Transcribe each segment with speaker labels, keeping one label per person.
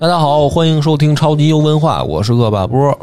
Speaker 1: 大家好，欢迎收听超级优文化，我是恶霸波。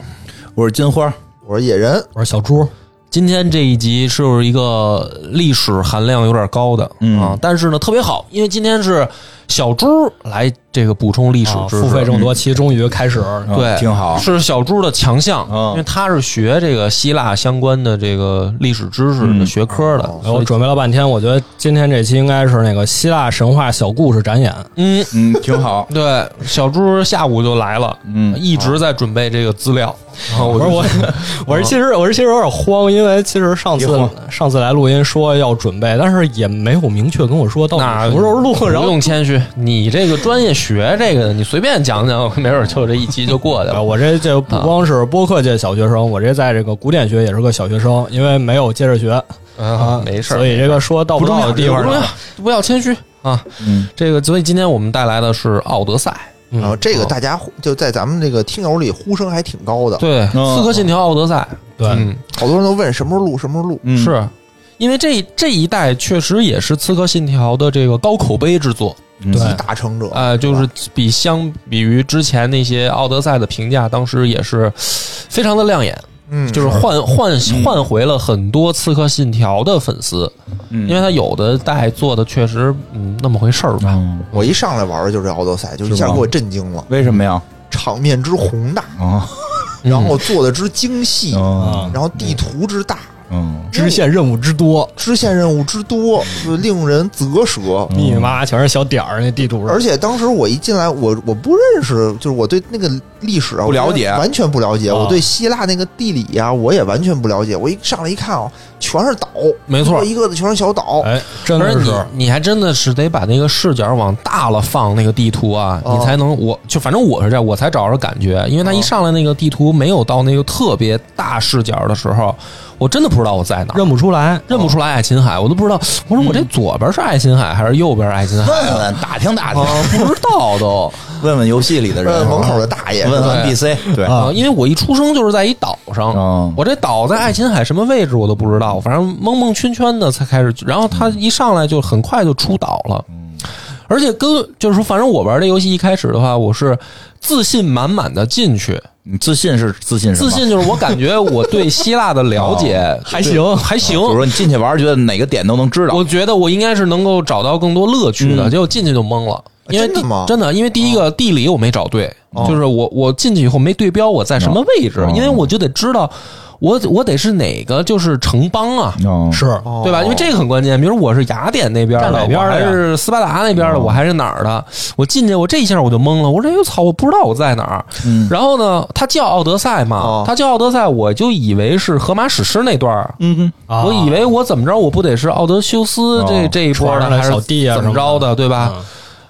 Speaker 2: 我是金花，
Speaker 3: 我是野人，
Speaker 4: 我说小猪，
Speaker 1: 今天这一集是一个历史含量有点高的、
Speaker 2: 嗯
Speaker 1: 啊，但是呢特别好，因为今天是小猪来这个补充历史
Speaker 2: 哦
Speaker 4: 啊
Speaker 1: 知识，
Speaker 4: 付费这么多期，终于开始
Speaker 2: 嗯
Speaker 1: 对，
Speaker 2: 挺好
Speaker 1: 是小猪的强项，
Speaker 2: 嗯
Speaker 1: 因为他是学这个希腊相关的这个历史知识的
Speaker 2: 嗯
Speaker 1: 学科的，
Speaker 4: 哎我准备了半天，我觉得今天这期应该是那个希腊神话小故事展演。
Speaker 1: 嗯，，
Speaker 2: 嗯，挺好
Speaker 1: 对，小猪下午就来了，
Speaker 2: 嗯
Speaker 1: 一直在准备这个资料，然后我
Speaker 4: 啊我说
Speaker 1: 就
Speaker 4: 我， 我是其实我是其实有点慌，因为其实上次
Speaker 2: 别慌
Speaker 4: 上次来录音说要准备，但是也没有明确跟我说到
Speaker 1: 那
Speaker 4: 底哦什么时候录，然
Speaker 1: 不
Speaker 4: 后
Speaker 1: 用谦虚，你这个专业学这个的，你随便讲讲，没准就这一集就过去
Speaker 4: 啊，
Speaker 1: 了。
Speaker 4: 我这这不光是播客界小学生，我这在这个古典学也是个小学生，因为没有接着学
Speaker 1: 啊，没事儿，
Speaker 4: 所以这个说到
Speaker 1: 不重
Speaker 4: 到
Speaker 1: 要，
Speaker 4: 的地方
Speaker 1: 不重
Speaker 4: 呢
Speaker 1: 要，不要谦虚啊。
Speaker 2: 嗯，
Speaker 1: 这个，所以今天我们带来的是《奥德赛
Speaker 4: 嗯
Speaker 3: 然后这个
Speaker 1: 好
Speaker 3: 大家呼就在咱们这个听友里呼声还挺高》，的，
Speaker 1: 对，《刺客信条：奥德赛》
Speaker 4: 嗯对，
Speaker 1: 嗯，
Speaker 3: 好多人都问什么时候录，什么时候录。
Speaker 2: 嗯
Speaker 1: 是因为这这一代确实也是《刺客信条》的这个高口碑之作，
Speaker 2: 嗯
Speaker 4: 对
Speaker 3: 集达
Speaker 4: 哦
Speaker 3: 成者
Speaker 1: 啊，就
Speaker 3: 吧
Speaker 1: 是比相比于之前那些《奥德赛》的评价，当时也是非常的亮眼，
Speaker 3: 嗯，
Speaker 1: 就是换换
Speaker 4: 嗯
Speaker 1: 换回了很多《刺客信条》的粉丝，
Speaker 2: 嗯
Speaker 1: 因为他有的代做的确实嗯那么回事儿
Speaker 4: 啊
Speaker 1: 吧。
Speaker 2: 嗯
Speaker 3: 我一上来玩的就是这奥德赛，就是一下
Speaker 2: 吗
Speaker 3: 给我震惊了，
Speaker 2: 为什么呀？
Speaker 3: 场面之宏大，
Speaker 2: 啊，
Speaker 3: 然后做的之精细，
Speaker 2: 嗯
Speaker 3: 然后地图之大，
Speaker 2: 嗯，
Speaker 4: 支线任务之多，
Speaker 3: 支线任务之多，就是令人啧舌。
Speaker 1: 嗯
Speaker 4: 密密麻麻全是小点儿，那地图上
Speaker 3: 而且当时我一进来，我我不认识，就是我对那个历史啊
Speaker 2: 不了解
Speaker 3: 我完全不了解。
Speaker 4: 啊
Speaker 3: 我对希腊那个地理啊，我也完全不了解。我一上来一看啊，全是岛，
Speaker 1: 没错
Speaker 3: 一个一个的全是小岛。
Speaker 4: 哎，真
Speaker 1: 哦而
Speaker 4: 的
Speaker 1: 你
Speaker 4: 是。
Speaker 1: 你还真的是得把那个视角往大了放那个地图啊，
Speaker 3: 哦
Speaker 1: 你才能我就反正我是这样，我才找着感觉，因为他
Speaker 4: 哦
Speaker 1: 一上来那个地图没有到那个特别大视角的时候，我真的不知道我在哪儿。
Speaker 4: 认不出嗯来，
Speaker 1: 认不出来爱琴海，我都不知道。我说我这左边是爱琴海还是右边爱琴 海？
Speaker 2: 问问哎打听打听，
Speaker 1: 啊，不知道都
Speaker 2: 问问游戏里的人，
Speaker 3: 呃
Speaker 2: 哦
Speaker 3: 问门口的大爷，
Speaker 2: 问
Speaker 3: 是吧
Speaker 2: 问 NPC，对，
Speaker 1: 啊，因为我一出生就是在一岛上，
Speaker 4: 啊
Speaker 2: 嗯
Speaker 1: 我这岛在爱琴海什么位置我都不知道，反正蒙蒙圈圈的才开始。然后
Speaker 4: 嗯
Speaker 1: 他一上来就很快就出岛了，而且跟就是说，反正我玩这游戏一开始的话，我是自信满满的进去，
Speaker 2: 你自信是自信什么
Speaker 1: 自，信就是我感觉我对希腊的了解
Speaker 4: 还行
Speaker 1: 还行
Speaker 2: 比。如说你进去玩，觉得哪个点都能知道
Speaker 1: 我，觉得我应该是能够找到更多乐趣的，
Speaker 2: 嗯
Speaker 1: 结果进去就懵了。因为第
Speaker 3: 真的吗
Speaker 1: 真的，因为第一个地理我没找对，就是我我进去以后没对标我在什么位置
Speaker 2: 哦，
Speaker 1: 因为我就得知道我我得是哪个就是城邦啊，
Speaker 2: 嗯
Speaker 4: 是
Speaker 3: 哦
Speaker 1: 对吧？因为这个很关键。比如我是雅典那边
Speaker 4: 站
Speaker 1: 的，
Speaker 4: 哪边
Speaker 1: 我
Speaker 4: 儿的
Speaker 1: 还
Speaker 4: 呀
Speaker 1: 是斯巴达那边的，我还是哪儿的？我进去，我这一下我就懵了。我说：“哎呦操，我不知道我在哪儿。”
Speaker 2: 嗯
Speaker 1: 然后呢，它叫奥德赛嘛
Speaker 3: 哦，
Speaker 1: 它叫奥德赛，我就以为是荷马史诗那段儿。
Speaker 2: 嗯
Speaker 4: 啊
Speaker 1: 我以为我怎么着，我不得是奥德修斯这
Speaker 2: 哦
Speaker 1: 这一波
Speaker 4: 船
Speaker 1: 的，
Speaker 4: 上的
Speaker 1: 还是
Speaker 4: 小弟啊
Speaker 1: 怎么着的，对吧？
Speaker 4: 嗯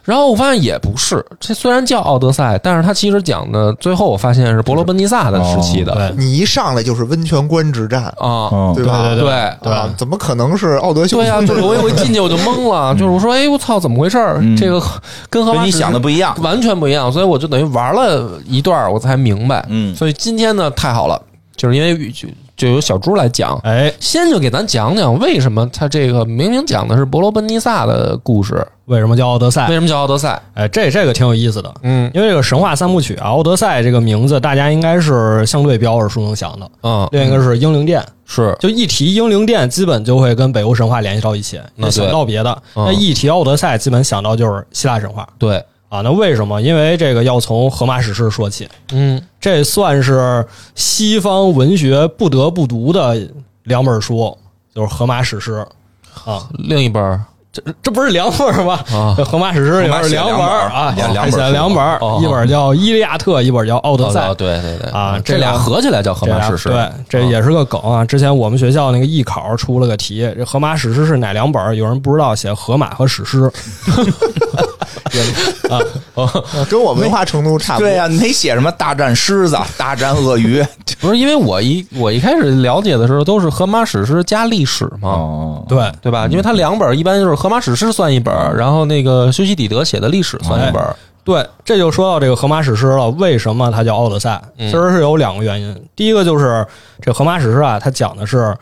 Speaker 1: 然后我发现也不是，这虽然叫奥德赛，但是它其实讲的最后我发现是伯罗奔尼撒的时期的
Speaker 4: 对
Speaker 3: 你一上来就是温泉关之战，
Speaker 1: 啊，
Speaker 2: 嗯，
Speaker 3: 吧？
Speaker 4: 哦对
Speaker 1: 对。
Speaker 4: 对
Speaker 3: 啊，怎么可能是奥德修斯？
Speaker 1: 对呀、啊就是我我一进去我就懵了，
Speaker 4: 嗯
Speaker 1: 就是我说，哎，我操，怎么回事儿？
Speaker 2: 嗯
Speaker 1: 这个跟和
Speaker 2: 跟你想的不一样，
Speaker 1: 完全不一样，所以我就等于玩了一段儿，我才明白。
Speaker 2: 嗯
Speaker 1: 所以今天呢，太好了，就是因为就就由小猪来讲，
Speaker 4: 哎，
Speaker 1: 先就给咱讲讲为什么他这个明明讲的是伯罗奔尼撒的故事，
Speaker 4: 为什么叫奥德赛
Speaker 1: 为？什么叫奥德赛？
Speaker 4: 哎，这这个挺有意思的，
Speaker 1: 嗯
Speaker 4: 因为这个神话三部曲啊，奥德赛这个名字大家应该是相对比较耳熟能详的。
Speaker 1: 嗯，
Speaker 4: 另一个是英灵殿，
Speaker 1: 是
Speaker 4: 就一提英灵殿，基本就会跟北欧神话联系到一起，
Speaker 1: 那
Speaker 4: 也想
Speaker 1: 对
Speaker 4: 不到别的。
Speaker 1: 嗯
Speaker 4: 那一提奥德赛，基本想到就是希腊神话
Speaker 1: 对，
Speaker 4: 啊。那为什么？因为这个要从荷马史诗说起，
Speaker 1: 嗯
Speaker 4: 这算是西方文学不得不读的两本书，就是《荷马史诗》啊。
Speaker 1: 另一本儿
Speaker 4: 这这不是两本儿吗？
Speaker 1: 啊
Speaker 4: 这《荷马史诗》里
Speaker 2: 荷马
Speaker 4: 边是
Speaker 2: 写
Speaker 4: 两
Speaker 2: 两
Speaker 4: 本
Speaker 2: 本
Speaker 4: 儿
Speaker 2: 儿
Speaker 4: 啊，
Speaker 2: 两两
Speaker 4: 还写
Speaker 2: 本儿
Speaker 4: 了
Speaker 2: 书
Speaker 4: 两本儿
Speaker 1: 哦，
Speaker 4: 一本儿叫《伊利亚特》，一本儿叫《奥德赛
Speaker 1: 哦》。对对对
Speaker 4: 啊
Speaker 1: 这
Speaker 4: 这
Speaker 1: 俩
Speaker 4: 个
Speaker 1: 合起来叫荷
Speaker 4: 这
Speaker 1: 马
Speaker 4: 俩
Speaker 1: 史诗，
Speaker 4: 对，这也是个梗啊！之前我们学校那个艺考出了个题，这《荷马史诗》是哪两本儿？有人不知道，写《荷马》和《史诗》啊。
Speaker 3: 跟我文化程度差不多。
Speaker 2: 对啊呀，你得写什么大战狮子、大战鳄鱼，
Speaker 1: 不是因为我一我一开始了解的时候都是荷马史诗加历史嘛，
Speaker 2: 哦，
Speaker 4: 对，
Speaker 1: 对吧？因为它两本儿一般就是荷马史诗算一本儿，然后那个修昔底德写的历史算一本儿，
Speaker 4: 对，这就说到这个荷马史诗了。为什么它叫奥德赛？其实是有两个原因。第一个就是这荷马史诗啊，它讲的是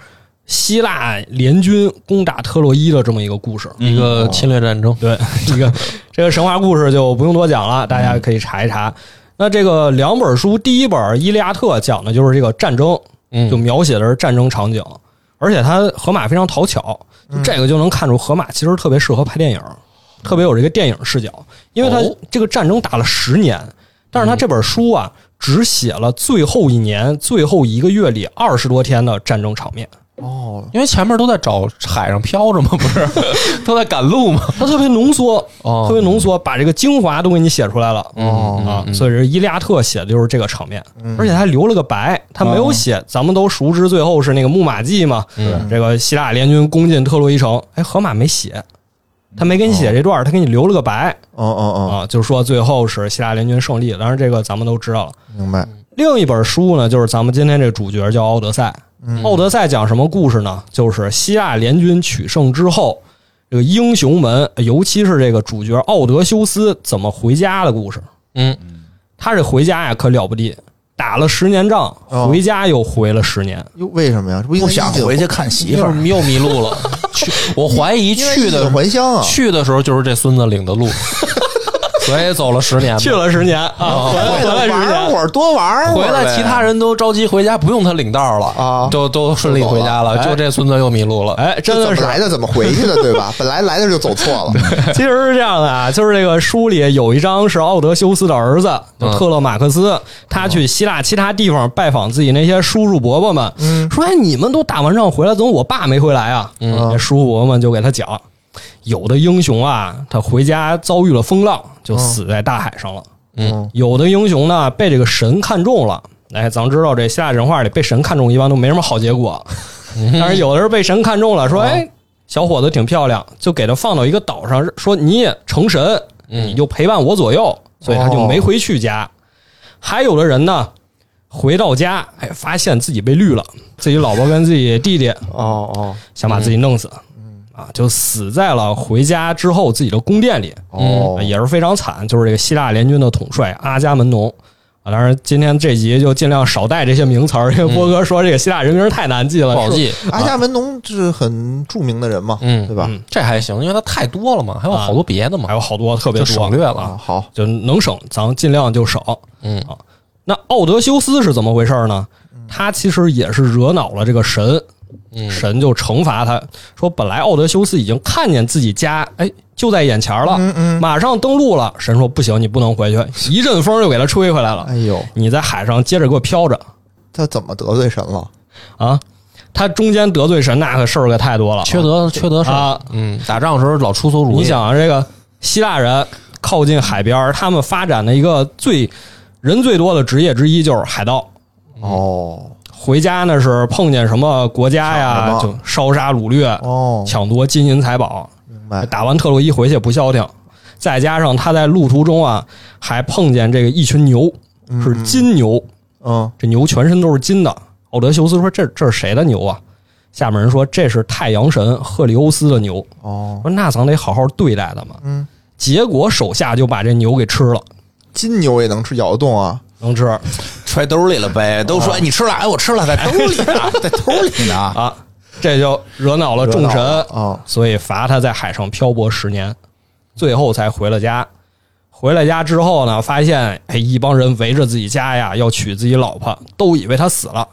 Speaker 4: 希腊联军攻打特洛伊的这么一个故事。
Speaker 1: 一个
Speaker 4: 嗯
Speaker 1: 侵略战争，
Speaker 4: 对，这个 这个神话故事就不用多讲了，大家可以查一查。那这个两本书，第一本《伊利亚特》讲的就是这个战争，
Speaker 1: 嗯
Speaker 4: 就描写的是战争场景，而且它河马非常讨巧，就
Speaker 1: 嗯
Speaker 4: 这个就能看出河马其实特别适合拍电影，特别有这个电影视角，因为它
Speaker 1: 哦嗯
Speaker 4: 这个战争打了十年，但是它这本书啊，只写了最后一年、最后一个月里二十多天的战争场面。
Speaker 3: 哦，
Speaker 1: 因为前面都在找海上漂着嘛，不是 都在赶路嘛？
Speaker 4: 它特别浓缩，
Speaker 1: 哦
Speaker 4: 特别浓缩，把这个精华都给你写出来了。
Speaker 1: 嗯
Speaker 4: 啊，
Speaker 1: 嗯
Speaker 4: 所以这伊利亚特写的就是这个场面，而且他还留了个白，他没有写。咱们都熟知最后是那个木马计嘛，
Speaker 1: 嗯
Speaker 4: 这个希腊联军攻进特洛伊城，哎，河马没写，他没给你写
Speaker 1: 哦
Speaker 4: 这段，他给你留了个白
Speaker 3: 哦哦
Speaker 4: 啊，就是说最后是希腊联军胜利。当然，这个咱们都知道了。
Speaker 3: 哦，明白。
Speaker 1: 嗯
Speaker 4: 另一本书呢，就是咱们今天这主角叫《奥德赛》。
Speaker 3: 嗯
Speaker 4: 奥德赛》讲什么故事呢？就是希腊联军取胜之后，这个英雄们，尤其是这个主角奥德修斯怎么回家的故事。
Speaker 1: 嗯，
Speaker 4: 他这回家呀，可了不地，打了十年仗，
Speaker 3: 哦
Speaker 4: 回家又回了十年。
Speaker 3: 哟，为什么呀？这不应
Speaker 2: 不
Speaker 3: 该
Speaker 2: 想
Speaker 3: 衣锦
Speaker 2: 回去看媳妇
Speaker 1: 又
Speaker 2: 儿，
Speaker 1: 又迷路了。去，我怀疑
Speaker 3: 应该
Speaker 1: 去
Speaker 3: 衣
Speaker 1: 的
Speaker 3: 锦还乡啊？
Speaker 1: 去的时候就是这孙子领的路，所以走了十年嘛。
Speaker 4: 去了十年啊，回来回来十
Speaker 3: 哦玩
Speaker 4: 年。
Speaker 3: 会儿，多玩会
Speaker 1: 回
Speaker 3: 儿
Speaker 1: 来，
Speaker 3: 呗
Speaker 1: 其他人都着急回家，不用他领道了
Speaker 3: 啊
Speaker 1: 都都顺利回家了，就这孙子又迷路了。
Speaker 4: 哎，
Speaker 3: 这
Speaker 4: 真的
Speaker 3: 怎
Speaker 4: 是
Speaker 3: 么来的怎么回去的，对 吧？本来来的就走错了，
Speaker 4: 其实是这样的啊，就是这个书里有一章是奥德修斯的儿子，就特勒马克斯，他去希腊其他地方拜访自己那些叔叔伯伯们，说：“哎，你们都打完仗回来，怎么我爸没回来啊？”那叔叔伯伯们就给他讲，有的英雄啊，他回家遭遇了风浪，就死在大海上了；
Speaker 3: 嗯，
Speaker 4: 有的英雄呢，被这个神看中了。哎，咱们知道这希腊神话里被神看中一般都没什么好结果， 但是有的是被神看中了，说：“哎，小伙子挺漂亮，就给他放到一个岛上，说你也成神，你就陪伴我左右，所以他就没回去家。还有的人呢，回到家，哎，发现自己被绿了，自己老婆跟自己弟弟
Speaker 3: 哦哦，
Speaker 4: 想把自己弄死，啊，就死在了回家之后自己的宫殿里，啊
Speaker 3: 哦
Speaker 4: 也是非常惨，就是这个希腊联军的统帅阿伽门农。啊，当然，今天这集就尽量少带这些名词儿，因为波哥说这个希腊人名儿太难记了，
Speaker 1: 不好记，
Speaker 3: 阿伽门农是很著名的人嘛，
Speaker 1: 嗯
Speaker 3: 对吧？
Speaker 1: 这还行，因为它太多了嘛，还有好多别的嘛，
Speaker 4: 啊还有好多特别
Speaker 1: 就
Speaker 4: 多
Speaker 1: 省略
Speaker 3: 啊，
Speaker 1: 了。
Speaker 3: 好，
Speaker 4: 就能省，咱们尽量就省。
Speaker 1: 嗯
Speaker 4: 啊，那奥德修斯是怎么回事呢？他其实也是惹恼了这个神，
Speaker 1: 嗯
Speaker 4: 神就惩罚他，说本来奥德修斯已经看见自己家，哎，就在眼前了，
Speaker 1: 嗯
Speaker 4: 马上登陆了。神说不行，你不能回去，一阵风就给他吹回来了
Speaker 3: 哎。呦，
Speaker 4: 你在海上接着给我飘着
Speaker 3: 他怎么得罪神了？
Speaker 4: 啊！他中间得罪神，那可事儿可太多了。
Speaker 1: 缺德缺德事儿
Speaker 4: 啊
Speaker 1: 嗯，打仗的时候老出馊主意。
Speaker 4: 你想啊，这个希腊人靠近海边儿，他们发展的一个最人最多的职业之一就是海盗。
Speaker 1: 嗯
Speaker 3: 哦
Speaker 4: 回家那是碰见什么国家呀，
Speaker 3: 抢什
Speaker 4: 就
Speaker 3: 么
Speaker 4: 烧杀掳掠、
Speaker 3: 哦，
Speaker 4: 抢夺金银财宝。
Speaker 3: 明白，
Speaker 4: 打完特洛伊回去不消停，再加上他在路途中啊，还碰见这个一群牛，是金牛，
Speaker 3: 嗯，
Speaker 4: 这牛全身都是金的。奥德修斯说：“这这是谁的牛啊？”下面人说：“这是太阳神赫利欧斯的牛。”
Speaker 3: 哦，
Speaker 4: 说：“那咱得好好对待他们。”
Speaker 3: 嗯，
Speaker 4: 结果手下就把这牛给吃了，
Speaker 3: 金牛也能吃，咬得动啊？
Speaker 4: 能吃。
Speaker 2: 揣兜里了呗。都说哎你吃了，哎我吃了，在兜里 呢，在兜里呢。
Speaker 4: 啊，这就惹恼了众神
Speaker 3: 惹恼了啊
Speaker 4: 所以罚他在海上漂泊十年，最后才回了家。回了家之后呢，发现哎，一帮人围着自己家呀，要娶自己老婆，都以为他死了。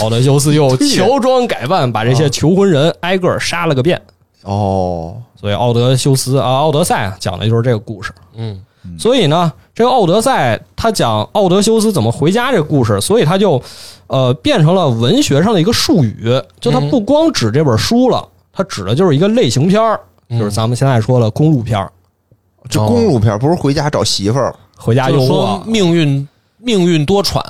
Speaker 4: 奥德修斯 又乔装改扮，把这些求婚人挨个儿杀了个遍。
Speaker 3: 哦，
Speaker 4: 所以奥德修斯啊，奥德赛啊，讲的就是这个故事。
Speaker 1: 嗯，
Speaker 4: 所以呢，这个奥德赛他讲奥德修斯怎么回家这个故事，所以他就呃变成了文学上的一个术语，就
Speaker 1: 嗯
Speaker 4: 它不光指这本书了，它指的就是一个类型片儿，
Speaker 1: 嗯
Speaker 4: 就是咱们现在说的公路片儿，
Speaker 3: 这公路片不是回家找媳妇儿？
Speaker 4: 回家
Speaker 1: 就
Speaker 4: 诱
Speaker 1: 是说
Speaker 4: 惑
Speaker 1: 命运啊命运多舛，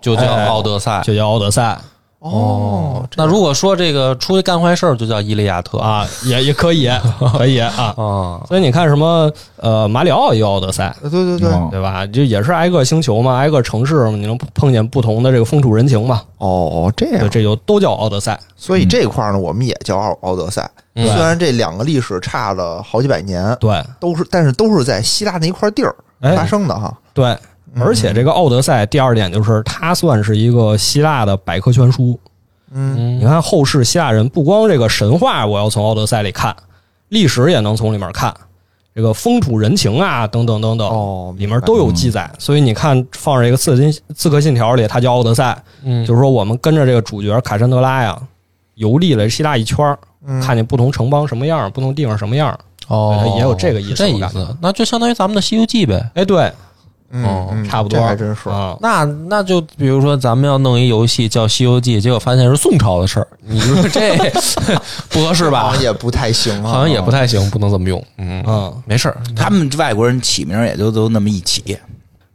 Speaker 1: 就叫
Speaker 4: 哎
Speaker 1: 奥德赛。
Speaker 4: 就叫奥德赛
Speaker 3: 哦，
Speaker 1: 那如果说这个出去干坏事儿，就叫伊利亚特
Speaker 4: 啊，也也 可以，可以啊。
Speaker 1: 啊。
Speaker 4: 所以你看什么呃马里奥也有奥德赛，
Speaker 3: 哦对对对，
Speaker 2: 嗯
Speaker 4: 对吧？就也是挨个星球嘛，挨个城市嘛，你能碰见不同的这个风土人情嘛，
Speaker 3: 哦，这
Speaker 4: 对，
Speaker 3: 样，
Speaker 4: 这就都叫奥德赛。
Speaker 3: 所以这块儿呢，我们也叫奥奥德赛。虽然这两个历史差了好几百年，
Speaker 4: 对，
Speaker 3: 都是，但是都是在希腊那一块地儿
Speaker 4: 哎
Speaker 3: 发生的哈。
Speaker 4: 对，
Speaker 3: 嗯
Speaker 4: 而且这个《奥德赛》第二点就是它算是一个希腊的百科全书，
Speaker 3: 嗯，
Speaker 1: 嗯
Speaker 4: 你看后世希腊人不光这个神话，我要从《奥德赛》里看，历史也能从里面看，这个风土人情啊，等等等等，
Speaker 3: 哦
Speaker 4: 里面都有记载。所以你看，放这个刺金刺客信条里，它叫《奥德赛》，
Speaker 1: 嗯，
Speaker 4: 就是说我们跟着这个主角卡珊德拉呀，游历了希腊一圈儿，
Speaker 3: 嗯
Speaker 4: 看见不同城邦什么样儿，不同地方什么样儿。
Speaker 1: 哦，
Speaker 4: 也有这个意
Speaker 1: 是
Speaker 4: 思
Speaker 1: 这意
Speaker 4: 我感
Speaker 1: 思，那就相当于咱们的《西游记》呗。
Speaker 4: 哎，对，
Speaker 1: 哦
Speaker 3: 嗯嗯，
Speaker 4: 差不多，
Speaker 3: 这还真是。
Speaker 4: 啊。
Speaker 1: 那那就比如说，咱们要弄一游戏叫《西游记》，结果发现是宋朝的事儿，你说 这不合适
Speaker 3: 好
Speaker 1: 吧
Speaker 3: 像？也不太行啊，
Speaker 1: 好像也不太行，不能这么用。嗯，
Speaker 4: 嗯，
Speaker 1: 没事儿，
Speaker 2: 他们外国人起名也就都那么一起，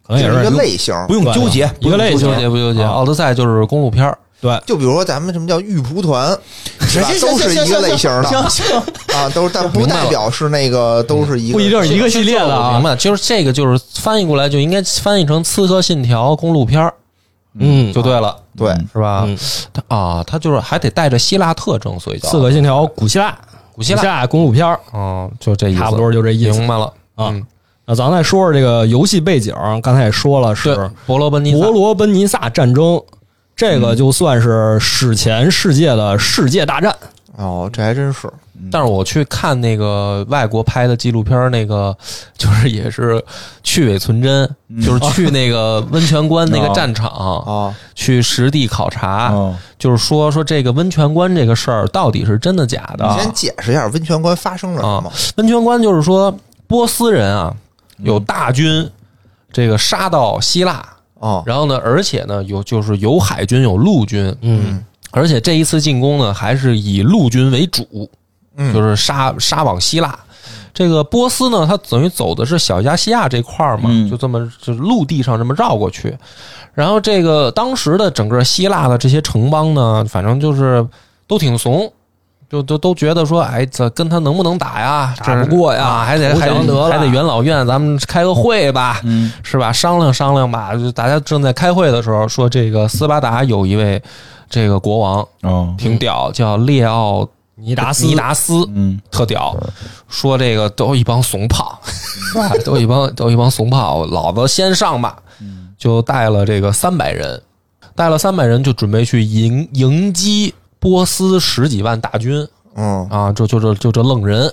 Speaker 4: 可能也
Speaker 3: 就是一
Speaker 4: 是
Speaker 3: 个类型。
Speaker 2: 不用纠结，
Speaker 4: 一个类
Speaker 1: 不
Speaker 4: 型
Speaker 1: 纠，结不纠结。
Speaker 4: 啊
Speaker 1: 奥德赛就是公路片儿，
Speaker 4: 对，
Speaker 3: 就比如说咱们什么叫玉蒲团，是吧
Speaker 2: 行行
Speaker 3: 都是一个类型的
Speaker 2: 行行行，
Speaker 3: 啊，都是，但不代表是那个都是一个
Speaker 4: 不一定是一个系列的
Speaker 1: 我
Speaker 4: 啊
Speaker 1: 明。白，就是这个，就是翻译过来就应该翻译成《刺客信条》公路片儿
Speaker 4: 嗯，
Speaker 1: 就对了，
Speaker 3: 对，
Speaker 1: 是吧
Speaker 4: 嗯？
Speaker 1: 它啊，它就是还得带着希腊特征，所以叫
Speaker 4: 刺客信条》古希腊，
Speaker 1: 古希腊
Speaker 4: 公路片儿，
Speaker 1: 哦，就这意思，
Speaker 4: 差不多就这意思
Speaker 1: 明白了
Speaker 4: 啊
Speaker 1: 嗯
Speaker 4: 那咱再说说这个游戏背景，刚才也说了
Speaker 1: 对
Speaker 4: 是，
Speaker 1: 伯罗奔尼撒
Speaker 4: 伯罗奔尼嗯撒战争，这个就算是史前世界的世界大战。
Speaker 3: 哦，这还真是
Speaker 1: 但是我去看那个外国拍的纪录片儿，那个就是也是去伪存真，就是去那个温泉关那个战场、
Speaker 3: 啊，
Speaker 1: 去实地考察，
Speaker 2: 哦
Speaker 1: 就是说说这个温泉关这个事儿到底是真的假的啊
Speaker 3: 你？先解释一下温泉关发生了什么？
Speaker 1: 温泉关就是说波斯人啊有大军这个杀到希腊，
Speaker 3: 哦，
Speaker 1: 然后呢，而且呢有就是有海军有陆军，
Speaker 4: 嗯
Speaker 1: 而且这一次进攻呢，还是以陆军为主，
Speaker 3: 嗯
Speaker 1: 就是杀杀往希腊。这个波斯呢，它等于走的是小亚细亚这块儿嘛，
Speaker 2: 嗯
Speaker 1: 就这么就是陆地上这么绕过去。然后这个当时的整个希腊的这些城邦呢，反正就是都挺怂，就都都觉得说，哎，这跟他能不能打呀？
Speaker 4: 打
Speaker 1: 这
Speaker 4: 不过呀
Speaker 1: 啊还得
Speaker 4: 投
Speaker 1: 还
Speaker 4: 降
Speaker 1: 得
Speaker 4: 得了
Speaker 1: 还得元老院，咱们开个会吧。
Speaker 2: 嗯
Speaker 1: 是吧？商量商量吧。就大家正在开会的时候，说这个斯巴达有一位这个国王
Speaker 2: 哦
Speaker 1: 挺屌，叫列奥
Speaker 4: 嗯尼达斯，
Speaker 1: 尼达斯，
Speaker 2: 嗯
Speaker 1: 特屌。说这个都一帮怂炮， 都一帮都一帮怂炮，老子先上吧。就带了这个三百人，带了三百人就准备去迎迎击波斯十几万大军。
Speaker 3: 嗯
Speaker 1: 啊，就就这就这愣人。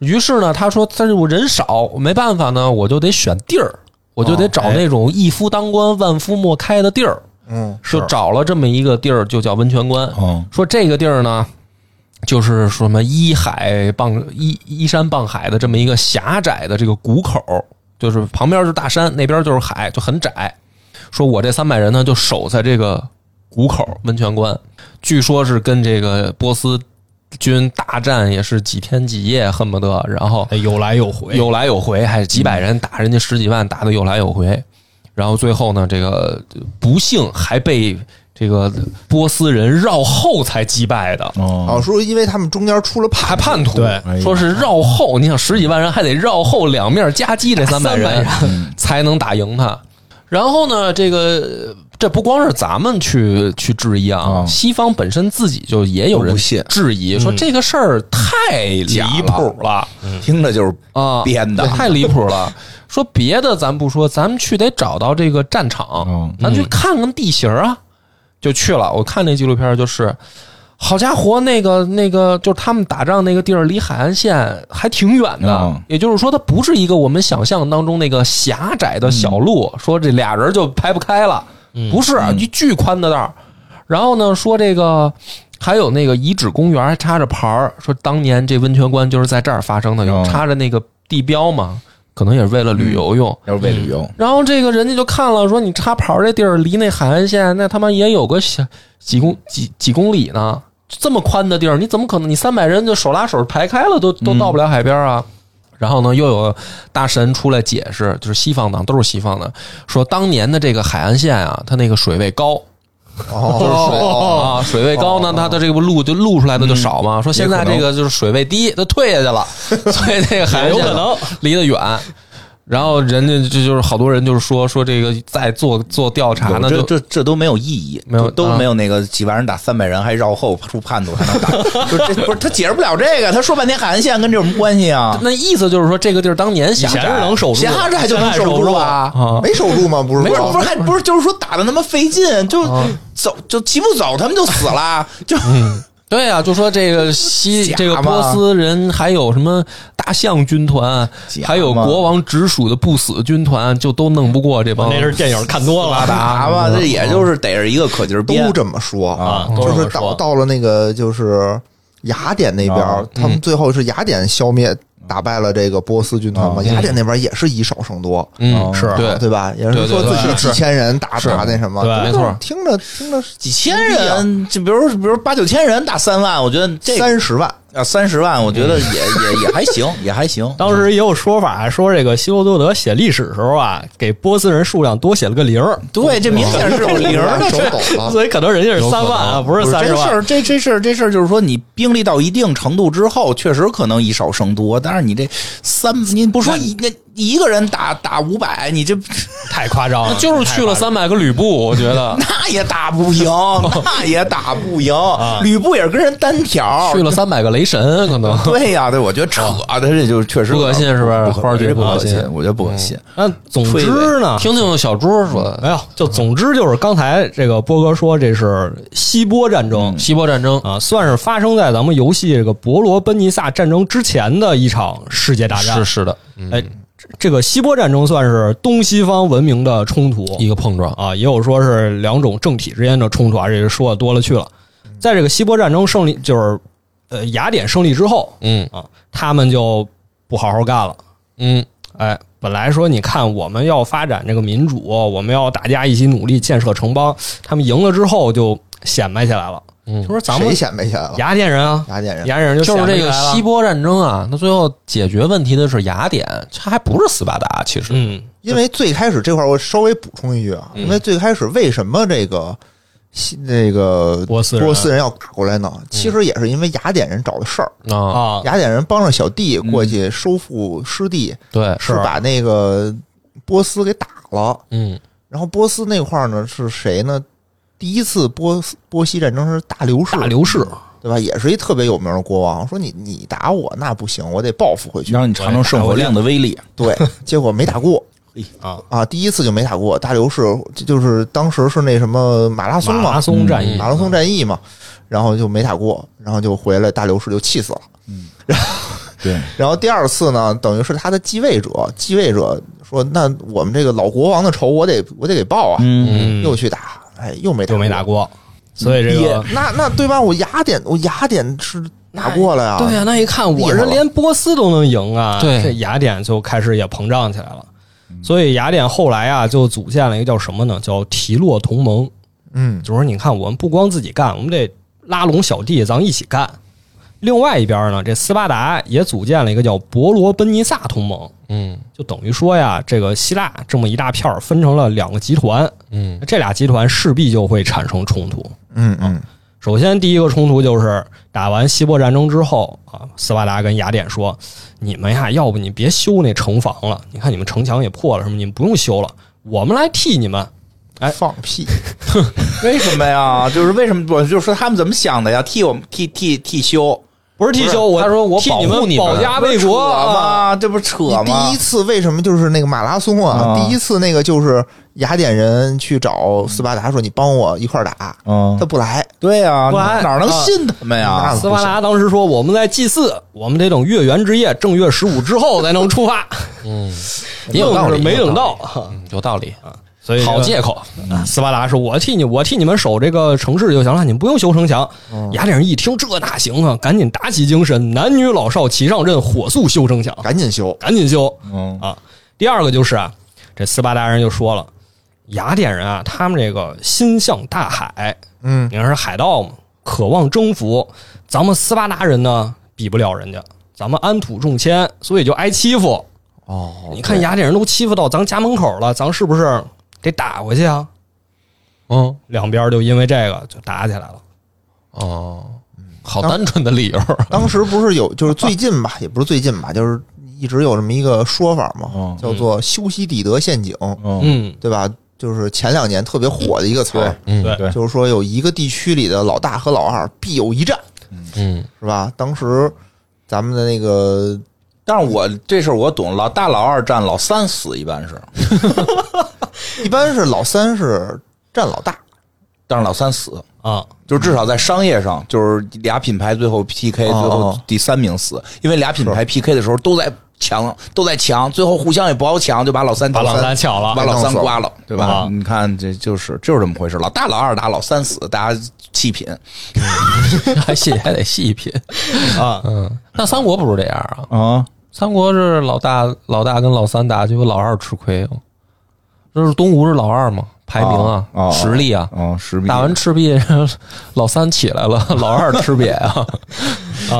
Speaker 1: 于是呢，他说：“但是我人少，没办法呢，我就得选地儿，我就得找那种一夫当关万夫莫开的地儿。
Speaker 3: 嗯，
Speaker 1: 就找了这么一个地儿，就叫温泉关。
Speaker 2: 哦
Speaker 1: 说这个地儿呢，就是什么依海傍依依山傍海的这么一个狭窄的这个谷口，就是旁边就是大山，那边就是海，就很窄。说我这三百人呢，就守在这个谷口温泉关，据说是跟这个波斯军大战，也是几天几夜，恨不得，然后
Speaker 4: 哎有来有回，
Speaker 1: 有来有回，嗯还是几百人打人家十几万，打的有来有回。然后最后呢，这个不幸还被这个波斯人绕后才击败的，
Speaker 3: 哦，
Speaker 2: 哦，
Speaker 3: 说因为他们中间出了
Speaker 1: 还
Speaker 3: 叛
Speaker 1: 叛徒，
Speaker 4: 对
Speaker 2: 哎呀
Speaker 1: 说是绕后，你想十几万人还得绕后两面夹击这三百人才能打赢他。然后呢，这个这不光是咱们去去质疑啊，
Speaker 2: 啊
Speaker 1: 西方本身自己就也有
Speaker 2: 都
Speaker 1: 人
Speaker 2: 不信
Speaker 1: 质疑，说这个事儿太离谱了。
Speaker 2: 听着就是
Speaker 1: 啊，
Speaker 2: 编的
Speaker 1: 对太离谱了。说别的咱不说，咱们去得找到这个战场，
Speaker 2: 哦
Speaker 1: 咱去看看地形啊，就去了。我看那纪录片就是，好家伙，那个那个就是他们打仗那个地儿离海岸线还挺远的，
Speaker 2: 嗯
Speaker 1: 也就是说它不是一个我们想象当中那个狭窄的小路，说这俩人就排不开了，不是一巨宽的道儿。然后呢，说这个。还有那个遗址公园还插着牌儿，说当年这温泉关就是在这儿发生的，有
Speaker 2: 哦
Speaker 1: 插着那个地标嘛，可能也是为了旅游用。
Speaker 2: 要是为旅游，
Speaker 1: 然后这个人家就看了，说你插牌儿这地儿离那海岸线那他妈也有个小几公几几公里呢，这么宽的地儿，你怎么可能你三百人就手拉手排开了都都到不了海边啊？然后呢，又有大神出来解释，就是西方党都是西方的，说当年的这个海岸线啊，它那个水位高，
Speaker 3: 徒，
Speaker 1: 啊，
Speaker 3: 哦，
Speaker 1: 水位高呢，它的这个路就露出来的就少嘛。说现在这个就是水位低，它退下去了，所以这个海
Speaker 4: 也
Speaker 1: 岸
Speaker 4: 有
Speaker 1: 线
Speaker 4: 可能
Speaker 1: 离得远。然后人家这就是好多人就是说说这个在做做调查呢，
Speaker 2: 这
Speaker 1: 就
Speaker 2: 这这都没有意义，
Speaker 1: 没有
Speaker 2: 都
Speaker 1: 啊
Speaker 2: 啊都没有那个几万人打三百人还绕后出叛徒还能打， 不是这不是他解释不了这个，他说半天海岸线跟这有什么关系啊？
Speaker 1: 那意思就是说这个地儿当年
Speaker 4: 以
Speaker 1: 想
Speaker 4: 前是能守住，
Speaker 2: 闲 哈这还就能
Speaker 4: 现在守
Speaker 2: 守
Speaker 4: 不
Speaker 2: 住
Speaker 4: 住
Speaker 2: 啊？
Speaker 1: 啊，
Speaker 3: 哦没守住吗？不是
Speaker 2: 没有，嗯
Speaker 3: 说
Speaker 2: 不是还不是，就是说打的那么费劲，就走就齐不走，他们就死了，就
Speaker 1: 对啊，就说这个西
Speaker 2: 假
Speaker 1: 这个
Speaker 2: 吗
Speaker 1: 波斯人还有什么大象军团，
Speaker 2: 假
Speaker 1: 还有
Speaker 2: 吗
Speaker 1: 国王直属的不死军团，就都弄不过这帮。
Speaker 4: 哦嗯那是电影看多了，
Speaker 2: 打吧，这也就是逮着一个可劲儿
Speaker 3: 都
Speaker 2: 编。
Speaker 3: 这么说
Speaker 4: 啊都
Speaker 3: 就
Speaker 4: 这
Speaker 3: 是
Speaker 4: 么
Speaker 3: 到
Speaker 4: 说
Speaker 3: 到了那个就是雅典那边
Speaker 2: 啊
Speaker 3: 儿，他们最后是雅典消灭打败了这个波斯军团嘛，
Speaker 2: 嗯
Speaker 3: 雅典那边也是以少胜多，啊
Speaker 1: 嗯，
Speaker 4: 是
Speaker 1: 对
Speaker 3: 对吧？也是说
Speaker 1: 对对
Speaker 3: 自
Speaker 1: 对
Speaker 3: 己几千人打打那什么，
Speaker 4: 对
Speaker 1: 没错
Speaker 3: 听着听着
Speaker 2: 几千人，就比如比如八九千人打三万，我觉得这
Speaker 3: 三十万，
Speaker 2: 啊三十万，我觉得也也也还行，也还行。
Speaker 4: 当时也有说法说，这个希罗多德写历史的时候啊，给波斯人数量多写了个零儿，
Speaker 2: 对，这明显是有零儿的
Speaker 3: 手
Speaker 2: 这。
Speaker 3: 抖
Speaker 1: 啊
Speaker 3: 了。
Speaker 4: 所以可能人家是三万啊，不是
Speaker 2: 不是
Speaker 4: 三十
Speaker 2: 这事
Speaker 4: 万。
Speaker 2: 儿，这这事儿，这事儿就是说，你兵力到一定程度之后，确实可能以少胜多。但是你这三，你不说一那一个人打打五百，你这
Speaker 4: 太夸张了，
Speaker 1: 就是去了三百个吕布，我觉得
Speaker 2: 那也打不 赢，那也打不赢。吕布啊也是跟人单挑
Speaker 1: 去，了三百个雷神，可 能
Speaker 2: 对呀、对，我觉得扯的这就是确实
Speaker 1: 不可信是不是
Speaker 2: 不可
Speaker 1: 花儿觉得
Speaker 2: 不
Speaker 1: 不嗯
Speaker 2: 可
Speaker 1: 可信
Speaker 2: 信，我觉得不可信。
Speaker 4: 那总之呢，
Speaker 1: 听听小猪说的
Speaker 4: 没有，就总之就是刚才这个波哥说这是希波战争
Speaker 1: 希波战争，
Speaker 4: 啊，算是发生在咱们游戏这个伯罗奔尼撒战争之前的一场世界大
Speaker 1: 是嗯
Speaker 4: 战。
Speaker 1: 是的，
Speaker 4: 哎，这这个希波战争算是东西方文明的冲突，
Speaker 1: 一个碰撞，
Speaker 4: 啊，也有说是两种政体之间的冲突啊，这个说的多了去了。
Speaker 1: 嗯
Speaker 4: 在这个希波战争胜利，就是呃雅典胜利之后
Speaker 1: 嗯
Speaker 4: 啊，他们就不好好干了。
Speaker 1: 嗯
Speaker 4: 哎，本来说你看我们要发展这个民主，我们要大家一起努力建设城邦，他们赢了之后就显摆起来了。
Speaker 1: 嗯
Speaker 4: 就，说咱们
Speaker 3: 谁显摆起来了？
Speaker 4: 雅典人啊，
Speaker 3: 雅典人
Speaker 4: 雅典人就
Speaker 1: 就是
Speaker 4: 显摆
Speaker 1: 这
Speaker 4: 起
Speaker 1: 个
Speaker 4: 来了
Speaker 1: 希波战争啊，那最后解决问题的是雅典，它还不是斯巴达，其实
Speaker 4: 嗯，
Speaker 3: 因为最开始这块儿我稍微补充一句啊，因为最开始为什么这个西那个
Speaker 4: 波斯人啊嗯
Speaker 3: 波斯人要打过来呢？其实也是因为雅典人找的事儿，
Speaker 1: 啊，
Speaker 4: 啊，嗯
Speaker 3: 雅典人帮着小弟过去收复失地，
Speaker 1: 对，
Speaker 3: 是把那个波斯给打了。
Speaker 1: 嗯
Speaker 3: 然后波斯那块儿呢是谁呢？第一次波斯波西战争是大流士，
Speaker 4: 大流士
Speaker 3: 对吧？也是一特别有名的国王，说你你打我那不行，我得报复回去。
Speaker 2: 让你尝尝圣火令的威力。
Speaker 3: 对，结果没打过
Speaker 4: 啊，
Speaker 3: 啊，第一次就没打过。大流士就就是当时是那什么马拉松
Speaker 4: 马
Speaker 3: 嘛，嗯
Speaker 4: 拉松战役，
Speaker 3: 马拉松战役嘛，然后就没打过，然后就回来，大流士就气死了。
Speaker 2: 对，
Speaker 3: 然后第二次呢，等于是他的继位者，继位者说：“那我们这个老国王的仇，我得我得给报啊！”
Speaker 2: 嗯，
Speaker 4: 嗯，
Speaker 3: 又去打，哎，又没打，
Speaker 4: 又没打
Speaker 3: 过。
Speaker 4: 过，所以这
Speaker 3: 嗯也
Speaker 4: 个
Speaker 3: 那那对吧？我雅典，我雅典是打过了呀。
Speaker 4: 对
Speaker 1: 啊
Speaker 4: 啊呀、那一
Speaker 1: 嗯
Speaker 4: 看我
Speaker 3: 厉
Speaker 4: 这
Speaker 3: 害了
Speaker 4: 连波斯都能赢啊，
Speaker 1: 对
Speaker 4: 这雅典就开始也膨胀起来了。所以雅典后来啊，就组建了一个叫什么呢？叫提洛同盟。
Speaker 3: 嗯，
Speaker 4: 就是你看，我们不光自己干，我们得拉拢小弟，咱们一起干。另外一边呢，这斯巴达也组建了一个叫伯罗奔尼撒同盟，
Speaker 1: 嗯
Speaker 4: 就等于说呀，这个希腊这么一大片儿分成了两个集团，
Speaker 1: 嗯
Speaker 4: 这俩集团势必就会产生冲突。
Speaker 3: 嗯嗯，
Speaker 4: 首先，第一个冲突就是打完希波战争之后啊，斯巴达跟雅典说：“你们呀，要不你别修那城防了，你看你们城墙也破了，什么你们不用修了，我们来替你们。哎
Speaker 3: 放屁！
Speaker 2: 为什么呀？就是为什么？我就是说他们怎么想的呀？替我们替替替修，
Speaker 4: 不是替修，我
Speaker 1: 他说我
Speaker 4: 替
Speaker 1: 保护
Speaker 4: 们
Speaker 1: 你们
Speaker 4: 保家卫国
Speaker 2: 扯
Speaker 4: 啊。
Speaker 2: 吗？这不是扯
Speaker 3: 你
Speaker 2: 吗？
Speaker 3: 第一次为什么就是那个马拉松啊？
Speaker 2: 啊
Speaker 3: 第一次那个就是雅典人去找斯巴达说：“你帮我一块儿打。”
Speaker 2: 嗯
Speaker 4: 啊
Speaker 3: 他，不来，
Speaker 2: 对呀，
Speaker 4: 不然
Speaker 2: 哪能信他们
Speaker 3: 啊
Speaker 2: 呀？
Speaker 4: 斯巴达当时说：“我们在祭祀，我们得等月圆之夜，正月十五之后才能出发。
Speaker 1: 嗯，” 也有
Speaker 4: 硬
Speaker 1: 道
Speaker 4: 是
Speaker 1: 理，
Speaker 4: 没等
Speaker 1: 有道
Speaker 4: 到
Speaker 1: 理，，嗯有道理，
Speaker 4: 所以这个嗯
Speaker 1: 好借口，
Speaker 4: 斯巴达说：“我替你，我替你们守这个城市就行了，你们不用修城墙。”
Speaker 1: 嗯
Speaker 4: 雅典人一听这哪行啊，赶紧打起精神，男女老少齐上阵，火速修城墙，
Speaker 3: 赶紧修。
Speaker 4: 赶紧修
Speaker 2: 嗯
Speaker 4: 啊！第二个就是啊，这斯巴达人就说了，雅典人啊，他们这个心向大海，
Speaker 3: 嗯
Speaker 4: 你看是海盗嘛，渴望征服，咱们斯巴达人呢比不了人家，咱们安土重迁，所以就挨欺负。
Speaker 3: 哦，
Speaker 4: 你看雅典人都欺负到咱家门口了，咱是不是得打回去啊？
Speaker 1: 嗯
Speaker 4: 两边就因为这个就打起来了。
Speaker 1: 哦，好单纯的理由，
Speaker 3: 当时不是有，就是最近吧，也不是最近吧，就是一直有这么一个说法嘛
Speaker 4: 啊
Speaker 2: 嗯，
Speaker 3: 叫做修昔底德陷阱，
Speaker 2: 嗯
Speaker 4: 嗯，
Speaker 3: 对吧？就是前两年特别火的一个词儿，
Speaker 1: 嗯
Speaker 4: 对
Speaker 2: 对
Speaker 3: 就是说有一个地区里的老大和老二必有一战，
Speaker 1: 嗯
Speaker 3: 是吧？当时咱们的那个
Speaker 2: 但是我这事儿我懂，老大老二占老三死一般是，
Speaker 3: 一般是老三是占老大，
Speaker 2: 但是老三死，
Speaker 4: 啊，
Speaker 2: 就至少在商业上，就是俩品牌最后 PK，最
Speaker 3: 哦
Speaker 2: 后第三名死，因为俩品牌 PK 的时候都在抢，都在抢，最后互相也不好抢，就把老三
Speaker 4: 把老三抢了
Speaker 2: 把老三刮了，对吧
Speaker 4: 啊？
Speaker 2: 你看，这就是就是这么回事，老大老二打老三死，大家弃品，
Speaker 1: 嗯 还细还得细品。
Speaker 4: 啊，
Speaker 1: 嗯，那三国不是这样啊？
Speaker 2: 啊，
Speaker 1: 三国是老大老大跟老三打，结果老二吃亏了。就是东吴是老二嘛，排名啊，
Speaker 2: 哦哦
Speaker 1: 实力啊，
Speaker 2: 哦，十
Speaker 1: 打完赤壁， 老三起来了，老二吃瘪 啊。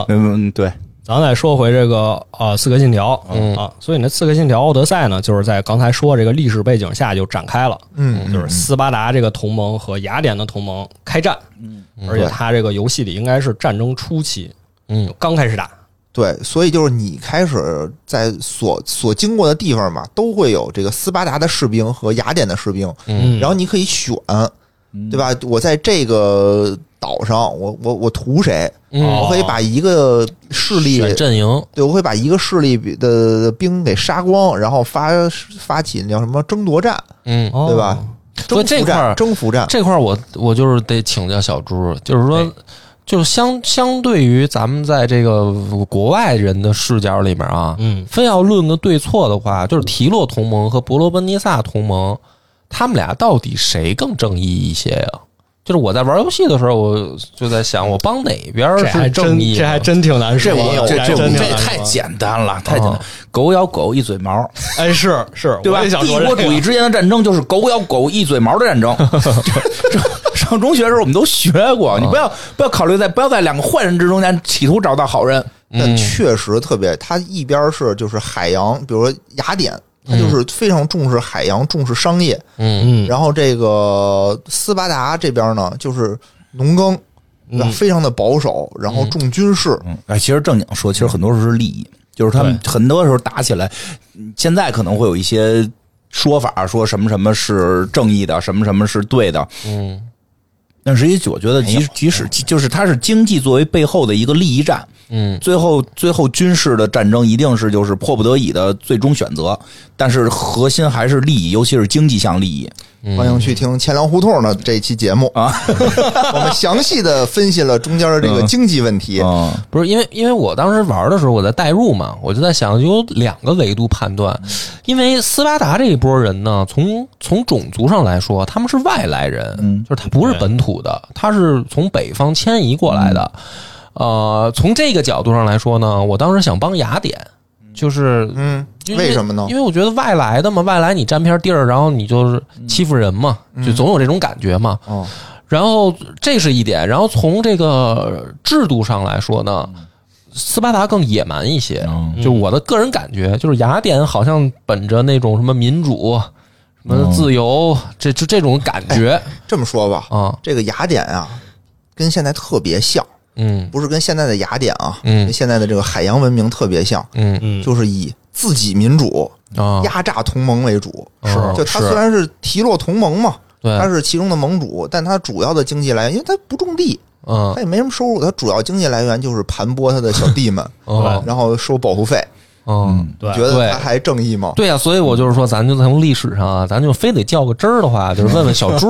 Speaker 2: 嗯，对，
Speaker 4: 咱再说回这个呃《刺客信条》啊，所以呢，《刺客信条：奥德赛》呢，就是在刚才说这个历史背景下就展开了，
Speaker 3: 嗯，
Speaker 4: 就是斯巴达这个同盟和雅典的同盟开战，嗯，而且它这个游戏里应该是战争初期，
Speaker 1: 嗯，
Speaker 4: 刚开始打，
Speaker 3: 对，所以就是你开始在所所经过的地方嘛，都会有这个斯巴达的士兵和雅典的士兵，
Speaker 4: 嗯，
Speaker 3: 然后你可以选，对吧？我在这个岛上，我我我屠谁？
Speaker 1: 嗯，
Speaker 3: 我可以把一个势力，
Speaker 1: 选阵营，
Speaker 3: 对我会把一个势力的兵给杀光，然后发发起那叫什么争夺战，
Speaker 1: 嗯，
Speaker 4: 哦
Speaker 3: 对吧？
Speaker 1: 所
Speaker 3: 征
Speaker 1: 以这
Speaker 3: 服
Speaker 1: 块儿
Speaker 3: 战，征
Speaker 4: 啊
Speaker 3: 服战，
Speaker 1: 这块儿我我就是得请教小朱，就是说
Speaker 4: 对，
Speaker 1: 就是相相对于咱们在这个国外人的视角里面啊，
Speaker 4: 嗯
Speaker 1: 非要论个对错的话，就是提洛同盟和伯罗奔尼撒同盟，他们俩到底谁更正义一些呀、就是我在玩游戏的时候，我就在想，我帮哪边儿
Speaker 4: 这还
Speaker 1: 是正
Speaker 4: 真
Speaker 1: 义呢？
Speaker 4: 这还真挺难说
Speaker 2: 这我
Speaker 4: 的，
Speaker 2: 这
Speaker 4: 还
Speaker 2: 这
Speaker 4: 真挺
Speaker 2: 这
Speaker 4: 难
Speaker 2: 太
Speaker 4: 说的
Speaker 2: 简单了，哦太简单，狗咬狗一嘴毛，
Speaker 4: 哎，是是，
Speaker 2: 对吧
Speaker 4: 我也？想
Speaker 2: 帝
Speaker 4: 说
Speaker 2: 国
Speaker 4: 这
Speaker 2: 主
Speaker 4: 个
Speaker 2: 义之间的战争就是狗咬狗一嘴毛的 战争。这上中学的时候我们都学过，你不要不要考虑在不要在两个坏人之中间企图找到好人。
Speaker 1: 嗯
Speaker 3: 但确实特别，它一边是就是海洋，比如说雅典，它就是非常重视海洋，重视商业。
Speaker 1: 嗯
Speaker 4: 嗯，
Speaker 3: 然后这个斯巴达这边呢，就是农耕，对吧
Speaker 4: 嗯
Speaker 3: 非常的保守，然后重军事。
Speaker 2: 嗯，哎，其实正经说，其实很多时候是利益，就是他们很多时候打起来，嗯现在可能会有一些说法，说什么什么是正义的，什么什么是对的，
Speaker 1: 嗯
Speaker 2: 但实际我觉得即，即使就是它是经济作为背后的一个利益战，
Speaker 1: 嗯
Speaker 2: 最后最后军事的战争一定是就是迫不得已的最终选择，但是核心还是利益，尤其是经济项利益。
Speaker 1: 嗯
Speaker 3: 欢迎去听钱粮胡同的这一期节目啊， 我们详细的分析了中间的这个经济问题。
Speaker 2: 嗯，
Speaker 1: 不是因为，因为我当时玩的时候，我在代入嘛，我就在想有两个维度判断，因为斯巴达这一波人呢，从从种族上来说，他们是外来人，
Speaker 2: 嗯
Speaker 1: 就是他不是本土的，他是从北方迁移过来的。呃，从这个角度上来说呢，我当时想帮雅典，就是
Speaker 3: 嗯
Speaker 1: 因，
Speaker 3: 为什么呢
Speaker 1: 因？为我觉得外来的嘛，外来你占片地儿，然后你就是欺负人嘛，就总有这种感觉嘛。
Speaker 3: 嗯哦，
Speaker 1: 然后这是一点，然后从这个制度上来说呢，斯巴达更野蛮一些。
Speaker 3: 哦
Speaker 2: 嗯
Speaker 1: 就我的个人感觉，就是雅典好像本着那种什么民主、什么自由，这就这种感觉
Speaker 3: 这么说吧，
Speaker 1: 啊，
Speaker 3: 这个雅典啊，跟现在特别像，
Speaker 1: 嗯
Speaker 3: 不是跟现在的雅典啊，
Speaker 1: 嗯
Speaker 3: 跟现在的这个海洋文明特别像，
Speaker 1: 嗯
Speaker 4: 嗯
Speaker 3: 就是以自己民主
Speaker 1: 啊，
Speaker 3: 压榨同盟为主。
Speaker 1: 是
Speaker 3: 就他
Speaker 1: 哦是嗯
Speaker 3: 虽然是提洛同盟嘛，他
Speaker 1: 对，
Speaker 3: 是其中的盟主，但他主要的经济来源，因为他不种地，
Speaker 1: 嗯
Speaker 3: 他也没什么收入，他主要经济来源就是盘剥他的小弟们，
Speaker 1: 哦
Speaker 3: 然后收保护费。
Speaker 1: 嗯。
Speaker 4: 对
Speaker 3: 觉得
Speaker 1: 对
Speaker 3: 他还正义吗？
Speaker 1: 对呀、啊所以我就是说，咱就从历史上啊，咱就非得较个真儿的话，就是问问小 朱，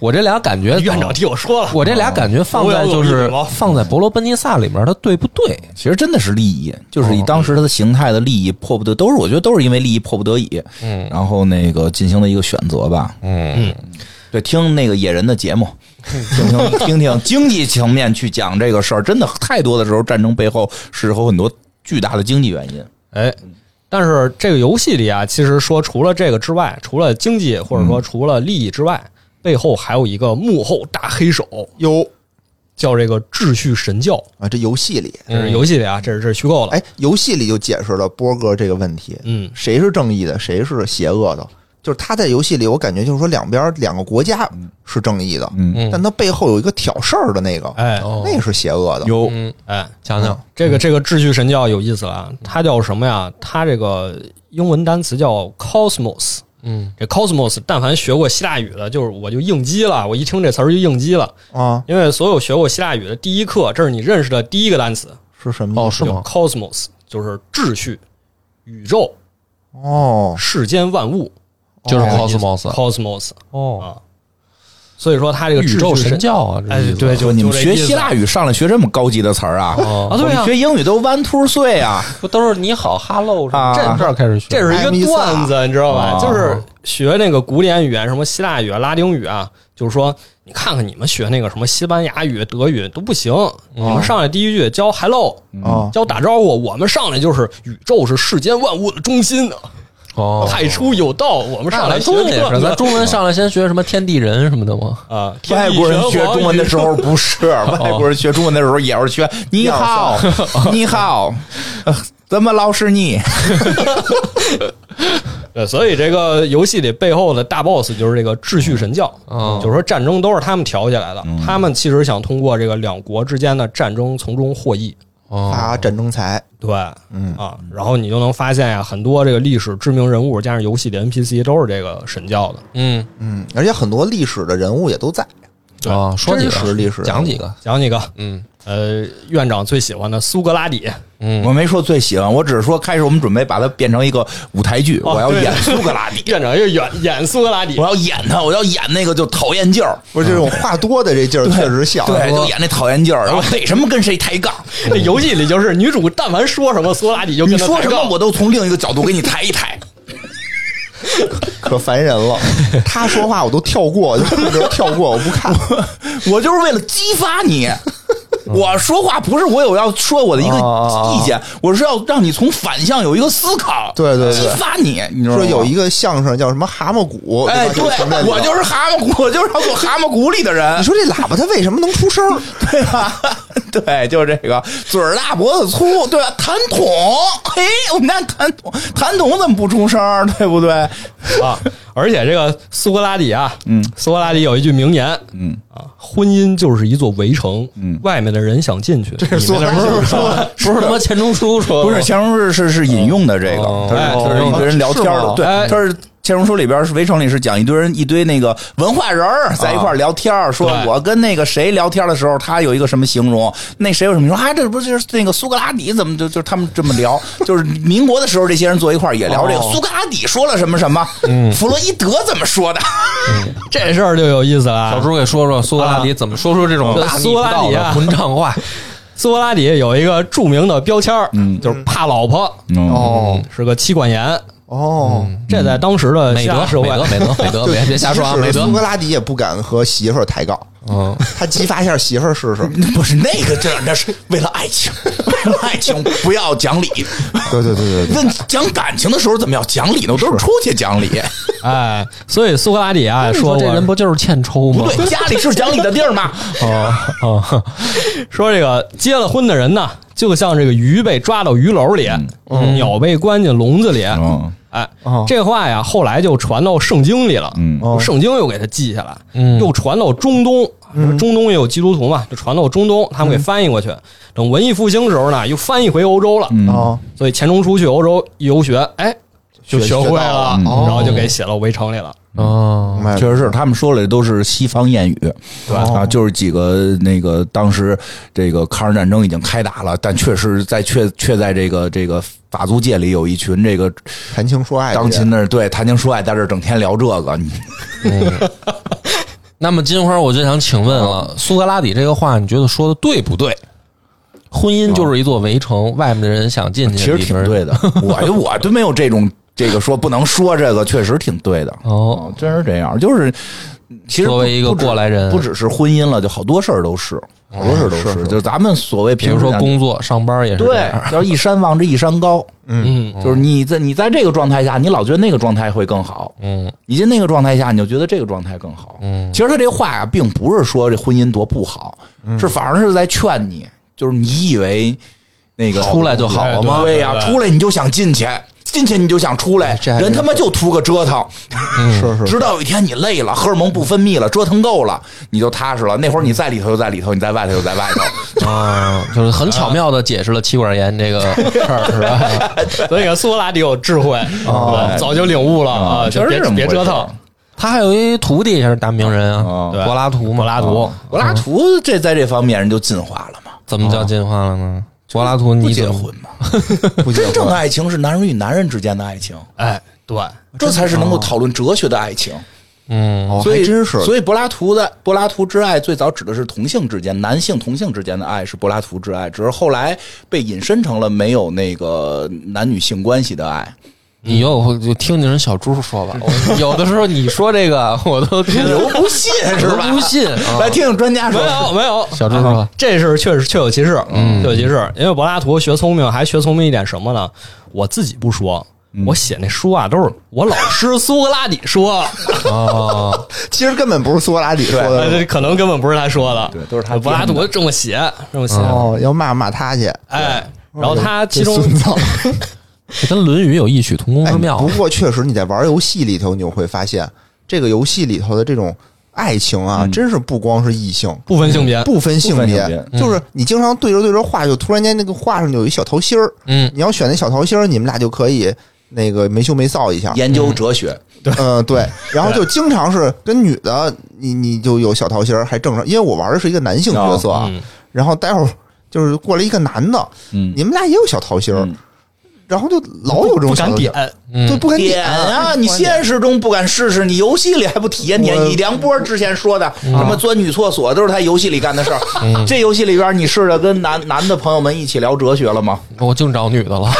Speaker 1: 我这俩感觉，
Speaker 4: 院长替我说了，
Speaker 1: 我这俩感觉放在就
Speaker 4: 我有一
Speaker 1: 是
Speaker 4: 嘴毛
Speaker 1: 放在伯罗奔尼撒里面，它对不对？
Speaker 2: 其实真的是利益，就是以
Speaker 1: 哦
Speaker 2: 当时它的形态的利益迫不得，都是我觉得都是因为利益迫不得已，
Speaker 1: 嗯
Speaker 2: 然后那个进行的一个选择吧。
Speaker 1: 嗯
Speaker 2: 对，听那个野人的节目，听 听听听经济层面去讲这个事儿，真的太多的时候，战争背后是有很多巨大的经济原因。
Speaker 4: 哎，但是这个游戏里啊，其实说除了这个之外，除了经济或者说除了利益之外，背后还有一个幕后大黑手，
Speaker 3: 哟
Speaker 4: 叫这个秩序神教。
Speaker 3: 啊，这游戏里，
Speaker 1: 嗯
Speaker 4: 这是游戏里啊，这是这是虚
Speaker 3: 哎
Speaker 4: 构的。
Speaker 3: 哎，游戏里就解释了波哥这个问题，
Speaker 4: 嗯，
Speaker 3: 谁是正义的，谁是邪恶的，就是他在游戏里，我感觉就是说两边两个国家是正义的，
Speaker 2: 嗯
Speaker 1: 嗯
Speaker 3: 但他背后有一个挑事儿的那个，
Speaker 4: 哎
Speaker 1: 哦
Speaker 3: 那是邪恶的。
Speaker 2: 有
Speaker 1: 嗯，
Speaker 4: 哎，
Speaker 1: 讲讲
Speaker 4: 这个这个秩序神教有意思了啊，它叫什么呀？它这个英文单词叫 cosmos。
Speaker 1: 嗯，
Speaker 4: 这 cosmos，但凡学过希腊语的，就是我就应激了，我一听这词儿就应激了，
Speaker 3: 啊，
Speaker 4: 因为所有学过希腊语的第一课，这是你认识的第一个单词，
Speaker 3: 是什么
Speaker 1: 哦
Speaker 3: 意
Speaker 1: 是吗
Speaker 4: 叫？？cosmos 就是秩序、宇宙、
Speaker 3: 思？哦，
Speaker 4: 世间万物
Speaker 1: 就是
Speaker 4: 这哦个意思
Speaker 1: 哦 cosmos 啊
Speaker 4: cosmos
Speaker 1: 哦，
Speaker 4: 啊。所以说，它这个
Speaker 1: 宇宙
Speaker 4: 秩序
Speaker 1: 神教啊，
Speaker 4: 哎
Speaker 1: 这意思
Speaker 4: 对就
Speaker 2: 说你们
Speaker 4: 这
Speaker 2: 学
Speaker 4: 意思
Speaker 2: 希腊语上来学这么高级的词儿啊？
Speaker 4: 啊，
Speaker 1: 哦，
Speaker 4: 对
Speaker 2: 我们
Speaker 4: 啊，
Speaker 2: 学英语都 one two three 啊，
Speaker 1: 不都是你好哈喽
Speaker 2: 啊
Speaker 1: 这这儿开始学，
Speaker 4: 这是
Speaker 3: 艾
Speaker 4: 一
Speaker 3: 米
Speaker 4: 个
Speaker 3: 萨
Speaker 4: 段子，你知道吧？
Speaker 1: 哦
Speaker 2: 啊
Speaker 4: 就是学那个古典语言，什么希腊语啊、拉丁语啊，就是说，你看看你们学那个什么西班牙语、德语都不行，你
Speaker 1: 哦
Speaker 4: 们上来第一句教 hello，
Speaker 3: 啊，
Speaker 4: 教打招呼，我们上来就是宇宙是世间万物的中心，
Speaker 1: 哦，
Speaker 4: 太初有道，我们上
Speaker 1: 那
Speaker 4: 来
Speaker 1: 咱
Speaker 4: 学
Speaker 1: 中文也
Speaker 4: 这
Speaker 1: 是，咱
Speaker 4: 个
Speaker 1: 中文上来先学什么天地人什么的吗？
Speaker 4: 啊，
Speaker 2: 外
Speaker 4: 天地
Speaker 2: 国人
Speaker 4: 神
Speaker 2: 学
Speaker 4: 皇
Speaker 2: 中文的
Speaker 4: 宇
Speaker 2: 时候不 是，外国人学中文的时候也是学哦你好， 你好，呃怎么老是你？
Speaker 4: 对，所以这个游戏里背后的大 boss 就是这个秩序神教，
Speaker 1: 嗯
Speaker 4: 就是说战争都是他们挑起来的，他们其实想通过这个两国之间的战争从中获益。
Speaker 1: 哦，
Speaker 3: 发战争财，
Speaker 4: 对，嗯啊，然后你就能发现呀、很多这个历史知名人物加上游戏的 NPC 都是这个神教的。
Speaker 1: 嗯，
Speaker 3: 嗯，而且很多历史的人物也都在。
Speaker 4: 对
Speaker 1: 啊，说几
Speaker 3: 真实
Speaker 1: 个
Speaker 3: 历史
Speaker 1: 讲几个，
Speaker 4: 讲几个，
Speaker 1: 嗯
Speaker 4: 呃，院长最喜欢的苏格拉底，
Speaker 1: 嗯，
Speaker 2: 我没说最喜欢，我只是说开始我们准备把它变成一个舞台剧，
Speaker 4: 哦
Speaker 2: 我要
Speaker 4: 对
Speaker 2: 演苏格拉底，
Speaker 4: 院长又演演苏格拉底
Speaker 2: 我，要演他，我要演那个就讨厌劲儿，
Speaker 3: 不是这种话多的这劲 儿确实像，
Speaker 2: 对，
Speaker 3: 说
Speaker 2: 就演那讨厌劲儿，然后逮什么跟谁抬杠，
Speaker 4: 这游戏里就是女主但凡说什么，苏格拉底就
Speaker 2: 你
Speaker 4: 跟她
Speaker 2: 说
Speaker 4: 抬
Speaker 2: 什么
Speaker 4: 杠
Speaker 2: 我都从另一个角度给你抬一抬。
Speaker 3: 可烦人 了。他说话我都跳过， 就一直跳过，我不 看。
Speaker 2: 我就是为了激发你。
Speaker 3: 嗯
Speaker 2: 我说话不是我有要说我的
Speaker 3: 啊
Speaker 2: 一个意见，我是要让你从反向有一个思考，
Speaker 3: 对对对
Speaker 2: 激发你，你知道吗？
Speaker 3: 说有一个相声叫什么蛤蟆鼓，
Speaker 2: 哎，
Speaker 3: 吧
Speaker 2: 对
Speaker 3: 就存在，这
Speaker 2: 我
Speaker 3: 个
Speaker 2: 就是蛤蟆骨，我就是要做蛤蟆骨里的人
Speaker 3: 你， 说这喇叭它为什么能出声儿？
Speaker 2: 对
Speaker 3: 啊
Speaker 2: 吧？对，就是这个嘴儿大脖子粗，对吧？痰桶，嘿，我们家痰桶，痰桶怎么不出声儿？对不对？
Speaker 4: 啊！而且这个苏格拉底啊，嗯，苏格拉底有一句名言，嗯啊，婚姻就是一座围城，嗯，外面的人想进去，这
Speaker 3: 苏格拉底说
Speaker 1: 不是他妈钱钟书说的
Speaker 2: 不
Speaker 1: 吗
Speaker 2: 是钱钟书是是引用的这个，他
Speaker 4: 哎
Speaker 2: 是他是一堆人聊天
Speaker 3: 是吗
Speaker 2: 的，对
Speaker 4: 哎，
Speaker 2: 他是钱钟书里边是《围城》里是讲一堆人一堆那个文化人儿在一块儿聊天儿，说
Speaker 4: 对
Speaker 2: 我跟那个谁聊天的时候，他有一个什么形容，那谁有什么形容，啊，这不就是那个苏格拉底怎么就就他们这么聊，就是民国的时候这些人坐一块儿也聊这个
Speaker 3: 哦
Speaker 2: 苏格拉底说了什么什么，弗洛伊德怎么说的，
Speaker 4: 这事儿就有意思了啊。
Speaker 1: 小猪给说说苏格拉底怎么说出这种
Speaker 4: 啊
Speaker 1: 大逆不道
Speaker 4: 苏格拉底
Speaker 1: 的
Speaker 4: 啊
Speaker 1: 混账话？
Speaker 4: 苏格拉底有一个著名的标签儿，
Speaker 2: 嗯
Speaker 4: 就是怕老婆，
Speaker 3: 哦
Speaker 1: 嗯
Speaker 4: 是个妻管严。
Speaker 3: 哦，
Speaker 4: 这在当时的
Speaker 1: 美
Speaker 4: 希
Speaker 1: 德
Speaker 4: 腊社
Speaker 1: 美
Speaker 4: 会，
Speaker 1: 德美德美 德，别别瞎说啊！
Speaker 3: 即
Speaker 1: 美
Speaker 3: 使是
Speaker 1: 德
Speaker 3: 苏，格拉底也不敢和媳妇儿抬杠，
Speaker 1: 嗯，
Speaker 3: 他激发一下媳妇儿试试。
Speaker 2: 不是那个这那是为了爱情，为了爱情不要讲理。
Speaker 3: 对对对对对，
Speaker 2: 问讲感情的时候怎么要讲理呢？我都是出去讲 理，
Speaker 4: 哎，所以苏格拉底啊
Speaker 1: 说
Speaker 4: 说
Speaker 1: 这
Speaker 4: 过
Speaker 1: 人不就是欠抽
Speaker 2: 不
Speaker 1: 吗？
Speaker 2: 对，家里是讲理的地儿吗？
Speaker 1: 哦哦，
Speaker 4: 说这个结了婚的人呢，就像这个鱼被抓到鱼篓里，鸟被关进笼子里。
Speaker 2: 嗯
Speaker 4: 哎
Speaker 3: 哦，
Speaker 4: 这话呀，后来就传到圣经里了。
Speaker 2: 嗯
Speaker 3: 哦
Speaker 4: 圣经又给他记下来，
Speaker 1: 嗯
Speaker 4: 又传到中东，中东也有基督徒嘛，就传到中东，他们给翻译过去。等文艺复兴时候呢，又翻译回欧洲了。
Speaker 2: 嗯
Speaker 3: 哦，
Speaker 4: 所以钱钟书去欧洲一游学，哎，就
Speaker 3: 学
Speaker 4: 学会
Speaker 3: 学到了
Speaker 4: 了，
Speaker 3: 嗯
Speaker 4: 然后就给写到《围城》里了。
Speaker 1: 哦
Speaker 3: 明，白了
Speaker 2: 确实是，他们说的都是西方谚语，对啊，就是几个那个当时这个抗日战争已经开打了，但确实在确确在这个这个法族界里有一群这个
Speaker 3: 谈情说爱的人，
Speaker 2: 当今的对谈情说爱，在这儿整天聊这个，你
Speaker 1: 那么金花，我就想请问了，苏格拉底这个话，你觉得说的对不对？婚姻就是一座围城，外面的人想进去，
Speaker 2: 其实挺
Speaker 1: 里边。
Speaker 2: 对的。我哎我都没有这种这个说不能说这个，确实挺对的。啊
Speaker 1: 哦，
Speaker 2: 真是这样，就是其实
Speaker 1: 作为一个
Speaker 2: 不止
Speaker 1: 过来人哦
Speaker 2: 不只是婚姻了，就好多事儿都是，好多事儿都是，就咱们所谓
Speaker 1: 比
Speaker 2: 平
Speaker 1: 如
Speaker 2: 时
Speaker 1: 说
Speaker 2: 讲
Speaker 1: 工作、上班也是这
Speaker 2: 对
Speaker 1: 样。，
Speaker 2: 叫一山望着一山高，
Speaker 4: 嗯，
Speaker 2: 就是你在你在这个状态下，你老觉得那个状态会更好，
Speaker 1: 嗯
Speaker 2: 你在那个状态下，你就觉得这个状态更好。
Speaker 1: 嗯，
Speaker 2: 其实他这话呀，并不是说这婚姻多不好，
Speaker 4: 嗯
Speaker 2: 是反而是在劝你，就是你以为那个
Speaker 1: 出来就好了吗
Speaker 2: 对呀，
Speaker 4: 对对对
Speaker 2: 出来你就想进去。进去你就想出来
Speaker 3: 哎这，还
Speaker 2: 人
Speaker 3: 真
Speaker 2: 他妈就图个折腾，
Speaker 3: 是是，
Speaker 2: 直到有一天你累了，荷尔蒙不分泌了，折腾够了，你就踏实了。那会儿你在里头就在里头，你在外头就在外头。
Speaker 1: 啊，就是很巧妙的解释了妻管严这个事儿，是吧？
Speaker 4: 所以苏格拉底有智慧，啊早就领悟了啊，
Speaker 2: 确
Speaker 4: 就
Speaker 2: 实
Speaker 4: 别
Speaker 2: 是这么
Speaker 4: 别
Speaker 2: 回事
Speaker 4: 折腾。
Speaker 1: 他还有一徒弟也是大名人啊
Speaker 2: 哦，
Speaker 4: 对
Speaker 1: 柏拉图嘛。柏拉
Speaker 4: 图
Speaker 2: 柏拉图这在这方面人就进化了嘛，
Speaker 1: 怎么叫进化了呢？柏拉图
Speaker 2: 不
Speaker 1: 你
Speaker 2: 结
Speaker 1: 怎么
Speaker 2: 婚嘛。
Speaker 3: 不结
Speaker 2: 真正
Speaker 3: 婚
Speaker 2: 的爱情是男人与男人之间的爱情，
Speaker 4: 哎，对，
Speaker 2: 啊这才是能够讨论哲学的爱情。
Speaker 1: 嗯
Speaker 3: 哦，
Speaker 2: 所
Speaker 3: 还
Speaker 2: 以，
Speaker 3: 真是
Speaker 2: 所以柏拉图的柏拉图之爱最早指的是同性之间，男性同性之间的爱是柏拉图之爱，只是后来被引申成了没有那个男女性关系的爱。
Speaker 1: 你又就听听人小猪说吧。我有的时候你说这个，我都觉
Speaker 2: 你
Speaker 1: 得
Speaker 2: 又不 信是
Speaker 1: 我
Speaker 2: 吧？
Speaker 1: 都不信啊
Speaker 2: 来。听听专家
Speaker 4: 没
Speaker 2: 说。
Speaker 4: 有没有，啊
Speaker 1: 小猪说吧，嗯
Speaker 4: 这是确实确有其事，嗯确有其事。因为柏拉图学聪明，还学聪明一点什么呢？我自己不说，
Speaker 1: 嗯
Speaker 4: 我写那书啊，都是我老师苏格拉底 说，
Speaker 1: 哦，
Speaker 3: 其实根本不是苏格拉底说
Speaker 4: 呃
Speaker 3: 的
Speaker 4: 这可能根本不是他说的，
Speaker 2: 对都是他编的
Speaker 4: 柏拉图这么写，这么写，
Speaker 1: 嗯
Speaker 3: 哦，要骂骂他去。
Speaker 4: 哎，然后他其中
Speaker 3: 这孙子，
Speaker 1: 这跟《论语》有异曲同工
Speaker 3: 哎
Speaker 1: 之妙
Speaker 3: 不。过确实你在玩游戏里头，你就会发现这个游戏里头的这种爱情啊，真是不光是异性。
Speaker 4: 不分性别，
Speaker 3: 不分性
Speaker 2: 不分
Speaker 3: 别
Speaker 2: 性别，
Speaker 3: 就是你经常对着对着画，就突然间那个画上就有一小桃心儿。
Speaker 1: 嗯，
Speaker 3: 你要选那小桃心儿，你们俩就可以那个没羞没臊一下。
Speaker 2: 研究哲学，
Speaker 3: 嗯、对。然后就经常是跟女的，你你就有小桃心儿，还正常。因为我玩的是一个男性角色啊。
Speaker 4: 嗯
Speaker 3: 然后待会儿就是过来一个男的，
Speaker 2: 嗯，
Speaker 3: 你们俩也有小桃心儿，
Speaker 2: 嗯
Speaker 3: 然后就老有这种
Speaker 4: 不
Speaker 3: 小
Speaker 4: 敢
Speaker 3: 桃心
Speaker 4: 点
Speaker 3: 儿，，对，不敢
Speaker 2: 点啊！你
Speaker 3: 先。
Speaker 2: 现实中不敢试试，你游戏里还不体验体验？
Speaker 3: 我
Speaker 2: 你梁波之前说的什么钻女厕所，都是他游戏里干的事儿。这游戏里边，你试着跟男男的朋友们一起聊哲学了吗？
Speaker 1: 我净找女的了，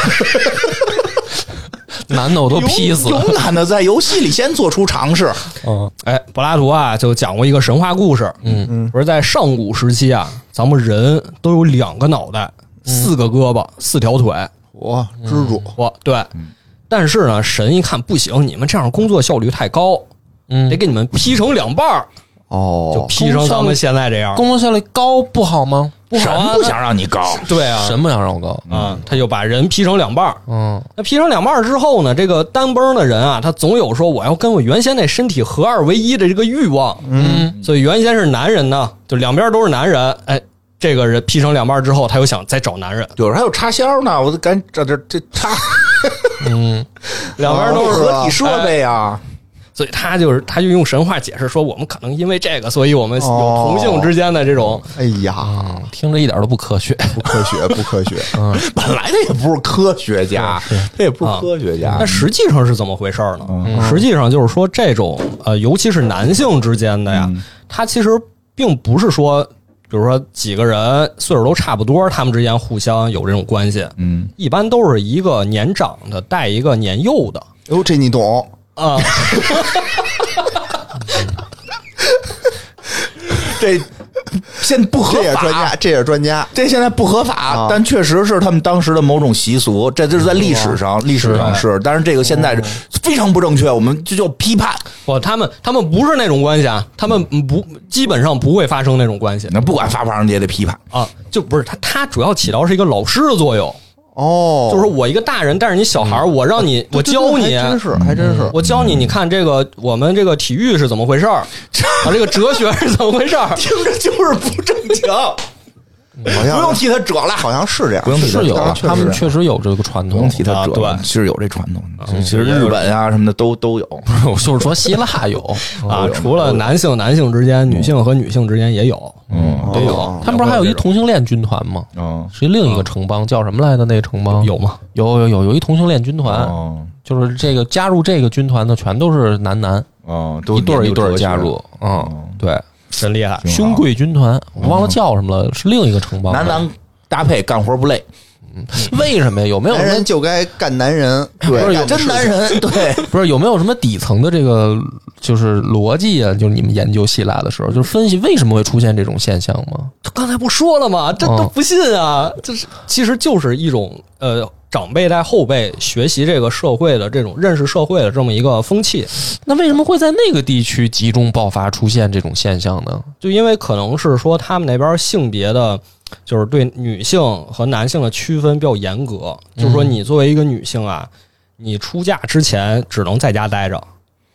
Speaker 1: 男的我都劈死
Speaker 2: 勇
Speaker 1: 了。
Speaker 2: 勇敢的在游戏里先做出尝试，
Speaker 1: 嗯
Speaker 4: 哎，柏拉图啊，就讲过一个神话故事。
Speaker 1: 嗯
Speaker 4: 嗯，说在上古时期啊，咱们人都有两个脑袋、
Speaker 1: 嗯
Speaker 4: 四个胳膊、四条腿。
Speaker 3: 我知主，
Speaker 4: 我对，但是呢，神一看不行，你们这样工作效率太高，得
Speaker 1: 嗯，
Speaker 4: 给你们劈成两半儿，
Speaker 2: 嗯
Speaker 4: 就
Speaker 3: 哦，
Speaker 4: 劈成咱们现在这样。
Speaker 1: 工作效率高不好吗？
Speaker 4: 不好啊，那
Speaker 2: 让你高。
Speaker 4: 对啊，
Speaker 1: 什么想让我高？
Speaker 4: 啊，他就把人劈成两半儿。
Speaker 1: 嗯，
Speaker 4: 那劈成两半儿之后呢，这个单崩的人啊，他总有说我要跟我原先那身体合二为一的这个欲望。
Speaker 1: 嗯，
Speaker 4: 所以原先是男人呢，就两边都是男人，哎，这个人劈成两半之后，他又想再找男人，
Speaker 2: 有时候还有插销呢，我都赶紧这这这插
Speaker 4: 两边
Speaker 3: 哦
Speaker 4: 都是，
Speaker 3: 是吧
Speaker 2: 合体设备啊，
Speaker 4: 所以他就是他就用神话解释说，我们可能因为这个，所以我们有同性之间的这种，
Speaker 3: 哎呀，
Speaker 1: 听着一点都不科学。
Speaker 3: 不科 学，不科学，
Speaker 2: 本来他也不是科学家，他也不是科学
Speaker 3: 啊
Speaker 2: 家
Speaker 4: 但。实际上是怎么回事呢？
Speaker 3: 嗯
Speaker 4: 实际上就是说这种呃，尤其是男性之间的
Speaker 3: 嗯
Speaker 4: 呀，他其实并不是说，比如说几个人岁数都差不多，他们之间互相有这种关系，
Speaker 2: 嗯，
Speaker 4: 一般都是一个年长的带一个年幼的。
Speaker 3: 哟，这你懂，
Speaker 4: 啊，
Speaker 2: 这现在不合
Speaker 3: 这也是专
Speaker 2: 法。
Speaker 3: 家，这也是专家，
Speaker 2: 这现在不合法
Speaker 3: 啊，
Speaker 2: 但确实是他们当时的某种习俗，这就是在历史上，历史上是，但是这个现在是非常不正确，我们就叫批判。
Speaker 4: 不，他们他们不是那种关系啊，他们不基本上不会发生那种关系
Speaker 2: 那不管发不发生也得批判。
Speaker 4: 啊，就不是他他主要起到是一个老师的作用，
Speaker 3: 哦，
Speaker 4: 就是我一个大人带着你小孩儿，我让你我
Speaker 3: 嗯对对
Speaker 4: 教
Speaker 3: 对
Speaker 4: 你，
Speaker 2: 啊
Speaker 3: 还真
Speaker 2: 嗯
Speaker 3: 是，还真是，
Speaker 4: 我教你，你看这个我们这个体育是怎么回事儿，啊，这个哲学是怎么回事儿，
Speaker 2: 听着就是不正经，
Speaker 3: 好
Speaker 2: 嗯不用
Speaker 3: 像
Speaker 2: 替他折了。
Speaker 3: 好像是这样，
Speaker 2: 用替
Speaker 1: 是有
Speaker 3: 当
Speaker 1: 啊，
Speaker 3: 然确实
Speaker 1: 他们
Speaker 3: 是
Speaker 1: 确实有这个传
Speaker 2: 不
Speaker 1: 统
Speaker 2: 用。替他折了，
Speaker 4: 啊对
Speaker 2: 其实有这传统。其实日本啊什么的都都有。
Speaker 1: 我就是说希腊有，
Speaker 4: 啊，除了男性男性之间，女性和女性之间也有，
Speaker 2: 嗯
Speaker 4: 也有
Speaker 3: 哦，
Speaker 1: 他们不是还有一同性恋军团吗？
Speaker 2: 嗯
Speaker 1: 是另一个城邦，叫什么来的？那个城邦
Speaker 4: 有吗？
Speaker 1: 有有有有一同性恋军团，
Speaker 2: 哦
Speaker 1: 就是这个加入这个军团的全都是男男，
Speaker 2: 哦，
Speaker 1: 一对儿一对儿加入。嗯，对，
Speaker 4: 真厉害，
Speaker 1: 兄贵军团，我忘了叫什么了，是另一个城邦的。
Speaker 2: 男男搭配干活不累，
Speaker 1: 为什么呀？有没有
Speaker 3: 男
Speaker 2: 哎
Speaker 1: 什
Speaker 3: 人
Speaker 1: 么
Speaker 3: 就该干男人，
Speaker 1: 不是
Speaker 3: 对，
Speaker 1: 有
Speaker 3: 真男人，
Speaker 2: 人对。
Speaker 1: 不是有没有什么底层的这个就是逻辑啊？就是你们研究希腊的时候，就是分析为什么会出现这种现象吗？
Speaker 4: 刚才不说了吗？
Speaker 1: 哦
Speaker 4: 这都不信啊！这是其实就是一种呃，长辈带后辈学习这个社会的这种认识社会的这么一个风气，
Speaker 1: 那为什么会在那个地区集中爆发出现这种现象呢？
Speaker 4: 就因为可能是说他们那边性别的，
Speaker 3: 嗯
Speaker 4: 就是对女性和男性的区分比较严格，就是说你作为一个女性啊，你出嫁之前只能在家待着，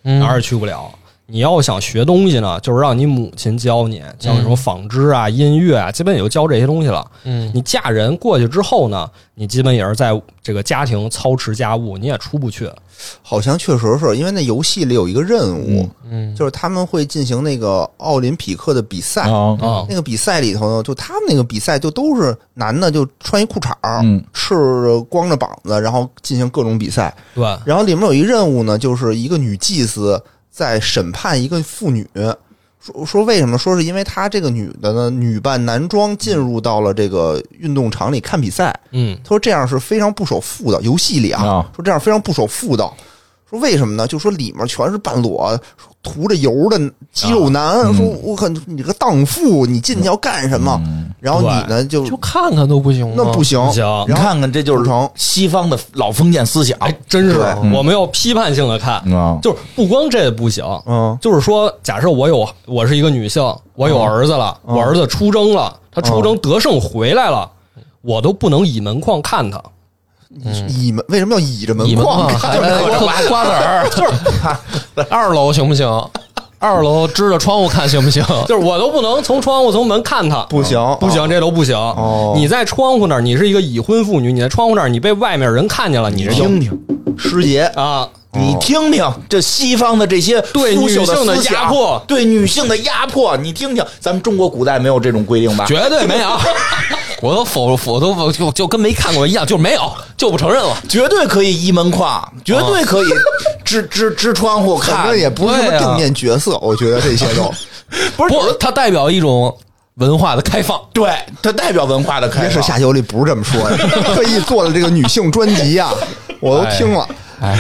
Speaker 1: 嗯
Speaker 4: 哪儿也去不了。你要想学东西呢，就是让你母亲教你，像什么纺织啊、音乐啊，基本也就教这些东西了。
Speaker 1: 嗯
Speaker 4: 你嫁人过去之后呢，你基本也是在这个家庭操持家务，你也出不去。
Speaker 3: 好像确实是因为那游戏里有一个任务，
Speaker 1: 嗯
Speaker 3: 就是他们会进行那个奥林匹克的比赛。
Speaker 2: 啊，
Speaker 4: 啊
Speaker 3: 那个比赛里头呢，就他们那个比赛就都是男的就穿一裤衩儿，
Speaker 2: 嗯
Speaker 3: 赤光着膀子，然后进行各种比赛。
Speaker 4: 对，
Speaker 3: 然后里面有一任务呢，就是一个女祭司在审判一个妇女，说说为什么？说是因为她这个女的呢，女扮男装进入到了这个运动场里看比赛。
Speaker 4: 嗯，
Speaker 3: 他说这样是非常不守妇道，游戏里啊，
Speaker 2: 啊
Speaker 3: 说这样非常不守妇道。说为什么呢？就说里面全是半裸、涂着油的肌肉男，说我靠，你个荡妇，你进去要干什么？然后你呢就
Speaker 1: 就看看都不行吗，
Speaker 3: 那不行，
Speaker 4: 不行
Speaker 2: 你
Speaker 3: 然后
Speaker 2: 看看，这就
Speaker 3: 不
Speaker 2: 是
Speaker 3: 成
Speaker 2: 西方的老封建思想
Speaker 4: 哎，真是
Speaker 3: 对
Speaker 2: 嗯
Speaker 4: 我们要批判性的看，
Speaker 2: 啊，
Speaker 4: 就是不光这不行，
Speaker 3: 嗯
Speaker 4: 就是说，假设我有我是一个女性，我有儿子了，
Speaker 3: 嗯
Speaker 4: 我儿子出征了，他出征得胜回来了，我都不能倚门框看他。
Speaker 3: 倚门为什么要倚着门
Speaker 1: 你们
Speaker 3: 框
Speaker 1: 嘛
Speaker 3: 看？
Speaker 1: 还瓜瓜子 儿，就是二楼行不行？二楼支着窗户看 行不 行？
Speaker 4: 就是我都不能从窗户从门看他，啊
Speaker 3: 不行哦
Speaker 4: 不行，这都不行。你在窗户那儿，你是一个已婚妇女，你在窗户那儿，你被外面人看见了，你这
Speaker 3: 嗯
Speaker 4: 就
Speaker 2: 听听，
Speaker 3: 师爷，
Speaker 4: 啊，
Speaker 2: 你听听，这西方的这些
Speaker 4: 对
Speaker 2: 腐朽
Speaker 4: 女性的
Speaker 2: 思想
Speaker 4: 压迫
Speaker 2: 对女性的压迫，你听听，咱们中国古代没有这种规定吧？
Speaker 1: 绝对没 有，我都否否都否就就跟没看过一样，就是没有，就不承认了。
Speaker 2: 绝对可以依门框，绝对可以 支支支窗户
Speaker 3: 反
Speaker 2: 看
Speaker 3: 正，也不是什么
Speaker 1: 对啊
Speaker 3: 正面角色，我觉得这些 都
Speaker 1: 不是，它代表一种文化的开 放。
Speaker 2: 对，它代表文化的开
Speaker 3: 也是
Speaker 2: 放。
Speaker 3: 下酒里不是这 么说的，特意做了这个女性专辑呀、我都听了。
Speaker 1: 哎，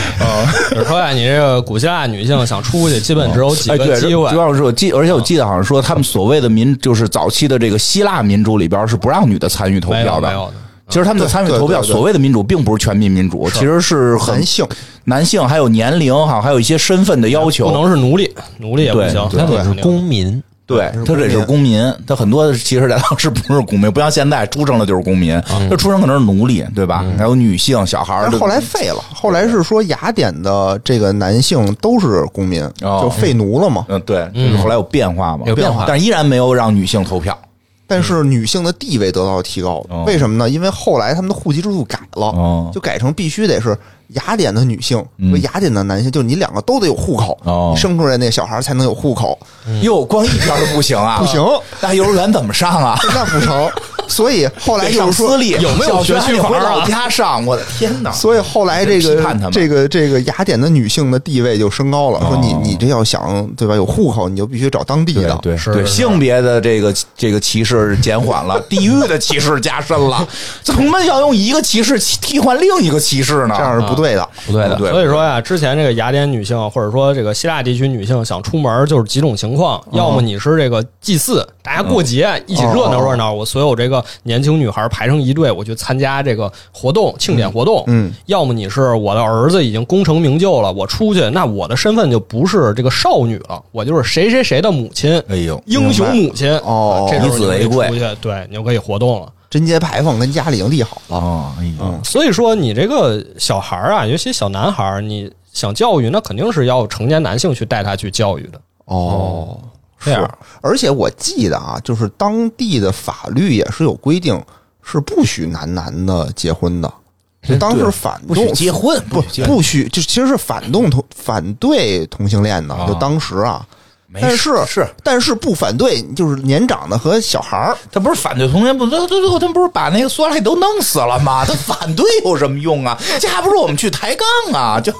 Speaker 4: 就是说呀，你这个古希腊女性想出去，基本只有几
Speaker 2: 哎，对，
Speaker 4: 个机会
Speaker 2: 主。要是我记，而且我记得好像说，他们所谓的民，就是早期的这个希腊民主里边是不让女的参与投
Speaker 4: 没有
Speaker 2: 票
Speaker 4: 没有
Speaker 2: 的
Speaker 4: 的。
Speaker 2: 其实他们的参与
Speaker 3: 对对
Speaker 2: 投票，
Speaker 3: 对对
Speaker 2: 所谓的民主并不是全民民主，其实是很
Speaker 3: 男性
Speaker 2: 男性还有年龄哈，还有一些身份的要求，
Speaker 4: 不能是奴隶，奴隶也不
Speaker 2: 对
Speaker 4: 行，
Speaker 1: 它得是公民，
Speaker 2: 对，他这是公民，他很多其实在当时不是公民，不像现在出生了就是公民，他出生可能是奴隶，对吧？还有女性、小孩儿
Speaker 3: 但
Speaker 2: 的，
Speaker 3: 后来废了，后来是说雅典的这个男性都是公民，
Speaker 2: 哦
Speaker 3: 就废奴了嘛。
Speaker 2: 嗯，对，就是后来有变化嘛，
Speaker 1: 有变化
Speaker 2: 但依然没有让女性投票。
Speaker 3: 但是女性的地位得到了提高，
Speaker 2: 哦
Speaker 3: 为什么呢？因为后来他们的户籍制度改了，
Speaker 2: 哦嗯
Speaker 3: 就改成必须得是雅典的女性和雅典的男性，就是你两个都得有户口，
Speaker 2: 哦
Speaker 3: 你生出来那小孩才能有户口，
Speaker 2: 哟，光一票就不行啊，
Speaker 3: 不行，
Speaker 2: 那幼儿园怎么上啊？
Speaker 3: 那不 成。所以 后来
Speaker 2: 得
Speaker 3: 就是
Speaker 2: 上
Speaker 3: 说
Speaker 2: 私立，
Speaker 4: 有没
Speaker 2: 小
Speaker 4: 有
Speaker 2: 学
Speaker 4: 学
Speaker 2: 还
Speaker 4: 区
Speaker 2: 得回
Speaker 4: 房啊
Speaker 2: 老家上，我的天哪！
Speaker 3: 所以后来这
Speaker 2: 批判他
Speaker 3: 个
Speaker 2: 们
Speaker 3: 这个这个雅典的女性的地位就升高了，说你你这要想对吧，有户口你就必须找当地
Speaker 2: 对
Speaker 3: 的。
Speaker 2: 哦对
Speaker 4: 是
Speaker 2: 对，
Speaker 4: 是
Speaker 2: 性别的这个这个歧视减缓了，地域的歧视加深了，怎么要用一个歧视替换另一个歧视呢？
Speaker 3: 这样是不对的。
Speaker 1: 不对的。
Speaker 2: 对，
Speaker 4: 所以说呀，之前这个雅典女性或者说这个希腊地区女性想出门就是几种情况，要么你是这个祭祀，大家过节一起热闹热闹，我所有这个年轻女孩排成一队，我去参加这个活动庆典活动。
Speaker 3: 嗯，
Speaker 4: 要么你是我的儿子已经功成名就了，我出去，那我的身份就不是这个少女了，我就是谁谁谁的母亲，
Speaker 2: 哎呦，
Speaker 4: 英雄母亲。
Speaker 3: 哦
Speaker 4: 这时
Speaker 2: 以
Speaker 4: 候
Speaker 2: 子
Speaker 4: 你
Speaker 2: 为
Speaker 4: 就可
Speaker 2: 贵
Speaker 4: 以出去，对，你就可以活动了。
Speaker 3: 贞节牌坊跟家里已经立好了，
Speaker 2: 哦，哎呦，
Speaker 4: 所以说，你这个小孩儿啊，尤其小男孩儿，你想教育，那肯定是要成年男性去带他去教育的。
Speaker 3: 哦，
Speaker 4: 这
Speaker 2: 啊
Speaker 4: 样，
Speaker 3: 而且我记得啊，就是当地的法律也是有规定，是不许男男的结婚的。
Speaker 2: 哎
Speaker 3: 就当时反
Speaker 2: 不
Speaker 3: 动
Speaker 2: 许结婚，
Speaker 3: 不
Speaker 2: 不许结婚
Speaker 3: 不许，就其实是反动同反对同性恋的。
Speaker 2: 哦
Speaker 3: 就当时啊，
Speaker 2: 没
Speaker 3: 但
Speaker 2: 事
Speaker 3: 是
Speaker 2: 是
Speaker 3: 但是不反对就是年长的和小孩儿。
Speaker 2: 他不是反对同性，不，他最后他不是把那个索拉里都弄死了吗？他反对有什么用啊？这还不如我们去抬杠啊！就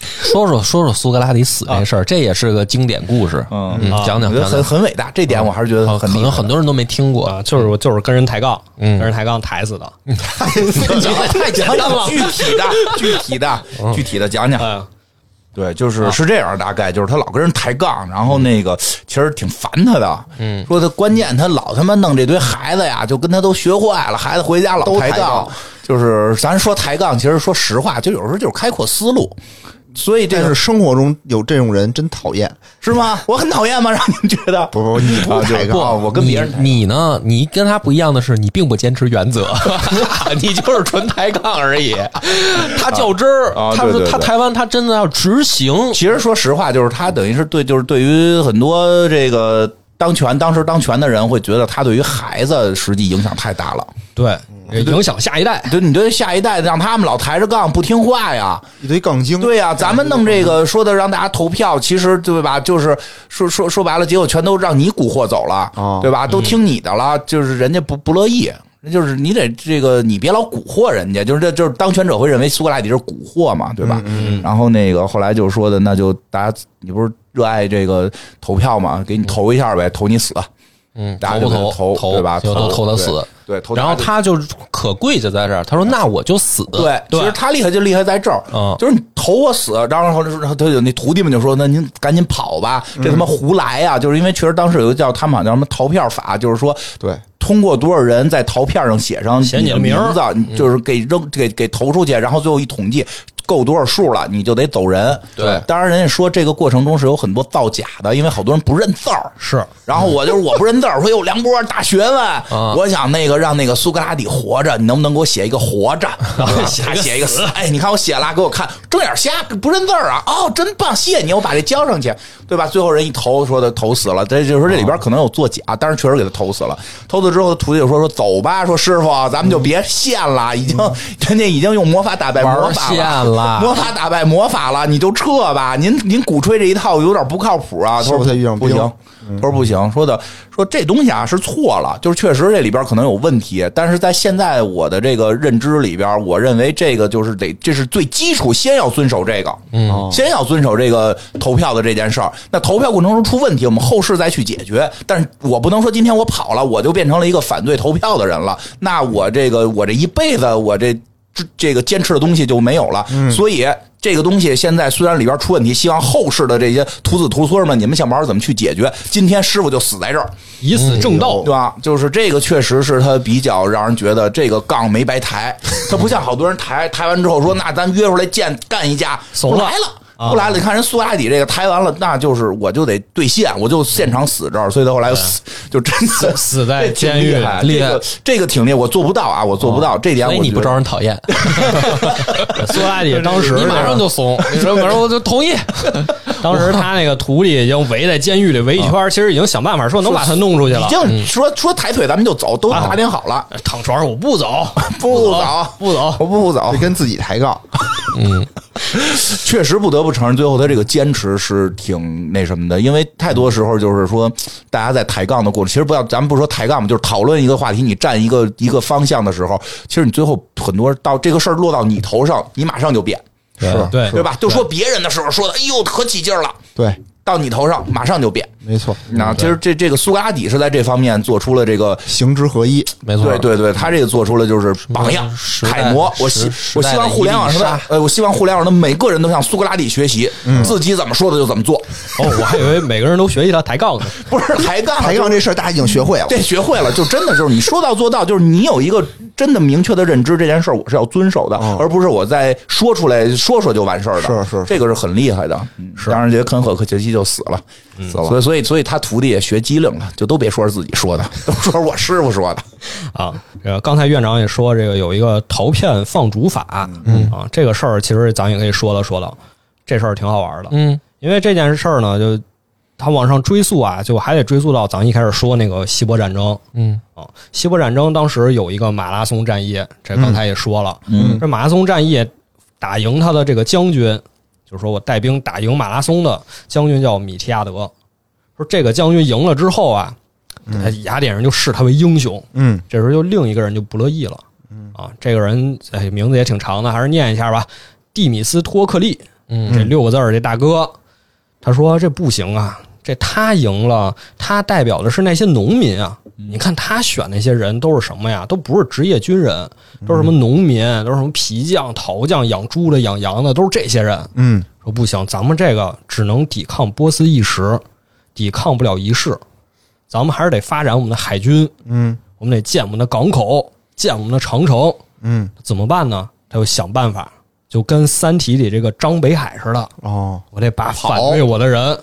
Speaker 1: 说说说说苏格拉底死这事儿，这也是个经典故事。
Speaker 2: 嗯
Speaker 1: 讲
Speaker 2: 我
Speaker 1: 讲
Speaker 2: 觉得
Speaker 1: 讲
Speaker 2: 很
Speaker 1: 讲，
Speaker 2: 很伟大，这点我还是觉得很
Speaker 1: 可
Speaker 2: 厉害
Speaker 1: 能很多人都没听过。
Speaker 4: 啊，就是我就是跟人抬杠，
Speaker 1: 嗯
Speaker 4: 跟人抬杠抬死的。
Speaker 2: 太简单了，具体的、具体的、具体的讲讲。
Speaker 4: 嗯，
Speaker 2: 对，
Speaker 3: 啊
Speaker 2: 就是是这样，大概就是他老跟人抬杠，然后那
Speaker 3: 嗯
Speaker 2: 个其实挺烦他的，嗯，说他关键他老他妈弄这堆孩子呀，就跟他都学坏了，孩子回家老
Speaker 3: 都
Speaker 2: 抬
Speaker 3: 抬杠
Speaker 2: 就是咱说抬杠，其实说实话，就有时候就是开阔思路，所以这
Speaker 3: 但
Speaker 2: 个
Speaker 3: 是生活中有这种人真讨厌。
Speaker 2: 是吗？我很讨厌吗？让你们觉得啊
Speaker 3: 不不，你不抬
Speaker 2: 不，
Speaker 3: 杠，
Speaker 2: 我跟别人抬
Speaker 1: 你你呢？你跟他不一样的是，你并不坚持原则，你就是纯抬杠而已。他较真儿，
Speaker 2: 啊
Speaker 1: 他
Speaker 2: 对
Speaker 1: 说
Speaker 2: 对
Speaker 1: 他
Speaker 2: 对
Speaker 1: 台湾他真的要执行，
Speaker 2: 其实说实话，就是他等于是对，就是对于很多这个当权当时当权的人，会觉得他对于孩子实际影响太大了。
Speaker 4: 对，影响下一代。
Speaker 2: 对，你对下一代让他们老抬着杠不听话呀？
Speaker 3: 一堆杠精。
Speaker 2: 对呀、咱们弄这个说的让大家投票，其实对吧？就是说说说白了，结果全都让你蛊惑走了，
Speaker 3: 哦
Speaker 2: 对吧？都听你的了，就是人家不不乐意。就是你得这个，你别老蛊惑人家，就是这就是当权者会认为苏格拉底是蛊惑嘛，对吧？然后那个后来就是说的，那就大家你不是热爱这个投票嘛，给你投一下呗，投你死，
Speaker 1: 嗯，
Speaker 2: 大
Speaker 1: 投
Speaker 2: 家就
Speaker 1: 不
Speaker 2: 给
Speaker 1: 投
Speaker 2: 投
Speaker 1: 投
Speaker 2: 对吧
Speaker 1: 就都
Speaker 2: 投
Speaker 1: 投他
Speaker 2: 对
Speaker 1: 死。
Speaker 2: 对，投
Speaker 1: 然后
Speaker 2: 就
Speaker 1: 他就可贵就在这儿，他说：“那我就死。”
Speaker 2: 对，其实他厉害就厉害在这儿，
Speaker 1: 嗯
Speaker 2: 就是你投我死，然后然后他有那徒弟们就说：“那您赶紧跑吧，这他妈胡来啊！”就是因为确实当时有一个叫他们好像叫什么逃票法，就是说
Speaker 3: 对，
Speaker 2: 通过多少人在逃票上写上
Speaker 4: 写你
Speaker 2: 的
Speaker 4: 的名儿
Speaker 2: 字，你就是给扔给给投出去，然后最后一统计。够多少数了，你就得走人。
Speaker 1: 对
Speaker 2: 当然人家说这个过程中是有很多造假的，因为好多人不认字儿，
Speaker 4: 是，
Speaker 2: 然后我就是我不认字儿，说有梁博大学问，我想那个让那个苏格拉底活着，你能不能给我写一个活着？还写一个死？哎，你看我写了，给我看，睁眼瞎，不认字儿啊！哦，真棒，谢谢你，我把这交上去，对吧？最后人一投，说的投死了，这就是说这里边可能有作假，但是确实给他投死了。投死之后，徒弟就说说走吧，说师傅，咱们就别现了，已经 人家已经用魔法打败魔
Speaker 1: 玩
Speaker 2: 法
Speaker 1: 线了
Speaker 2: 魔法打败魔法了，你就撤吧。您您鼓吹这一套有点不靠谱啊。他说
Speaker 3: 秀才遇上
Speaker 2: 不
Speaker 3: 兵
Speaker 2: 行，他说不行，说的说这东西啊是错了，就是确实这里边可能有问题，但是在现在我的这个认知里边，我认为这个就是得这是最基础，先要遵守这个，嗯，先要遵守这个投票的这件事儿。那投票过程中出问题，我们后事再去解决。但是我不能说今天我跑了，我就变成了一个反对投票的人了。那我这个我这一辈子我这。这这个坚持的东西就没有了。所以这个东西现在虽然里边出问题，希望后世的这些徒子徒孙们，你们想玩怎么去解决？今天师傅就死在这儿，
Speaker 4: 以死正道
Speaker 2: 对。吧？就是这个，确实是他比较让人觉得这个杠没白抬，他不像好多人抬抬完之后说，那咱约出来见干一架，
Speaker 4: 怂
Speaker 2: 不
Speaker 4: 了
Speaker 2: 来了。不来了，你看人苏格拉底这个抬完了，那就是我就得兑现，我就现场死这儿，所以他后来就死，就真死
Speaker 4: 死在监狱
Speaker 2: 厉
Speaker 1: 厉
Speaker 2: 害，这
Speaker 1: 害
Speaker 2: 个这个挺厉害，我做不到啊，我做不到，这点
Speaker 1: 所
Speaker 2: 我
Speaker 1: 以你
Speaker 2: 觉
Speaker 1: 不
Speaker 2: 得
Speaker 1: 招人讨厌，
Speaker 4: 苏格拉底当时
Speaker 1: 你马上就 怂，你说马上我就同意。
Speaker 4: 当时他那个徒弟已经围在监狱里围一圈儿，其实已经想办法说能把他弄出去了
Speaker 2: 已。经说说抬腿，咱们就走，都打点好了，
Speaker 4: 躺床上我不走，
Speaker 2: 不走，
Speaker 4: 不走。
Speaker 2: 我不走
Speaker 3: 得。跟自己抬杠。
Speaker 2: 嗯 确实不得不承认，最后他这个坚持是挺那什么的，因为太多时候就是说，大家在抬杠的过程，其实不要，咱们不说抬杠嘛，就是讨论一个话题，你站一个一个方向的时候，其实你最后很多到这个事儿落到你头上，你马上就变，
Speaker 3: 是
Speaker 4: 对
Speaker 2: 对吧？就说别人的时候说的，哎呦，可起劲儿了，
Speaker 3: 对，
Speaker 2: 到你头上马上就变。
Speaker 3: 没错，
Speaker 2: 那其实这这个苏格拉底是在这方面做出了这个
Speaker 3: 行之合一。
Speaker 1: 没错，
Speaker 2: 对对对，他这个做出了就是榜样、
Speaker 1: 时代
Speaker 2: 楷模。我
Speaker 1: 时
Speaker 2: 希
Speaker 1: 时
Speaker 2: 我
Speaker 1: 代
Speaker 2: 希望
Speaker 1: 的
Speaker 2: 互联
Speaker 1: 一粒
Speaker 2: 网上的
Speaker 1: 沙
Speaker 2: 呃，我希望互联网上的每个人都向苏格拉底学习，自己怎么说的就怎么 做，
Speaker 4: 哦，我还以为每个人都学习他抬杠呢。
Speaker 2: 不是抬杠，
Speaker 3: 抬
Speaker 2: 就是
Speaker 3: 杠这事儿大家已经学会了。
Speaker 2: 这学会了，就真的就是你说到做到，就是你有一个真的明确的认知，这件事儿我是要遵守的，而不是我再说出来说说就完事儿的。
Speaker 3: 是是是
Speaker 2: 这哦个是很厉害的。是，当然，这肯可克杰西就死了，死了。所以，所以，所以他徒弟也学机灵了，就都别说是自己说的，都说我师傅说的。
Speaker 4: 啊，这个刚才院长也说，这个有一个陶片放逐法，嗯啊，这个事儿其实咱也可以说了说了，这事儿挺好玩的，
Speaker 1: 嗯，
Speaker 4: 因为这件事儿呢，就它往上追溯啊，就还得追溯到咱一开始说那个希波战争，
Speaker 1: 嗯
Speaker 4: 啊，希波战争当时有一个马拉松战役，这刚才也说了，
Speaker 2: 嗯，
Speaker 4: 这马拉松战役打赢他的这个将军，就是说我带兵打赢马拉松的将军叫米提亚德，说这个将军赢了之后啊，哎雅典人就视他为英雄。
Speaker 3: 嗯，
Speaker 4: 这时候就另一个人就不乐意了，啊，这个人哎名字也挺长的，还是念一下吧，蒂米斯托克利，
Speaker 1: 嗯
Speaker 4: 这六个字儿，这大哥，他说这不行啊，这他赢了，他代表的是那些农民啊，你看他选那些人都是什么呀？都不是职业军人，都是什么农民，都是什么皮匠、陶匠、养猪的、养羊的，都是这些人。
Speaker 3: 嗯，
Speaker 4: 说不行，咱们这个只能抵抗波斯一时，抵抗不了一世，咱们还是得发展我们的海军，
Speaker 3: 嗯，
Speaker 4: 我们得建我们的港口，建我们的长城，
Speaker 3: 嗯，
Speaker 4: 怎么办呢？他就想办法就跟《三体》里这个张北海似的，
Speaker 3: 哦，
Speaker 4: 我得把反对我的 人，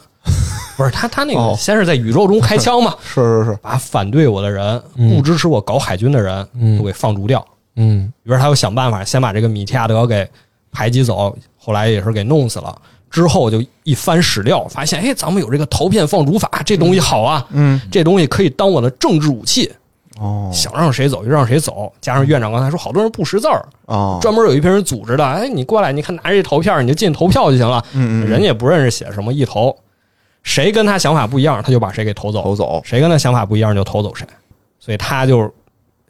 Speaker 4: 不是他他那个
Speaker 3: 哦
Speaker 4: 先是在宇宙中开枪 嘛，
Speaker 3: 是是是，
Speaker 4: 把反对我的人、
Speaker 3: 嗯
Speaker 4: 不支持我搞海军的人、都给放逐掉。
Speaker 1: 嗯
Speaker 4: 于是他又想办法先把这个米提亚德给排挤走，后来也是给弄死了。之后就一翻史料，发现哎，咱们有这个陶片放逐法，这东西好啊，
Speaker 3: 嗯，
Speaker 4: 这东西可以当我的政治武器，
Speaker 3: 哦
Speaker 4: 想让谁走就让谁走。加上院长刚才说，好多人不识字儿，
Speaker 3: 哦，
Speaker 4: 专门有一批人组织的，哎，你过来，你看拿着这投票，你就进去投票就行了。
Speaker 3: 嗯嗯嗯
Speaker 4: 人家也不认识写什么一投，谁跟他想法不一样，他就把谁给投走；
Speaker 3: 头走，
Speaker 4: 谁跟他想法不一样就投走谁。所以他就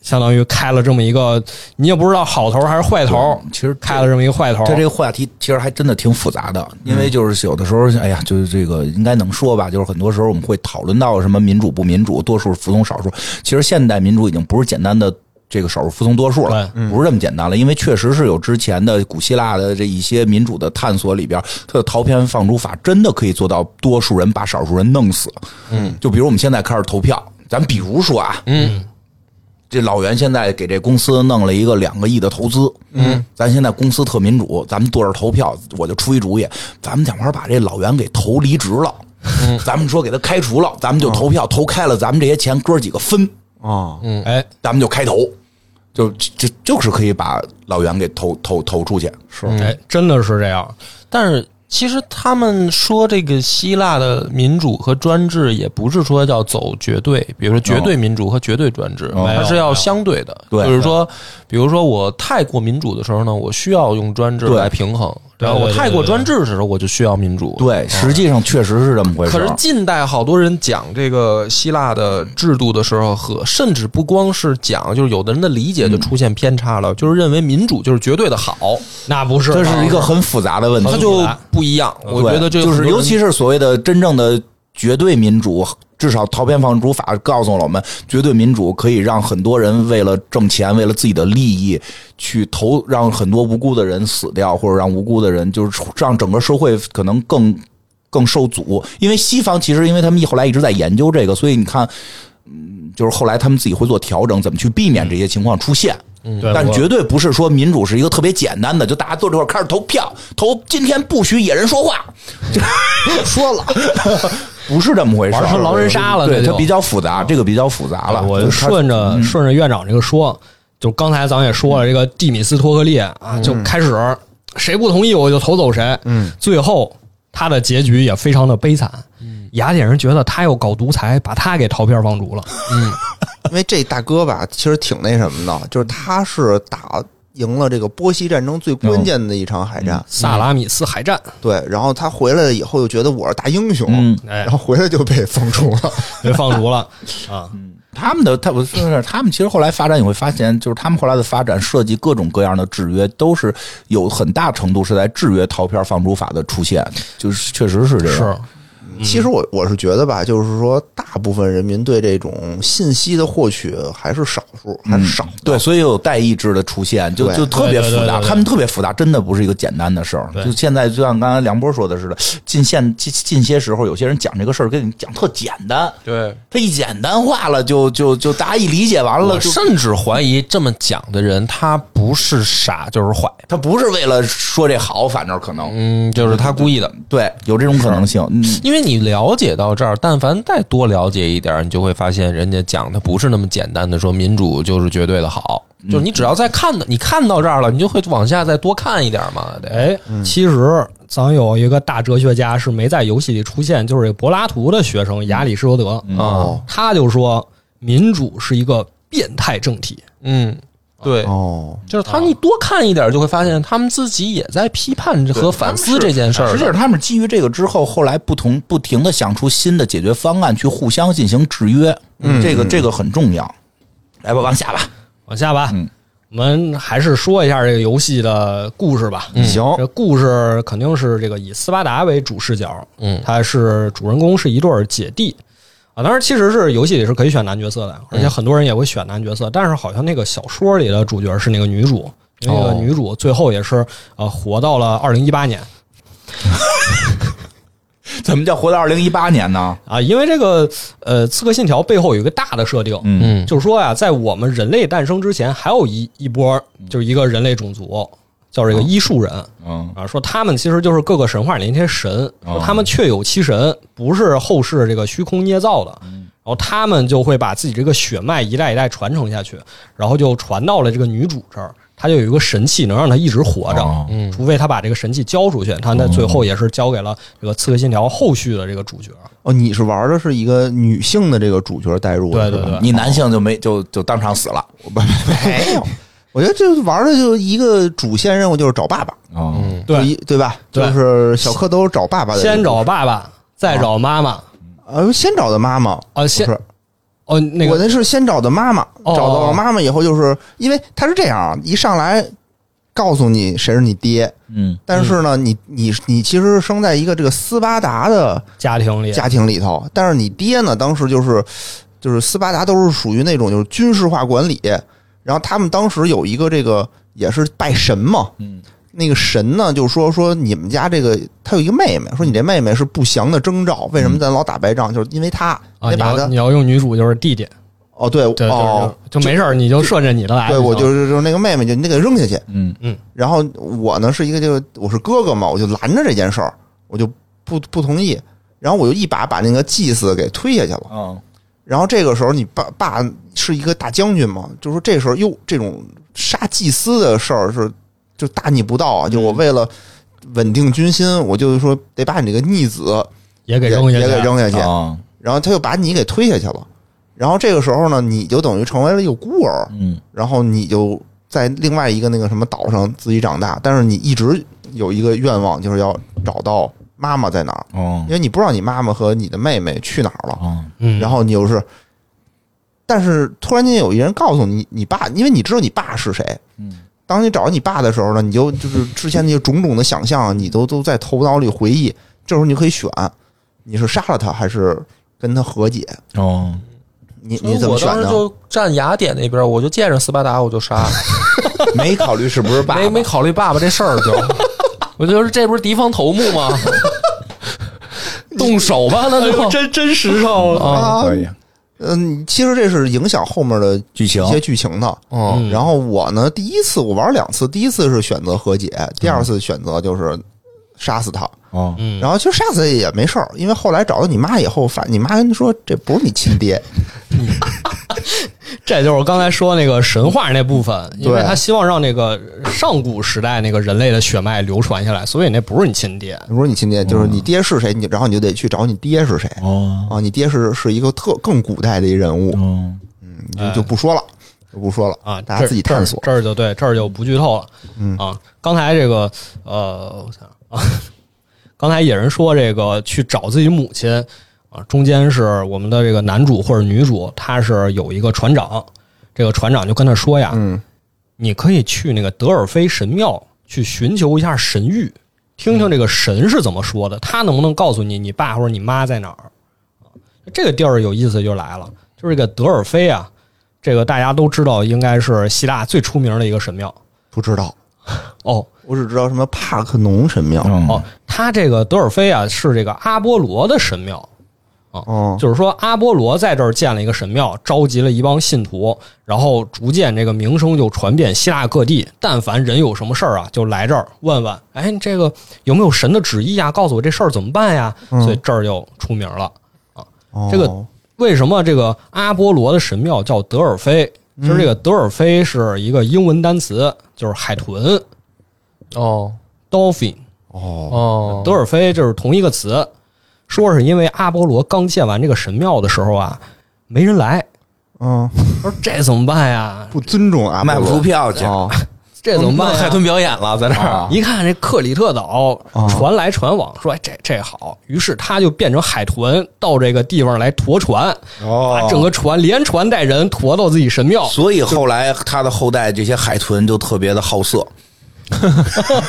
Speaker 4: 相当于开了这么一个，你也不知道好头还是坏头，
Speaker 2: 其实
Speaker 4: 开了这么一个坏头。嗯
Speaker 2: 这这个话题其实还真的挺复杂的，因为就是有的时候，哎呀，就是这个应该能说吧，就是很多时候我们会讨论到什么民主不民主，多数服从少数。其实现代民主已经不是简单的。这个少数服从多数了，
Speaker 4: 嗯
Speaker 2: 不是这么简单了，因为确实是有之前的古希腊的这一些民主的探索里边，它的陶片放逐法真的可以做到多数人把少数人弄死。嗯，就比如我们现在开始投票，咱比如说啊，
Speaker 1: 嗯
Speaker 2: 这老袁现在给这公司弄了一个两个亿的投资，嗯，咱现在公司特民主，咱们坐这儿投票，我就出一主意，咱们想法把这老袁给投离职了，嗯，咱们说给他开除了，咱们就投票、投开了，咱们这些钱哥几个分，
Speaker 3: 哦，嗯，
Speaker 4: 哎，
Speaker 2: 咱们就开投，就就就是可以把老袁给投投投出去，
Speaker 4: 是哎，真的是这样。
Speaker 1: 但是其实他们说这个希腊的民主和专制，也不是说要走绝对，比如说绝对民主和绝对专制，
Speaker 2: 哦
Speaker 1: 它是要相对的。
Speaker 2: 对
Speaker 1: 就是说，比如说我太过民主的时候呢，我需要用专制
Speaker 2: 对
Speaker 1: 来平衡；然后我
Speaker 4: 对对
Speaker 1: 太过
Speaker 4: 对对
Speaker 1: 专制的时候，我就需要民主。
Speaker 2: 对，实际上确实是这啊么回事
Speaker 1: 可
Speaker 2: 儿。
Speaker 1: 是近代好多人讲这个希腊的制度的时候，和甚至不光是讲，就是有的人的理解就出现偏差了，就是认为民主就是绝对的好，
Speaker 4: 那不是，啊
Speaker 2: 这是一个很复杂的问题，
Speaker 1: 它就不一样。我
Speaker 2: 对
Speaker 1: 觉得这个
Speaker 2: 就是，
Speaker 1: 很多人
Speaker 2: 尤其是所谓的真正的绝对民主，至少《陶片放逐法》告诉了我们，绝对民主可以让很多人为了挣钱，为了自己的利益去投，让很多无辜的人死掉，或者让无辜的人就是让整个社会可能更更受阻。因为西方其实，因为他们后来一直在研究这个，所以你看。嗯，就是后来他们自己会做调整，怎么去避免这些情况出现。
Speaker 4: 对
Speaker 2: 但
Speaker 4: 我
Speaker 2: 绝对不是说民主是一个特别简单的，就大家坐这块儿开始投票，投今天不许野人说话，
Speaker 3: 说了，
Speaker 2: 不是这么回事儿。
Speaker 4: 玩成狼人杀了
Speaker 2: 对
Speaker 4: 这就嗯
Speaker 2: 它比较复杂，这个比较复杂了。
Speaker 4: 我
Speaker 2: 就
Speaker 4: 啊就是
Speaker 2: 它
Speaker 4: 嗯顺着顺着院长这个说，就刚才咱们也说了，这个蒂米斯托克利啊，就开始谁不同意我就投走谁，嗯，最后他的结局也非常的悲惨，雅典人觉得他要搞独裁，把他给陶片放逐了，
Speaker 3: 因为这大哥吧，其实挺那什么的，就是他是打赢了这个波西战争最关键的一场海战，
Speaker 4: 萨拉米斯海战，
Speaker 3: 对，然后他回来以后就觉得我是大英雄，
Speaker 2: 嗯
Speaker 4: 哎
Speaker 3: 然后回来就被放逐了，
Speaker 4: 被放 逐了啊，
Speaker 2: 他们的，他我说是他们其实后来发展，你会发现，就是他们后来的发展设计各种各样的制约，都是有很大程度是在制约陶片放逐法的出现，就是确实是这样。
Speaker 4: 是
Speaker 3: 其实我我是觉得吧，就是说，大部分人民对这种信息的获取还是少数，还是少。
Speaker 2: 对，所以有代议制的出现，就
Speaker 3: 对
Speaker 2: 就特别
Speaker 4: 对对
Speaker 2: 复杂，
Speaker 4: 对对
Speaker 2: 他们特别复杂，真的不是一个简单的事儿。
Speaker 4: 对
Speaker 2: 就现在，就像刚才梁波说的似的，近现近近些时候，有些人讲这个事儿跟你讲特简单，
Speaker 1: 对。
Speaker 2: 他一简单化了，就就就大家一理解完了，
Speaker 1: 我
Speaker 2: 就
Speaker 1: 甚至怀疑这么讲的人，他不是傻就是坏，
Speaker 2: 他不是为了说这好，反正可能
Speaker 1: 嗯，就是他故意的。
Speaker 2: 对有这种可能性。嗯，
Speaker 1: 因为你了解到这儿，但凡再多了解一点儿，你就会发现人家讲的不是那么简单的说民主就是绝对的好，
Speaker 3: 嗯
Speaker 1: 就是你只要再看到你看到这儿了，你就会往下再多看一点儿嘛，得。
Speaker 4: 哎，其实咱有一个大哲学家是没在游戏里出现，就是这柏拉图的学生亚里士多德，
Speaker 3: 哦
Speaker 4: 他就说民主是一个变态政体。
Speaker 1: 嗯，对，
Speaker 3: 哦，
Speaker 1: 就是他，你多看一点儿就会发现他们自己也在批判和反思这件事儿
Speaker 2: 实际上
Speaker 1: 的。
Speaker 2: 他们基于这个之后，后来不同不停的想出新的解决方案，去互相进行制约。嗯，这个这个很重要。来吧，往下吧。
Speaker 4: 往下吧，
Speaker 2: 嗯
Speaker 4: 我们还是说一下这个游戏的故事吧。
Speaker 3: 行，
Speaker 4: 这故事肯定是这个以斯巴达为主视角，
Speaker 1: 嗯
Speaker 4: 他是主人公是一对儿姐弟啊。当然，其实是游戏里是可以选男角色的，
Speaker 1: 嗯
Speaker 4: 而且很多人也会选男角色，但是好像那个小说里的主角是那个女主，因为那个
Speaker 1: 哦
Speaker 4: 女主最后也是呃活到了二零一八年
Speaker 2: 怎么叫活到二零一八年呢？
Speaker 4: 啊，因为这个呃《刺客信条》背后有一个大的设定，
Speaker 2: 嗯
Speaker 1: 嗯，
Speaker 4: 就是说呀，在我们人类诞生之前，还有一一波，就是一个人类种族叫
Speaker 2: 哦
Speaker 4: 这个医术人
Speaker 2: 嗯
Speaker 4: 啊，说他们其实就是各个神话里那些神，说
Speaker 2: 哦
Speaker 4: 他们确有其神，不是后世这个虚空捏造的。
Speaker 2: 嗯
Speaker 4: 然后他们就会把自己这个血脉一代一代传承下去，然后就传到了这个女主这儿，她就有一个神器能让她一直活着。
Speaker 2: 哦
Speaker 4: 嗯，除非他把这个神器交出去，他那最后也是交给了这个《刺客信条》后续的这个主角。
Speaker 3: 哦，你是玩的是一个女性的这个主角代入的，
Speaker 4: 对对
Speaker 3: 是吧
Speaker 4: 对，
Speaker 2: 你男性就没就就当场死了
Speaker 3: 没有， 我觉得这玩的就一个主线任务就是找爸爸，
Speaker 2: 哦
Speaker 4: 对
Speaker 3: 就一对吧？
Speaker 4: 对
Speaker 3: 就是小蝌蚪找爸爸的，
Speaker 4: 先找爸爸，再找妈妈。
Speaker 3: 呃，先找的妈妈，
Speaker 4: 啊，
Speaker 3: 不
Speaker 4: 先
Speaker 3: 是
Speaker 4: 哦，那
Speaker 3: 我
Speaker 4: 个
Speaker 3: 那是先找的妈妈，
Speaker 4: 哦
Speaker 3: 找到了妈妈以后，就是因为他是这样啊，一上来告诉你谁是你爹，
Speaker 2: 嗯
Speaker 3: 但是呢，你你你其实是生在一个这个斯巴达的
Speaker 4: 家庭里，
Speaker 3: 家庭里头，但是你爹呢，当时就是就是斯巴达都是属于那种就是军事化管理，然后他们当时有一个这个也是拜神嘛，
Speaker 2: 嗯，
Speaker 3: 那个神呢就说说你们家这个他有一个妹妹，说你这妹妹是不祥的征兆，为什么咱老打败仗，就是因为她，
Speaker 4: 啊，
Speaker 3: 得
Speaker 4: 你
Speaker 3: 把她
Speaker 4: 要你要用女主就是弟弟，
Speaker 3: 哦对
Speaker 4: 对，
Speaker 3: 哦。
Speaker 4: 就是就没事儿你就顺着你的啊来。
Speaker 3: 对，我就是是就是那个妹妹，就你得给扔下去。
Speaker 2: 嗯
Speaker 3: 然后我呢是一个就我是哥哥嘛，我就拦着这件事儿，我就不不同意。然后我就一把把那个祭司给推下去了。
Speaker 2: 哦
Speaker 3: 然后这个时候，你爸爸是一个大将军嘛，就说这时候哟，这种杀祭司的事儿是就大逆不道啊！
Speaker 4: 嗯
Speaker 3: 就我为了稳定军心，我就说得把你这个逆子
Speaker 4: 也给
Speaker 3: 也
Speaker 4: 扔下去，啊
Speaker 3: 也给扔下去。
Speaker 2: 哦
Speaker 3: 然后他又把你给推下去了。然后这个时候呢，你就等于成为了一个孤儿，
Speaker 2: 嗯
Speaker 3: 然后你就在另外一个那个什么岛上自己长大，但是你一直有一个愿望，就是要找到妈妈在哪儿，
Speaker 2: 哦
Speaker 3: 因为你不知道你妈妈和你的妹妹去哪儿了。
Speaker 2: 哦
Speaker 4: 嗯，
Speaker 3: 然后你又是，但是突然间有一人告诉你，你爸，因为你知道你爸是谁。
Speaker 2: 嗯，
Speaker 3: 当你找到你爸的时候呢，你就就是之前那些种种的想象，啊你都都在头脑里回忆。这时候你可以选，你是杀了他还是跟他和解？
Speaker 2: 哦
Speaker 3: 你
Speaker 1: 所以
Speaker 3: 你怎么
Speaker 1: 我
Speaker 3: 选
Speaker 1: 当时
Speaker 3: 呢？
Speaker 1: 就站雅典那边，我就见着斯巴达我就杀，
Speaker 2: 没考虑是不是爸
Speaker 1: 没没考虑爸爸这事儿 就，我就是这不是敌方头目吗？动手吧，那
Speaker 2: 哎
Speaker 1: 就
Speaker 4: 哎真真实诚啊，
Speaker 1: 啊，
Speaker 2: 可以
Speaker 3: 嗯，其实这是影响后面的
Speaker 2: 剧情哦
Speaker 3: 一些剧情的。
Speaker 1: 嗯，
Speaker 3: 然后我呢，第一次我玩两次，第一次是选择和解，第
Speaker 2: 嗯
Speaker 3: 二次选择就是杀死他。
Speaker 2: 哦
Speaker 4: 嗯，
Speaker 3: 然后其实杀死他也没事儿，因为后来找到你妈以后，发你妈跟你说这不是你亲爹，
Speaker 4: 这就是我刚才说那个神话那部分，因为
Speaker 3: 对
Speaker 4: 他希望让那个上古时代那个人类的血脉流传下来，所以那不是你亲爹。
Speaker 3: 不是你亲爹，就是你爹是谁，你然后你就得去找你爹是谁
Speaker 4: 嗯
Speaker 2: 哦
Speaker 3: 啊，你爹是是一个特更古代的一人物，
Speaker 2: 哦
Speaker 3: 你就就不说了，就不说了
Speaker 4: 哎啊，
Speaker 3: 大家自己
Speaker 4: 这儿
Speaker 3: 探索。
Speaker 4: 这儿这儿就对，这儿就不剧透了。嗯啊，刚才这个呃，我想想啊， 刚才野人说这个去找自己母亲啊，中间是我们的这个男主或者女主，他是有一个船长，这个船长就跟他说呀，
Speaker 3: 嗯，
Speaker 4: 你可以去那个德尔菲神庙去寻求一下神谕，听听这个神是怎么说的，他能不能告诉你你爸或者你妈在哪儿？啊这个地儿有意思就来了，就是这个德尔菲啊，这个大家都知道，应该是希腊最出名的一个神庙
Speaker 3: 不知道，
Speaker 4: 哦
Speaker 3: 我只知道什么帕克农神庙
Speaker 4: 哦，它这个德尔菲啊是这个阿波罗的神庙，
Speaker 3: 哦，
Speaker 4: 就是说阿波罗在这儿建了一个神庙，召集了一帮信徒，然后逐渐这个名声就传遍希腊各地。但凡人有什么事儿啊，就来这儿问问，哎，你这个有没有神的旨意啊？告诉我这事儿怎么办呀？所以这儿就出名了。
Speaker 3: 哦
Speaker 4: 这个为什么这个阿波罗的神庙叫德尔菲？
Speaker 1: 嗯
Speaker 4: 其实这个德尔菲是一个英文单词，就是海豚
Speaker 1: 哦
Speaker 4: （dolphin）。
Speaker 3: 哦
Speaker 1: 哦
Speaker 4: 德，尔菲就是同一个词，说是因为阿波罗刚建完这个神庙的时候啊，没人来，
Speaker 3: 嗯，
Speaker 4: 我说这怎么办呀？
Speaker 3: 不尊 重啊，
Speaker 2: 卖不出票去
Speaker 3: 哦
Speaker 4: 这怎么办
Speaker 1: 弄哦海
Speaker 4: 呀？
Speaker 1: 豚表演了，哦在这儿
Speaker 2: 啊
Speaker 4: 一看这克里特岛
Speaker 3: 啊
Speaker 4: 传来传往，说哎这这好，于是他就变成海豚到这个地方来驮船，
Speaker 1: 哦
Speaker 4: 把整个船连船带人驮到自己神庙。
Speaker 2: 所以后来他的后代这些海豚就特别的好色，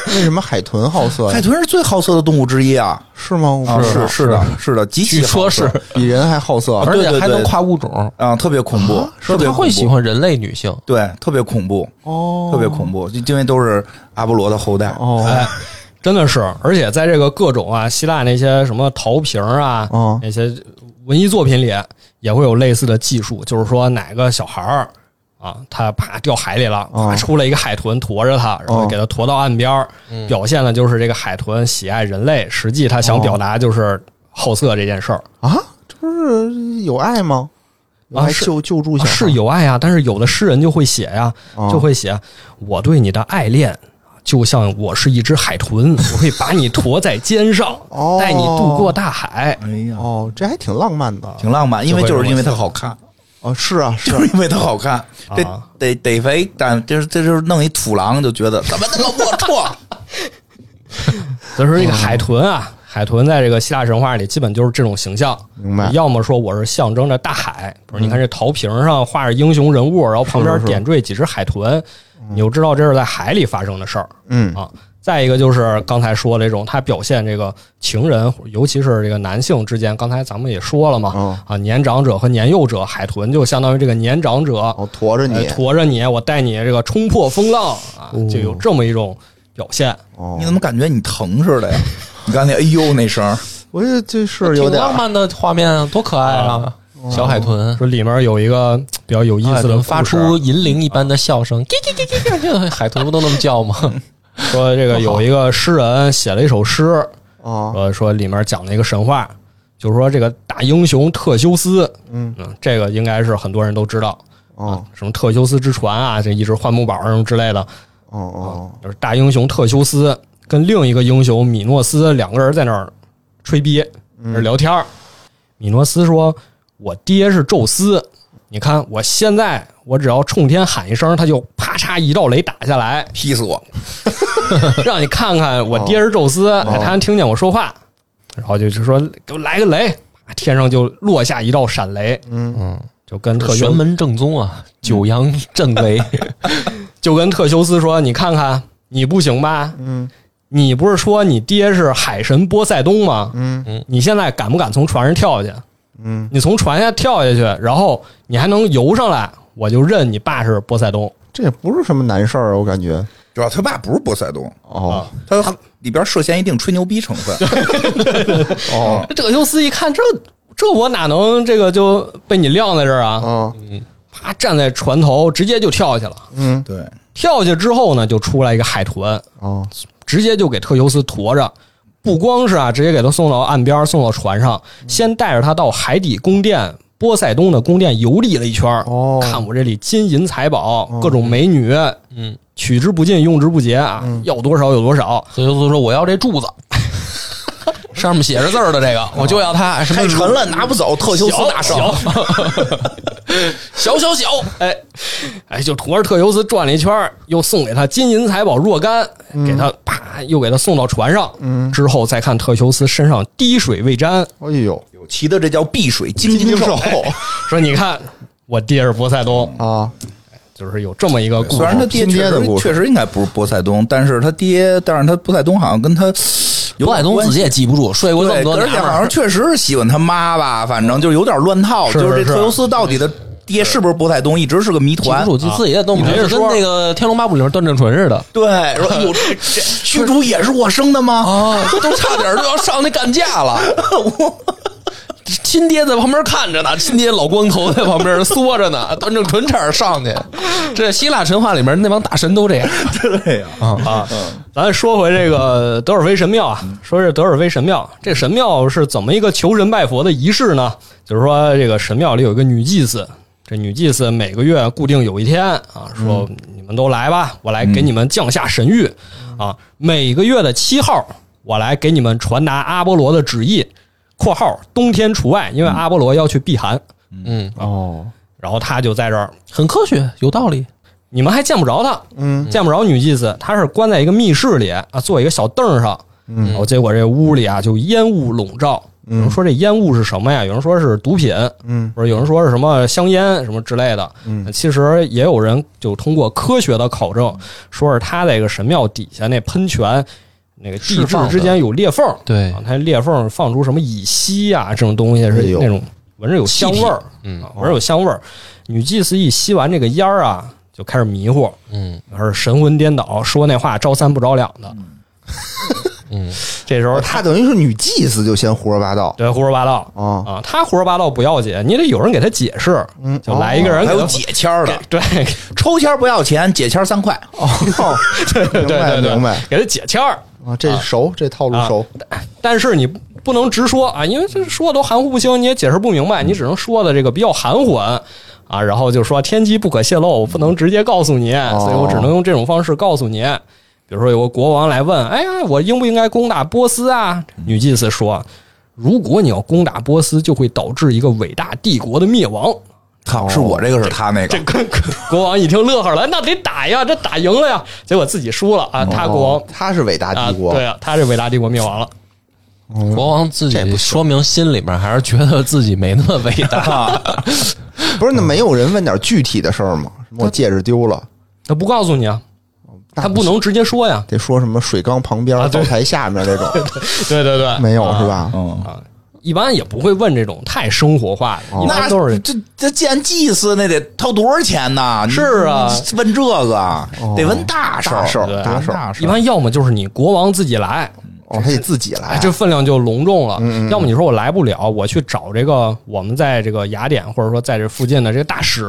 Speaker 3: 为什么海豚好色
Speaker 2: 海
Speaker 3: 呀？
Speaker 2: 豚是最好色的动物之一啊！
Speaker 3: 是吗？我
Speaker 2: 啊，
Speaker 3: 不知道
Speaker 2: 是是的，是的，极其
Speaker 1: 据说
Speaker 2: 好色
Speaker 1: 是，
Speaker 3: 比人还好色，
Speaker 1: 而
Speaker 2: 对
Speaker 1: 且
Speaker 2: 对
Speaker 1: 还能
Speaker 2: 对
Speaker 1: 跨物种，
Speaker 2: 啊，特别恐怖，特
Speaker 1: 是
Speaker 2: 别
Speaker 1: 他会
Speaker 2: 恐怖
Speaker 1: 喜，欢人类女性。
Speaker 2: 对，特别恐怖，
Speaker 3: 哦
Speaker 2: 特别恐怖，就因为都是阿波罗的后代。
Speaker 3: 哦
Speaker 4: 哎，真的是，而且在这个各种啊希腊那些什么陶瓶啊，
Speaker 3: 哦
Speaker 4: 那些文艺作品里也会有类似的技术，就是说哪个小孩儿。啊，他啪掉海里了，
Speaker 3: 哦
Speaker 4: 啪出来一个海豚驮着他，然后
Speaker 3: 哦
Speaker 4: 给他驮到岸边儿，表现的就是这个海豚喜爱人类，实际他想表达就是好色这件事儿。
Speaker 3: 啊，这不是有爱吗？有
Speaker 4: 啊
Speaker 3: 爱
Speaker 4: 是
Speaker 3: 救救助小
Speaker 4: 啊
Speaker 3: 孩
Speaker 4: 是有爱呀、但是有的诗人就会写呀、
Speaker 3: 哦
Speaker 4: 就会写我对你的爱恋。就像我是一只海 豚，我会把你驮在肩上，
Speaker 3: 哦
Speaker 4: 带你渡过大海。
Speaker 2: 哎呀，
Speaker 3: 哦，这还挺浪漫的
Speaker 2: 挺浪漫，因为
Speaker 4: 就会
Speaker 2: 就是因为它好看，
Speaker 3: 哦，是啊，是
Speaker 2: 就
Speaker 3: 啊
Speaker 2: 是因为它好看，这
Speaker 4: 啊
Speaker 2: 得得肥，但这是这就是弄一土狼就觉得怎么那么龌龊，
Speaker 4: 所以说，这个海豚啊，
Speaker 3: 哦
Speaker 4: 海豚在这个希腊神话里基本就是这种形象。
Speaker 3: 明白嗯
Speaker 4: 要么说我是象征着大海，比如你看这陶瓶上画着英雄人物，然后旁边点缀几只海豚，你就知道这是在海里发生的事儿
Speaker 3: 嗯
Speaker 4: 啊。再一个就是刚才说的这种，它表现这个情人，尤其是这个男性之间，刚才咱们也说了嘛，
Speaker 3: 哦
Speaker 4: 啊，年长者和年幼者，海豚就相当于这个年长者，
Speaker 3: 哦，驮着
Speaker 4: 呃
Speaker 3: 你
Speaker 4: 驮着你，我带你这个冲破风浪啊，就有这么一种表现。
Speaker 3: 哦
Speaker 2: 你，怎么感觉你疼似的呀？你刚才哎呦那声儿，
Speaker 3: 我这这是有
Speaker 1: 挺
Speaker 3: 点
Speaker 1: 浪漫的画面啊，多可爱啊！小海豚，
Speaker 4: 说里面有一个嘖比较有意
Speaker 3: 啊
Speaker 1: 小海
Speaker 4: 思的
Speaker 1: 豚
Speaker 4: 故事，
Speaker 1: 发出银铃一般的笑声，
Speaker 2: 嗯
Speaker 1: 叽叽叽叽叽，这海豚不都那么叫吗？
Speaker 4: 说这个有一个诗人写了一首诗，
Speaker 3: 哦，
Speaker 4: 说说里面讲了一个神话，就是说这个大英雄特修斯，
Speaker 3: 嗯
Speaker 4: 嗯，这个应该是很多人都知道
Speaker 3: 哦，
Speaker 4: 什么特修斯之船啊，这一直换木板什么之类的，
Speaker 3: 哦哦，
Speaker 4: 就是大英雄特修斯跟另一个英雄米诺斯两个人在那儿吹逼，在那儿聊天儿。米诺斯说：“我爹是宙斯，你看我现在我只要冲天喊一声，他就啪嚓一道雷打下来，
Speaker 2: 劈死我！
Speaker 4: 让你看看我爹是宙斯，哎他能听见我说话。”然后就就说：“给我来个雷！”天上就落下一道闪雷，
Speaker 3: 嗯
Speaker 4: 就跟特修
Speaker 1: 玄门正宗
Speaker 2: 嗯
Speaker 1: 啊，九阳正 威，
Speaker 4: 就跟特修斯说：“你看看，你不行吧？
Speaker 3: 嗯
Speaker 4: 你不是说你爹是海神波塞冬吗？
Speaker 3: 嗯
Speaker 4: 你现在敢不敢从船上跳下去？
Speaker 3: 嗯，
Speaker 4: 你从船下跳下去，然后你还能游上来，我就认你爸是波塞冬。
Speaker 3: 这也不是什么难事儿，我感觉
Speaker 2: 主要他爸不是波塞冬，
Speaker 3: 哦
Speaker 2: 他里边涉嫌一定吹牛逼成分。
Speaker 3: 哦
Speaker 4: 这特修斯一看，这这我哪能这个就被你晾在这儿啊？
Speaker 3: 哦，
Speaker 4: 啪，站在船头直接就跳下去了。
Speaker 3: 嗯
Speaker 2: 对，
Speaker 4: 跳下去之后呢，就出来一个海豚，
Speaker 3: 哦，
Speaker 4: 直接就给特修斯驮着。不光是啊，直接给他送到岸边，送到船上，
Speaker 3: 嗯
Speaker 4: 先带着他到海底宫殿波塞冬的宫殿游历了一圈儿，
Speaker 3: 哦
Speaker 4: 看我这里金银财宝、各种美女，
Speaker 1: 嗯，
Speaker 4: 取之不尽，用之不竭啊，
Speaker 3: 嗯
Speaker 4: 要多少有多少。
Speaker 1: 所以就说我要这 柱子，上面写着字儿的这个，我就要它。什么
Speaker 2: 太沉了，拿不走。特修斯大圣，
Speaker 1: 小小小，
Speaker 4: 哎，哎，就驮着特修斯转了一圈儿，又送给他金银财宝若干，给他啪，又给他送到船上。
Speaker 3: 嗯
Speaker 4: 之后再看特修斯身上滴水未沾，
Speaker 3: 哎呦
Speaker 2: 骑的这叫碧水晶晶兽。哎
Speaker 4: 说你看我爹是波塞冬，
Speaker 3: 啊，
Speaker 4: 就是有这么一个故
Speaker 2: 虽
Speaker 4: 事
Speaker 2: 然他爹
Speaker 3: 拼
Speaker 2: 确
Speaker 3: 爹的
Speaker 2: 实
Speaker 3: 故事
Speaker 2: 确实应该不是波塞冬，但是他爹，但是他波塞冬好像跟他有
Speaker 1: 刘海东
Speaker 2: 关
Speaker 1: 自
Speaker 2: 系
Speaker 1: 己也记不住，睡过这么
Speaker 2: 对，
Speaker 1: 多
Speaker 2: 而
Speaker 1: 年
Speaker 2: 且好像
Speaker 1: 了。
Speaker 2: 确实是喜欢他妈吧，反正就是有点乱套。
Speaker 4: 是
Speaker 2: 就是
Speaker 4: 是
Speaker 2: 这特修斯到底的爹是不是波塞冬，一直是个
Speaker 1: 记
Speaker 2: 谜
Speaker 1: 不
Speaker 2: 团。
Speaker 1: 住，就自己也弄不
Speaker 4: 你
Speaker 1: 清，
Speaker 4: 没
Speaker 1: 就
Speaker 4: 事
Speaker 1: 跟
Speaker 4: 说
Speaker 1: 那个《天龙八部》里面段正淳似的
Speaker 2: 对，说哎呦，这这虚竹也是我生的吗？
Speaker 1: 啊，都差点就要上那干架了。 亲爹在旁边看着呢，亲爹老光头在旁边缩着 呢，段正淳差点上去。这希腊神话里面那帮大神都这样，
Speaker 2: 对呀，
Speaker 4: 啊。咱说回这个德尔菲神庙啊，说这德尔菲神庙，这神庙是怎么一个求神拜佛的仪式呢？就是说，这个神庙里有一个女祭司，这女祭司每个月固定有一天啊，说你们都来吧，我来给你们降下神谕啊，每个月的七号，我来给你们传达阿波罗的旨意（括号冬天除外，因为阿波罗要去避寒
Speaker 1: 嗯，
Speaker 3: 哦，）。
Speaker 4: 然后他就在这儿，
Speaker 1: 很科学，有道理。
Speaker 4: 你们还见不着他，
Speaker 3: 嗯
Speaker 4: 见不着女祭司，她是关在一个密室里啊，坐一个小凳儿上，嗯，然后结果这屋里啊就烟雾笼罩。有人说这烟雾是什么呀？有人说是毒品，
Speaker 3: 嗯，
Speaker 4: 或者有人说是什么香烟什么之类的。嗯，其实也有人就通过科学的考证，说是他在这个神庙底下那喷泉那个地
Speaker 1: 释
Speaker 4: 质
Speaker 1: 放的
Speaker 4: 之间有裂缝，
Speaker 1: 对
Speaker 4: 啊，它裂缝放出什么乙烯啊这种东西是
Speaker 3: 哎呦
Speaker 4: 那种闻着有香味儿，嗯，闻着有香味儿。女祭司一吸完这个烟儿啊，就开始迷糊，
Speaker 1: 嗯，
Speaker 4: 而神魂颠倒，说那话招三不着两的。
Speaker 1: 嗯，
Speaker 4: 这时候
Speaker 3: 他等于是女祭司就先胡说八道
Speaker 4: 对胡说八道
Speaker 3: 啊
Speaker 4: 啊，他胡说八道不要紧，你得有人给他解释，
Speaker 3: 嗯
Speaker 4: 就来一个人
Speaker 2: 哦还有
Speaker 4: 给他
Speaker 2: 解签儿的，
Speaker 4: 对
Speaker 2: 抽签儿不要钱，解签儿三块。
Speaker 3: 哦，对对
Speaker 4: 对对对，啊
Speaker 3: 明白
Speaker 4: 给他解签儿。
Speaker 3: 啊，这熟，这套路熟，
Speaker 4: 但是你不能直说啊，因为这说的都含糊不清，你也解释不明白，你只能说的这个比较含混啊，然后就说天机不可泄露，我不能直接告诉你，
Speaker 3: 哦
Speaker 4: 所以我只能用这种方式告诉你。比如说有个国王来问，哎呀，我应不应该攻打波斯啊？女祭司说，如果你要攻打波斯，就会导致一个伟大帝国的灭亡。
Speaker 2: 靠，是我这个是他那个
Speaker 4: 这，国国王一听乐呵了，那得打呀，这打赢了呀，结果自己输了啊，他国王
Speaker 3: 哦他是伟大
Speaker 4: 啊，
Speaker 3: 帝国，
Speaker 4: 对啊，他这伟大帝国灭亡了。
Speaker 1: 国王自
Speaker 3: 嗯这不
Speaker 1: 己说明心里面还是觉得自己没那么伟大，
Speaker 3: 不是那没有人问点具体的事儿吗？什么我戒指丢了，
Speaker 4: 他不告诉你啊，
Speaker 3: 那
Speaker 4: 他不能直接说呀。
Speaker 3: 得说什么水缸旁边、
Speaker 4: 啊对
Speaker 3: 灶台下面这种，
Speaker 4: 对对对，
Speaker 3: 没有
Speaker 4: 啊
Speaker 3: 是？吧？
Speaker 2: 嗯，
Speaker 4: 一般也不会问这种太生活化的，一
Speaker 2: 哦那
Speaker 4: 般都是
Speaker 2: 这这见祭司那得掏多少钱呢？你
Speaker 4: 是啊，
Speaker 2: 问这个得问大事
Speaker 3: 大事
Speaker 2: 儿，
Speaker 3: 儿
Speaker 2: 得问
Speaker 3: 大事儿
Speaker 2: 大事
Speaker 4: 一
Speaker 2: 儿。
Speaker 4: 般要么就是你国王自己来，
Speaker 3: 哦，他得自己
Speaker 4: 哎
Speaker 3: 来，，
Speaker 4: 这分量就隆重了；要么你说我来不了，我去找这个我们在这个雅典或者说在这附近的这个大使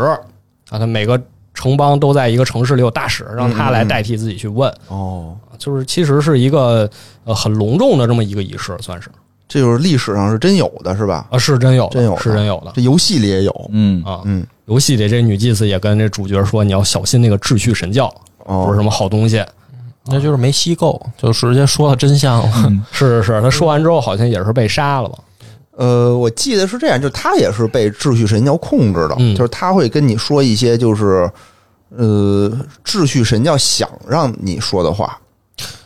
Speaker 4: 啊，他每个城邦都在一个城市里有大使，让他来代替自己去问，啊
Speaker 3: 哦，
Speaker 4: 就是其实是一个呃很隆重的这么一个仪式，算是
Speaker 3: 这就是历史上是真有的，是吧？
Speaker 4: 啊，是真有的，
Speaker 3: 真有的
Speaker 4: 是真有
Speaker 1: 嗯
Speaker 4: 的
Speaker 3: 这游戏里也有，
Speaker 2: 嗯，
Speaker 4: 啊，
Speaker 3: 嗯，
Speaker 4: 游戏里这女祭司也跟这主角说，你要小心那个秩序神教，不是
Speaker 3: 哦，
Speaker 4: 什么好东西。
Speaker 1: 那就是没吸够，就直接说了真相了。
Speaker 3: 嗯
Speaker 4: 是是是，他说完之后好像也是被杀了嘛。
Speaker 3: 呃，我记得是这样，就是他也是被秩序神教控制的，
Speaker 4: 嗯
Speaker 3: 就是他会跟你说一些就是呃秩序神教想让你说的话，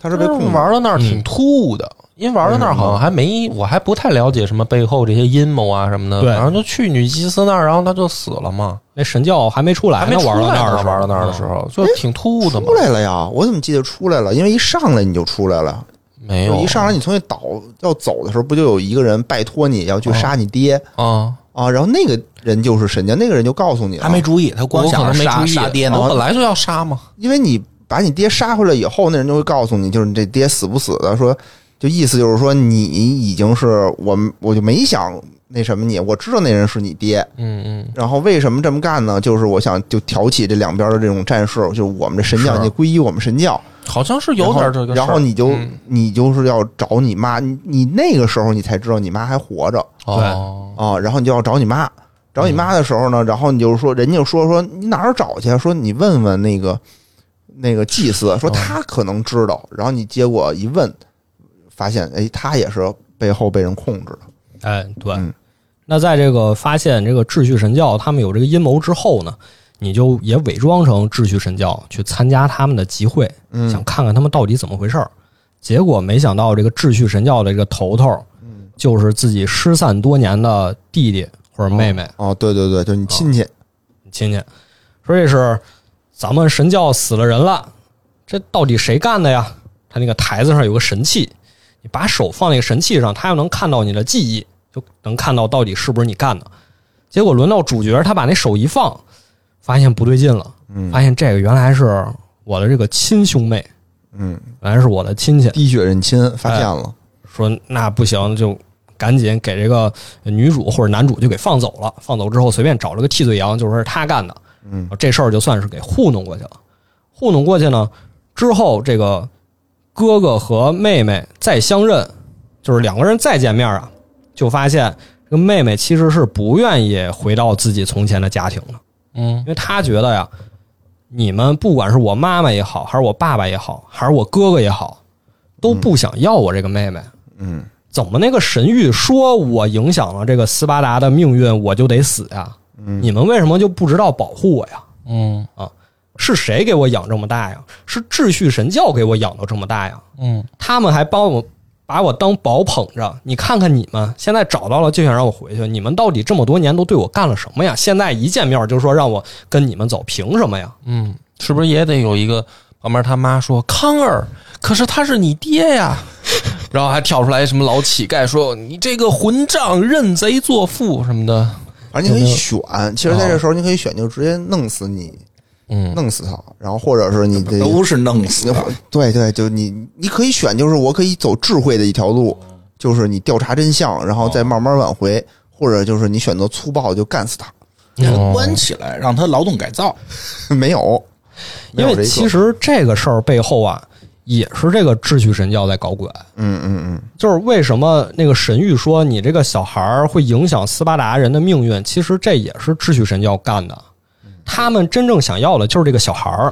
Speaker 3: 他是被控制
Speaker 1: 哎玩到那儿挺突兀的，因为玩到那儿好像还没，我还不太了解什么背后这些阴谋啊什么的。
Speaker 4: 对
Speaker 1: 然后就去女祭司那儿，然后他就死了嘛，
Speaker 4: 那神教还没出来，
Speaker 1: 还没
Speaker 4: 呢
Speaker 1: 出来
Speaker 4: 玩到那
Speaker 1: 呢
Speaker 4: 儿的时候
Speaker 1: 玩到那儿的时，
Speaker 4: 嗯
Speaker 1: 候，
Speaker 2: 哎
Speaker 1: 就挺突兀的嘛
Speaker 3: 出。来了呀！我怎么记得出来了？因为一上来你就出来了，
Speaker 1: 没
Speaker 3: 就
Speaker 1: 有啊
Speaker 3: 一上来你从那岛要走的时候，不就有一个人拜托你要去杀你爹
Speaker 1: 啊，
Speaker 3: 啊？然后那个人就是神教，那个人就告诉你了，
Speaker 2: 他没注意，他光
Speaker 1: 我可
Speaker 2: 想
Speaker 1: 能
Speaker 2: 着
Speaker 1: 没
Speaker 2: 杀
Speaker 1: 注意，啊
Speaker 2: 杀爹呢
Speaker 1: 我。本来就要杀嘛。
Speaker 3: 因为你把你爹杀回来以后，那人就会告诉你，就是你这爹死不死的，说就意思就是说你已经是我，我就没想那什么你，我知道那人是你爹。
Speaker 1: 嗯嗯，
Speaker 3: 然后为什么这么干呢？就是我想就挑起这两边的这种战事，就是我们这神教
Speaker 1: 是
Speaker 3: 你皈依我们神教，
Speaker 1: 好像是有点这个事儿。
Speaker 3: 然后然后你就、
Speaker 1: 嗯
Speaker 3: 你就是要找你妈，你你那个时候你才知道你妈还活着
Speaker 1: 哦，
Speaker 3: 啊，然后你就要找你妈。找你妈的时候呢，然后你就说，人家就说说你哪儿找去啊？说你问问那个那个祭司，说他可能知道。然后你结果一问，发现哎，他也是背后被人控制的。
Speaker 4: 哎，对
Speaker 3: 嗯。
Speaker 4: 那在这个发现这个秩序神教他们有这个阴谋之后呢，你就也伪装成秩序神教去参加他们的集会，想
Speaker 3: 嗯，
Speaker 4: 看看他们到底怎么回事儿。结果没想到这个秩序神教的这个头头，
Speaker 3: 嗯
Speaker 4: 就是自己失散多年的弟弟或者妹妹。
Speaker 3: 哦，对对对，就你亲戚，
Speaker 4: 亲戚，说这是咱们神教死了人了，这到底谁干的呀？他那个台子上有个神器，你把手放那个神器上，他又能看到你的记忆，就能看到到底是不是你干的。结果轮到主角，他把那手一放，发现不对劲了，发现这个原来是我的这个亲兄妹，
Speaker 3: 嗯，哎
Speaker 4: 原来是我的亲戚。
Speaker 3: 滴血认亲，发现了。
Speaker 4: 说那不行，就赶紧给这个呃女主或者男主就给放走了。放走之后，随便找了个替罪羊，就是他干的。
Speaker 3: 嗯，
Speaker 4: 这事儿就算是给糊弄过去了。糊弄过去呢，之后这个哥哥和妹妹再相认，就是两个人再见面啊，就发现这个妹妹其实是不愿意回到自己从前的家庭的。
Speaker 1: 嗯
Speaker 4: 因为他觉得呀，你们不管是我妈妈也好，还是我爸爸也好，还是我哥哥也好，都不想要我这个妹妹。
Speaker 3: 嗯，
Speaker 4: 怎么那个神谕说我影响了这个斯巴达的命运，我就得死呀？你们为什么就不知道保护我呀？
Speaker 1: 嗯
Speaker 4: 是谁给我养这么大呀？是秩序神教给我养到这么大呀？
Speaker 1: 嗯，
Speaker 4: 他们还帮我把我当宝捧着。你看看你们，现在找到了就想让我回去，你们到底这么多年都对我干了什么呀？现在一见面就说让我跟你们走，凭什么呀？
Speaker 1: 嗯，是不是也得有一个旁边他妈说康儿？可是他是你爹 呀，然后还跳出来什么老乞丐说你这个混账，认贼作父什么的。
Speaker 3: 而你可以选，其实在这时候你可以选，就直接弄死你
Speaker 1: 嗯
Speaker 3: 弄死他，然后或者是你这
Speaker 2: 都是弄死的。
Speaker 4: 啊
Speaker 3: 对对，就你你可以选，就是我可以走智慧的一条路，
Speaker 4: 嗯
Speaker 3: 就是你调查真相，然后
Speaker 4: 哦
Speaker 3: 再慢慢挽回，或者就是你选择粗暴就干死他，
Speaker 1: 哦
Speaker 2: 关起来，让他劳动改造。
Speaker 3: 没有，没
Speaker 4: 因为
Speaker 3: 有这一个
Speaker 4: 其实这个事儿背后啊，也是这个智取神教在搞鬼。
Speaker 3: 嗯嗯
Speaker 4: 就是为什么那个神谕说你这个小孩儿会影响斯巴达人的命运，其实这也是智取神教干的。
Speaker 3: 嗯
Speaker 4: 他们真正想要的就是这个小孩儿，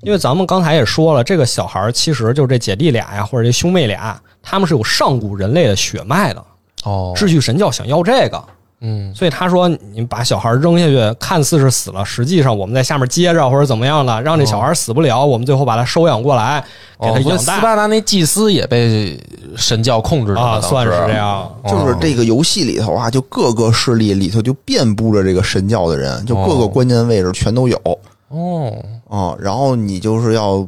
Speaker 4: 因为咱们刚才也说了，这个小孩儿其实就是这姐弟俩呀，或者这兄妹俩，他们是有上古人类的血脉的。
Speaker 1: 哦，
Speaker 4: 智取神教想要这个，
Speaker 1: 嗯
Speaker 4: 所以他说你把小孩扔下去，看似是死了，实际上我们在下面接着或者怎么样的，让这小孩死不了，我们最后把他收养过来，给他
Speaker 1: 哦所以
Speaker 4: 养
Speaker 1: 斯
Speaker 4: 大、
Speaker 1: 巴达那祭司也被神教控制着
Speaker 4: 啊，
Speaker 1: 呢
Speaker 4: 算是
Speaker 1: 当时
Speaker 4: 这样。
Speaker 1: 哦
Speaker 3: 嗯，就是这个游戏里头啊，就各个势力里头就遍布着这个神教的人，就各个
Speaker 1: 哦
Speaker 3: 关键位置全都有
Speaker 1: 哦，
Speaker 3: 啊、然后你就是要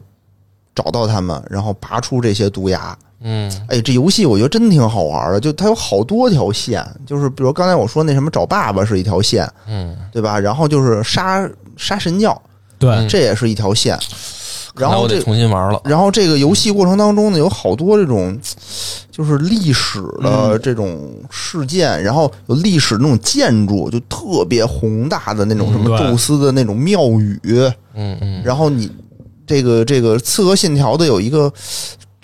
Speaker 3: 找到他们，然后拔出这些毒牙，
Speaker 1: 嗯
Speaker 3: 哎，这游戏我觉得真挺好玩的，就它有好多条线，就是比如刚才我说那什么找爸爸是一条线，
Speaker 1: 嗯，
Speaker 3: 对吧？然后就是杀杀神教，
Speaker 1: 嗯
Speaker 4: 对
Speaker 3: 这也是一条线。然
Speaker 1: 那
Speaker 3: 后
Speaker 1: 我得
Speaker 3: 这
Speaker 1: 重新玩了。
Speaker 3: 然后这个游戏过程当中呢，有好多这种就是历史的这种事件，然后有历史那种建筑，就特别宏大的那种什么
Speaker 4: 嗯对
Speaker 3: 宙斯的那种庙宇，
Speaker 1: 嗯嗯，
Speaker 3: 然后你这个这个《刺客信条》的有一个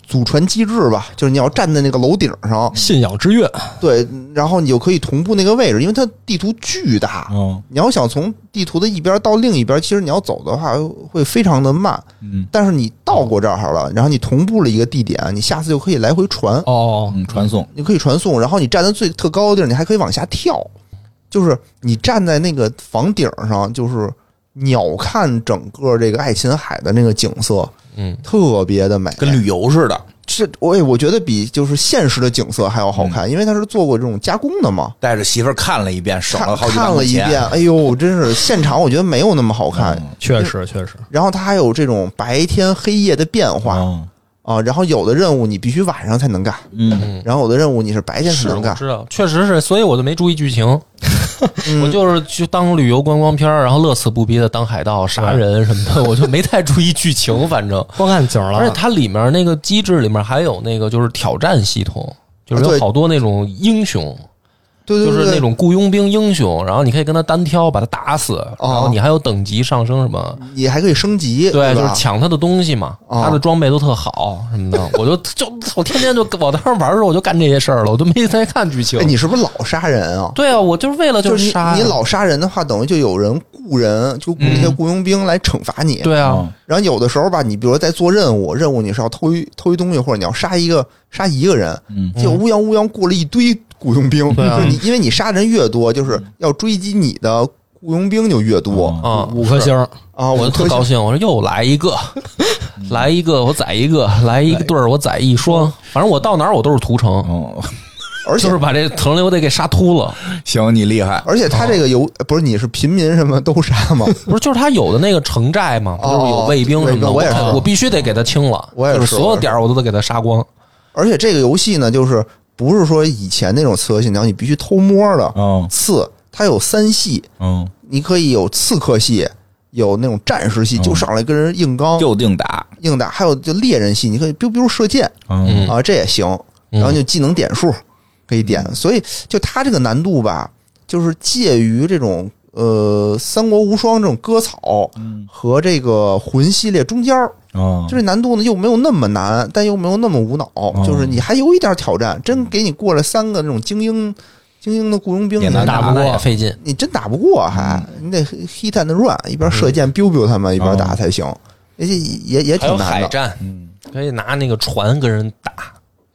Speaker 3: 祖传机制吧，就是你要站在那个楼顶上，
Speaker 4: 信仰之跃，
Speaker 3: 对，然后你就可以同步那个位置，因为它地图巨大，
Speaker 2: 嗯
Speaker 3: 你要想从地图的一边到另一边，其实你要走的话会非常的慢，
Speaker 2: 嗯
Speaker 3: 但是你到过这儿了，然后你同步了一个地点，你下次就可以来回传，
Speaker 4: 哦，
Speaker 2: 嗯，传送
Speaker 3: 你可以传送，然后你站在最特高的地儿，你还可以往下跳，就是你站在那个房顶上，就是鸟看整个这个爱琴海的那个景色，
Speaker 1: 嗯，
Speaker 3: 特别的美，
Speaker 2: 跟旅游似的，
Speaker 3: 是我也我觉得比就是现实的景色还要好
Speaker 2: 嗯
Speaker 3: 看，因为它是做过这种加工的嘛。
Speaker 2: 带着媳妇儿看了一遍，省
Speaker 3: 看
Speaker 2: 了好几万
Speaker 3: 看了
Speaker 2: 块
Speaker 3: 一
Speaker 2: 钱嗯
Speaker 3: 遍，哎呦，真是现场我觉得没有那么好看。
Speaker 4: 确实确实，
Speaker 3: 然后它还有这种白天黑夜的变化、
Speaker 2: 嗯
Speaker 3: 啊，然后有的任务你必须晚上才能干，
Speaker 2: 嗯，
Speaker 3: 然后有的任务你是白天才
Speaker 1: 是，啊
Speaker 3: 能
Speaker 1: 我
Speaker 3: 干。
Speaker 1: 知道，确实是，所以我就没注意剧情，
Speaker 3: 嗯
Speaker 1: 我就是去当旅游观光片儿，然后乐此不疲的当海盗、杀人什么的， 我就没太注意剧情，反正。
Speaker 4: 光看景儿了。
Speaker 1: 而且它里面那个机制里面还有那个就是挑战系统，就是
Speaker 3: 啊对
Speaker 1: 有好多那种英雄，
Speaker 3: 啊对对
Speaker 1: 就
Speaker 3: 对，
Speaker 1: 是那
Speaker 3: 对
Speaker 1: 种雇佣兵英雄，然后你可以跟他单挑，把他打死，
Speaker 3: 啊
Speaker 1: 然后你还有等级上升什么。
Speaker 3: 你还可以升级，
Speaker 1: 对，就
Speaker 3: 吧
Speaker 1: 是抢他的东西嘛，
Speaker 3: 啊
Speaker 1: 他的装备都特好什么的，我就就我天天就我当时玩的时候我就干这些事儿了，我都没再看剧情
Speaker 3: 哎，。你是不是老杀人啊？
Speaker 1: 对啊，我就是为了
Speaker 3: 就是是
Speaker 1: 杀
Speaker 3: 你，
Speaker 1: 呀
Speaker 3: 你老杀人的话，等于就有人雇人，就雇那些雇佣兵来惩罚你。
Speaker 1: 对啊，
Speaker 2: 嗯
Speaker 3: 然后有的时候吧，你比如说在做任务，任务你是要偷一偷一东西，或者你要杀一个杀一个人，
Speaker 2: 嗯
Speaker 3: 结果乌泱乌泱雇了一堆雇佣兵，
Speaker 1: 啊
Speaker 3: 就是你因为你杀人越多，就是
Speaker 1: 嗯
Speaker 3: 要追击你的雇佣兵就越多
Speaker 2: 嗯
Speaker 1: 啊，
Speaker 4: 五颗星儿，
Speaker 3: 啊！
Speaker 1: 我就特高
Speaker 3: 兴，
Speaker 1: 兴，我说又来 一个，来一个我宰一个，来一个对儿我宰一双，反正我到哪儿我都是屠城，
Speaker 2: 嗯，
Speaker 3: 嗯 而且
Speaker 1: 就是把这藤流得给杀秃 了。
Speaker 2: 行，你厉害，
Speaker 3: 而且他这个游不是你是平民什么都杀吗？
Speaker 1: 不是，就是他有的那个城寨嘛，不
Speaker 3: 哦
Speaker 1: 是有卫兵什么的，
Speaker 3: 卫兵我也是
Speaker 1: 我必须得给他清了，
Speaker 3: 我也是
Speaker 1: 就是所有点儿我都得给他杀光。
Speaker 3: 而且这个游戏呢，就是不是说以前那种刺客信条你必须偷摸的
Speaker 2: 嗯
Speaker 3: 刺，它有三系，
Speaker 2: 嗯，
Speaker 3: 你可以有刺客系，有那种战士系，
Speaker 2: 嗯
Speaker 3: 就上来跟人硬刚
Speaker 2: 就定打，
Speaker 3: 硬打，还有就猎人系，你可以 biu biu 射箭
Speaker 1: 嗯
Speaker 3: 啊，这也行。
Speaker 1: 嗯
Speaker 3: 然后就技能点数可以
Speaker 2: 嗯
Speaker 3: 点，所以就它这个难度吧，就是介于这种呃《三国无双》这种割草
Speaker 2: 嗯
Speaker 3: 和这个魂系列中间儿，
Speaker 2: 嗯
Speaker 3: 就是难度呢又没有那么难，但又没有那么无脑，
Speaker 1: 嗯
Speaker 3: 就是你还有一点挑战。真给你过来三个那种精英精英的雇佣兵，
Speaker 2: 也
Speaker 3: 你
Speaker 2: 难
Speaker 1: 打嗯
Speaker 2: 打
Speaker 1: 不过
Speaker 4: 那
Speaker 1: 也
Speaker 4: 也
Speaker 1: 费劲，
Speaker 3: 你真打不过还，你得 hit and run，一边
Speaker 1: 嗯
Speaker 3: 射箭 biu biu 他们，一边打才行。也也也
Speaker 1: 还有
Speaker 3: 挺难
Speaker 1: 海
Speaker 3: 的，
Speaker 1: 战，
Speaker 2: 嗯
Speaker 1: 可以拿那个船跟人打。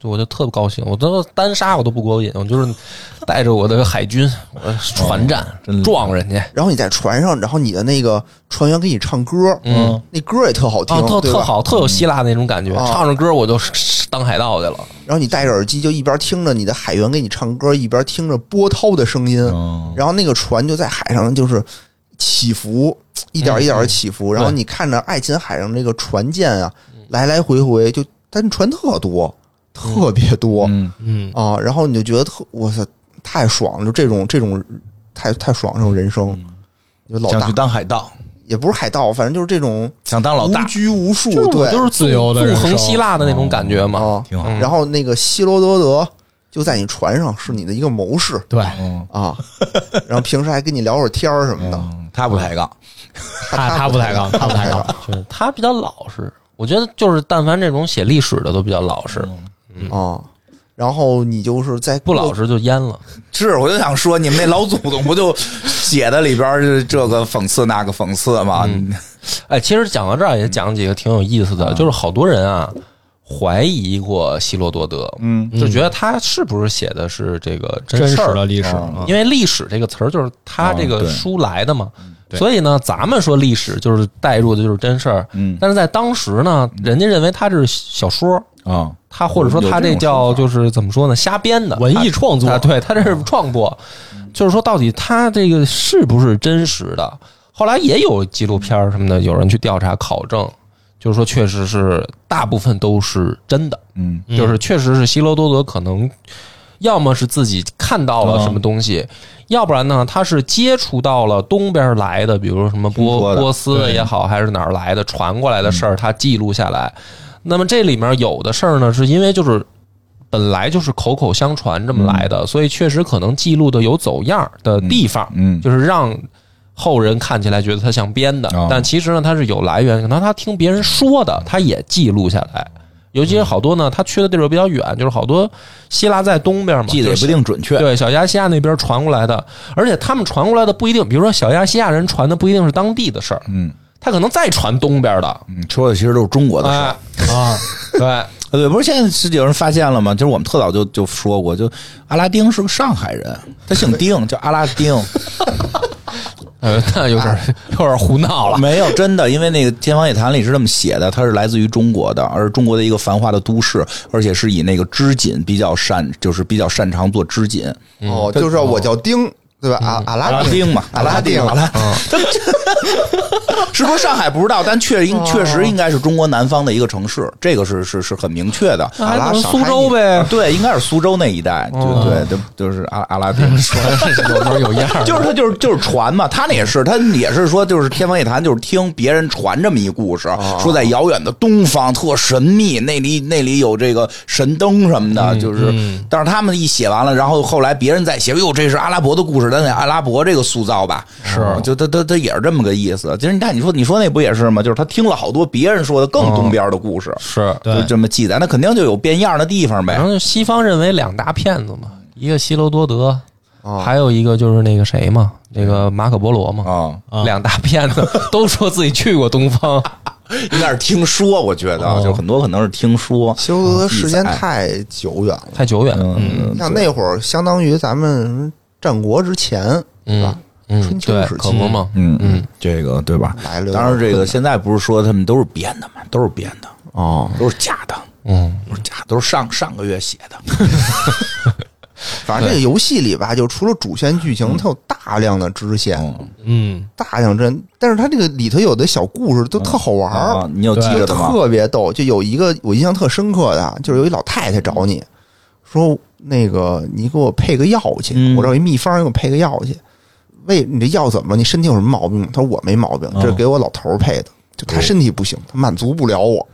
Speaker 1: 就我就特高兴，我都单杀我都不过瘾，我就是带着我的海 军，我船战、
Speaker 3: 哦
Speaker 2: 真厉害
Speaker 1: 撞人家
Speaker 3: 然后你在船上，然后你的那个船员给你唱歌，
Speaker 1: 嗯，
Speaker 3: 那歌也特好听，
Speaker 1: 啊，特
Speaker 3: 对
Speaker 1: 特
Speaker 3: 吧？嗯
Speaker 1: 好，特有希腊那种感觉，
Speaker 3: 啊
Speaker 1: 唱着歌我就当海盗去了。
Speaker 3: 然后你戴着耳机，就一边听着你的海员给你唱歌，一边听着波涛的声音，
Speaker 2: 嗯
Speaker 3: 然后那个船就在海上就是起伏，一点一点的起伏。然后你看着爱琴海上这个船舰啊，来来回回就，但是船特多，特别多、
Speaker 2: 嗯
Speaker 4: 嗯，
Speaker 3: 啊。然后你就觉得特，我操，太爽了！就这种这种太太爽，这种人生。就老
Speaker 2: 嗯想
Speaker 3: 大
Speaker 2: 去当海盗，
Speaker 3: 也不是海盗，反正就是这种
Speaker 2: 想当老
Speaker 3: 无
Speaker 2: 大，
Speaker 3: 拘无束，
Speaker 1: 我
Speaker 3: 对，
Speaker 1: 就是
Speaker 4: 自由的
Speaker 1: 纵
Speaker 4: 人哦
Speaker 1: 横
Speaker 4: 生
Speaker 1: 希腊的那种感觉嘛。
Speaker 3: 啊。
Speaker 2: 挺好。
Speaker 3: 然后那个希罗多德就在你船上是你的一个谋士
Speaker 4: 对，
Speaker 2: 嗯，
Speaker 3: 啊，然后平时还跟你聊会儿天儿什么的。
Speaker 2: 嗯他不抬杠，
Speaker 4: 他他不抬杠，他不抬杠，
Speaker 1: 就是他比较老实，我觉得就是但凡这种写历史的都比较老实，
Speaker 3: 啊，然后你就是在
Speaker 1: 不老
Speaker 3: 实，
Speaker 1: 实就淹了。
Speaker 2: 是，我就想说，你们那老祖宗不就写的里边儿是这个讽刺那个讽刺吗？
Speaker 1: 哎，其实讲到这儿也讲几个挺有意思的，就是好多人啊怀疑过希罗多德，
Speaker 2: 嗯，
Speaker 1: 就觉得他是不是写的是这个
Speaker 4: 真
Speaker 1: 事
Speaker 4: 实
Speaker 1: 儿
Speaker 4: 的历史
Speaker 2: 嗯
Speaker 4: 啊
Speaker 1: 因为历史这个词儿就是他这
Speaker 2: 啊
Speaker 1: 个
Speaker 2: 对
Speaker 1: 书来的嘛，
Speaker 4: 对
Speaker 1: 所以呢，咱们说历史就是带入的就是真事儿，
Speaker 2: 嗯
Speaker 1: 但是在当时呢，人家认为他这是小说，
Speaker 2: 啊，
Speaker 1: 他或者说
Speaker 2: 有
Speaker 1: 他
Speaker 2: 这
Speaker 1: 这
Speaker 2: 种
Speaker 1: 叫
Speaker 2: 说法
Speaker 1: 就是怎么说呢，瞎编的
Speaker 4: 文艺创作
Speaker 1: 啊，对他这是创作，
Speaker 2: 嗯
Speaker 1: 就是说到底他这个是不是真实的？后来也有纪录片儿什么的，有人去调查考证，就是说确实是大部分都是真的，
Speaker 2: 嗯
Speaker 4: 嗯
Speaker 1: 就是确实是希罗多德可能要么是自己看到了什么东
Speaker 2: 啊
Speaker 1: 西，要不然呢他是接触到了东边来的，比如说什么
Speaker 2: 听
Speaker 1: 波
Speaker 2: 说的嗯
Speaker 1: 波斯的也好，还是哪儿来的传过来的事儿，他记录下来。那么这里面有的事儿呢，是因为就是本来就是口口相传这么来的，所以确实可能记录的有走样儿的地方，
Speaker 2: 嗯
Speaker 1: 就是让后人看起来觉得它像编的，
Speaker 2: 哦
Speaker 1: 但其实呢，它是有来源，可能他听别人说的，他也记录下来。尤其是好多呢，他去的地儿比较远，就是好多希腊在东边嘛，
Speaker 2: 记得也
Speaker 1: 就是
Speaker 2: 不一定准确。
Speaker 1: 对，小亚细亚那边传过来的，而且他们传过来的不一定，比如说小亚细亚人传的不一定是当地的事儿，
Speaker 2: 嗯
Speaker 1: 他可能再传东边的，
Speaker 2: 嗯，说的其实都是中国的事儿。
Speaker 1: 哎，
Speaker 4: 啊，
Speaker 1: 对，
Speaker 2: 呃，对，不是现在是有人发现了吗？就是我们特早就就说过，就阿拉丁是个上海人，他姓丁，叫阿拉丁。
Speaker 1: 呃，那有点
Speaker 2: 啊
Speaker 1: 儿有点儿胡闹了，
Speaker 2: 没有真的，因为那个《天方夜谭》里是这么写的，它是来自于中国的，而中国的一个繁华的都市，而且是以那个织锦比较擅，就是比较擅长做织锦。
Speaker 3: 哦，就是我叫丁，对吧？阿阿拉丁
Speaker 2: 丁嘛，
Speaker 3: 阿拉丁
Speaker 2: 丁，阿拉， 是不是上海不知道，但确应确实应该是中国南方的一个城市，这个是是是很明确的。
Speaker 1: 那还
Speaker 3: 拉
Speaker 1: 能
Speaker 3: 上
Speaker 1: 苏
Speaker 3: 海
Speaker 1: 州
Speaker 3: 也
Speaker 1: 呗，
Speaker 2: 对，应该是苏州那一带，对对，都就是阿阿拉丁。
Speaker 1: 哦 说的是有模有样儿的，
Speaker 2: 就是他就是就是传嘛，他那也是，他也是说就是天方夜谭，就是听别人传这么一故事，
Speaker 1: 哦
Speaker 2: 说在遥远的东方特神秘，那里那里有这个神灯什么
Speaker 1: 嗯
Speaker 2: 的，就是，但是他们一写完了，然后后来别人再写，哟，这是阿拉伯的故事，咱得阿拉伯这个塑造吧，是，就他他他也是这么个意思。其实你看，你说你说那不也是吗？就是他听了好多别人说的更东边的故事，
Speaker 1: 是
Speaker 2: 就这么记载，那肯定就有变样的地方呗
Speaker 1: 反。正西方认为两大骗子嘛，一个希罗多德，
Speaker 3: 啊
Speaker 1: 还有一个就是那个谁嘛，那个马可波罗嘛，
Speaker 2: 啊、
Speaker 1: 两大骗子都说自己去过东方，
Speaker 2: 应该是听说，我觉得、啊
Speaker 3: 哦
Speaker 2: 就很多可能是听说。
Speaker 3: 修罗德时间
Speaker 2: 记载
Speaker 3: 太久远了，
Speaker 1: 太久远了。
Speaker 2: 嗯
Speaker 3: 你像那会儿相当于咱们战国之前，对吧？
Speaker 1: 嗯，
Speaker 3: 春秋
Speaker 1: 对
Speaker 3: 时期
Speaker 1: 可不嘛，
Speaker 2: 嗯嗯，这个对吧？
Speaker 3: 来了
Speaker 2: 当然，这个现在不是说他们都是编的嘛，都是编的，
Speaker 3: 哦，
Speaker 2: 都是假的，
Speaker 1: 嗯，
Speaker 2: 都是假的，都是上上个月写的。
Speaker 3: 反正这个游戏里吧，就除了主线剧情，它有大量的支线，
Speaker 2: 嗯
Speaker 4: 嗯，
Speaker 3: 大量真，但是它这个里头有的小故事都特好玩儿，
Speaker 2: 啊，你有记
Speaker 3: 就
Speaker 2: 着的吗？
Speaker 3: 哎特别逗，就有一个我印象特深刻的，啊就是有一老太太找你说那个你给我配个药去，
Speaker 2: 嗯
Speaker 3: 我这有一秘方，给我配个药去。为你这药怎么了？你身体有什么毛病吗？他说我没毛病，这是给我老头儿配的，就他身体不行，他满足不了我。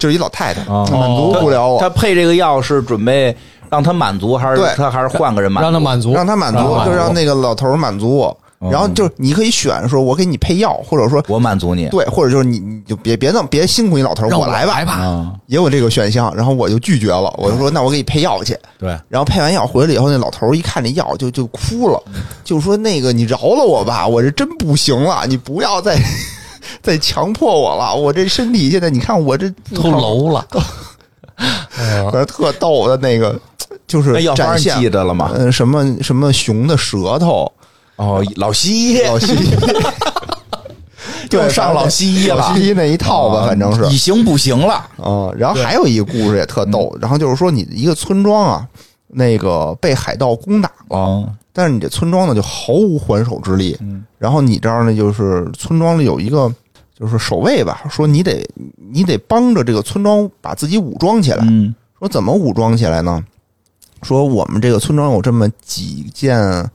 Speaker 3: 就是一老太太，
Speaker 2: 哦
Speaker 3: 她满足不了我，
Speaker 2: 他配这个药是准备让他满足，还是
Speaker 3: 啊对
Speaker 2: 他还是换个人满
Speaker 4: 让
Speaker 2: 足？
Speaker 4: 他满足，
Speaker 3: 让她满足，哦就让那个老头儿满足我。然后就是你可以选，说我给你配药，或者说
Speaker 2: 我满足你。
Speaker 3: 对，或者就是你你就别别弄，别辛苦你老头儿，
Speaker 4: 让
Speaker 3: 我来吧，
Speaker 4: 来吧，
Speaker 2: 啊，
Speaker 3: 也有这个选项。然后我就拒绝了，我就
Speaker 2: 嗯
Speaker 3: 说那我给你配药去。
Speaker 2: 对，
Speaker 3: 然后配完药回来以后，那老头儿一看这药就就哭了，
Speaker 2: 嗯
Speaker 3: 就说：“那个你饶了我吧，我这真不行了，你不要再再强迫我了，我这身体现在你看我这
Speaker 1: 都，楼了。
Speaker 3: 反正特逗的那个，就是
Speaker 2: 那药方
Speaker 3: 展现
Speaker 2: 记得了吗？
Speaker 3: 嗯，什么什么熊的 舌头，
Speaker 2: 哦，老西医
Speaker 3: 老西医，
Speaker 2: 又
Speaker 3: 对，
Speaker 2: 上老西医了，啊
Speaker 3: 老西医那一套吧，反正是
Speaker 2: 已行不行了。
Speaker 3: 啊、然后还有一个故事也特
Speaker 2: 嗯
Speaker 3: 逗，然后就是说你一个村庄啊，那个被海盗攻打过，
Speaker 2: 哦，
Speaker 3: 但是你这村庄呢就毫无还手之力。
Speaker 2: 嗯
Speaker 3: 然后你这儿呢，就是村庄里有一个就是守卫吧，说你得你得帮着这个村庄把自己武装起来。
Speaker 2: 嗯
Speaker 3: 说怎么武装起来呢？说我们这个村庄有这么几件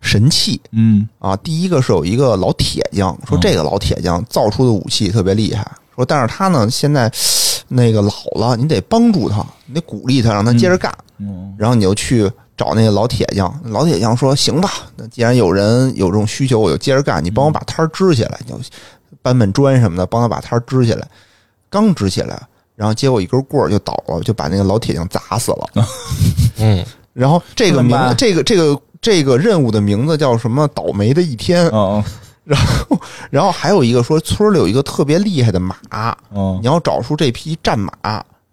Speaker 3: 神器
Speaker 2: 嗯
Speaker 3: 啊。第一个是有一个老铁匠，说这个老铁匠造出的武器特别厉害，说但是他呢现在那个老了，你得帮助他，你得鼓励他，让他接着干。
Speaker 2: 嗯
Speaker 3: 然后你就去找那个老铁匠，老铁匠说行吧，那既然有人有这种需求，我就接着干，你帮我把摊儿支起来，你就搬搬砖什么的，帮他把摊儿支起来。刚支起来，然后结果一根棍儿就倒了，就把那个老铁匠砸死 了。
Speaker 1: 嗯，
Speaker 3: 然后这个
Speaker 2: 怎么
Speaker 3: 名
Speaker 2: 办
Speaker 3: 字，这个这个这个任务的名字叫什么？倒霉的一天。
Speaker 2: 嗯
Speaker 3: 然后还有一个说，村儿里有一个特别厉害的马，
Speaker 2: 嗯
Speaker 3: 你要找出这匹战马，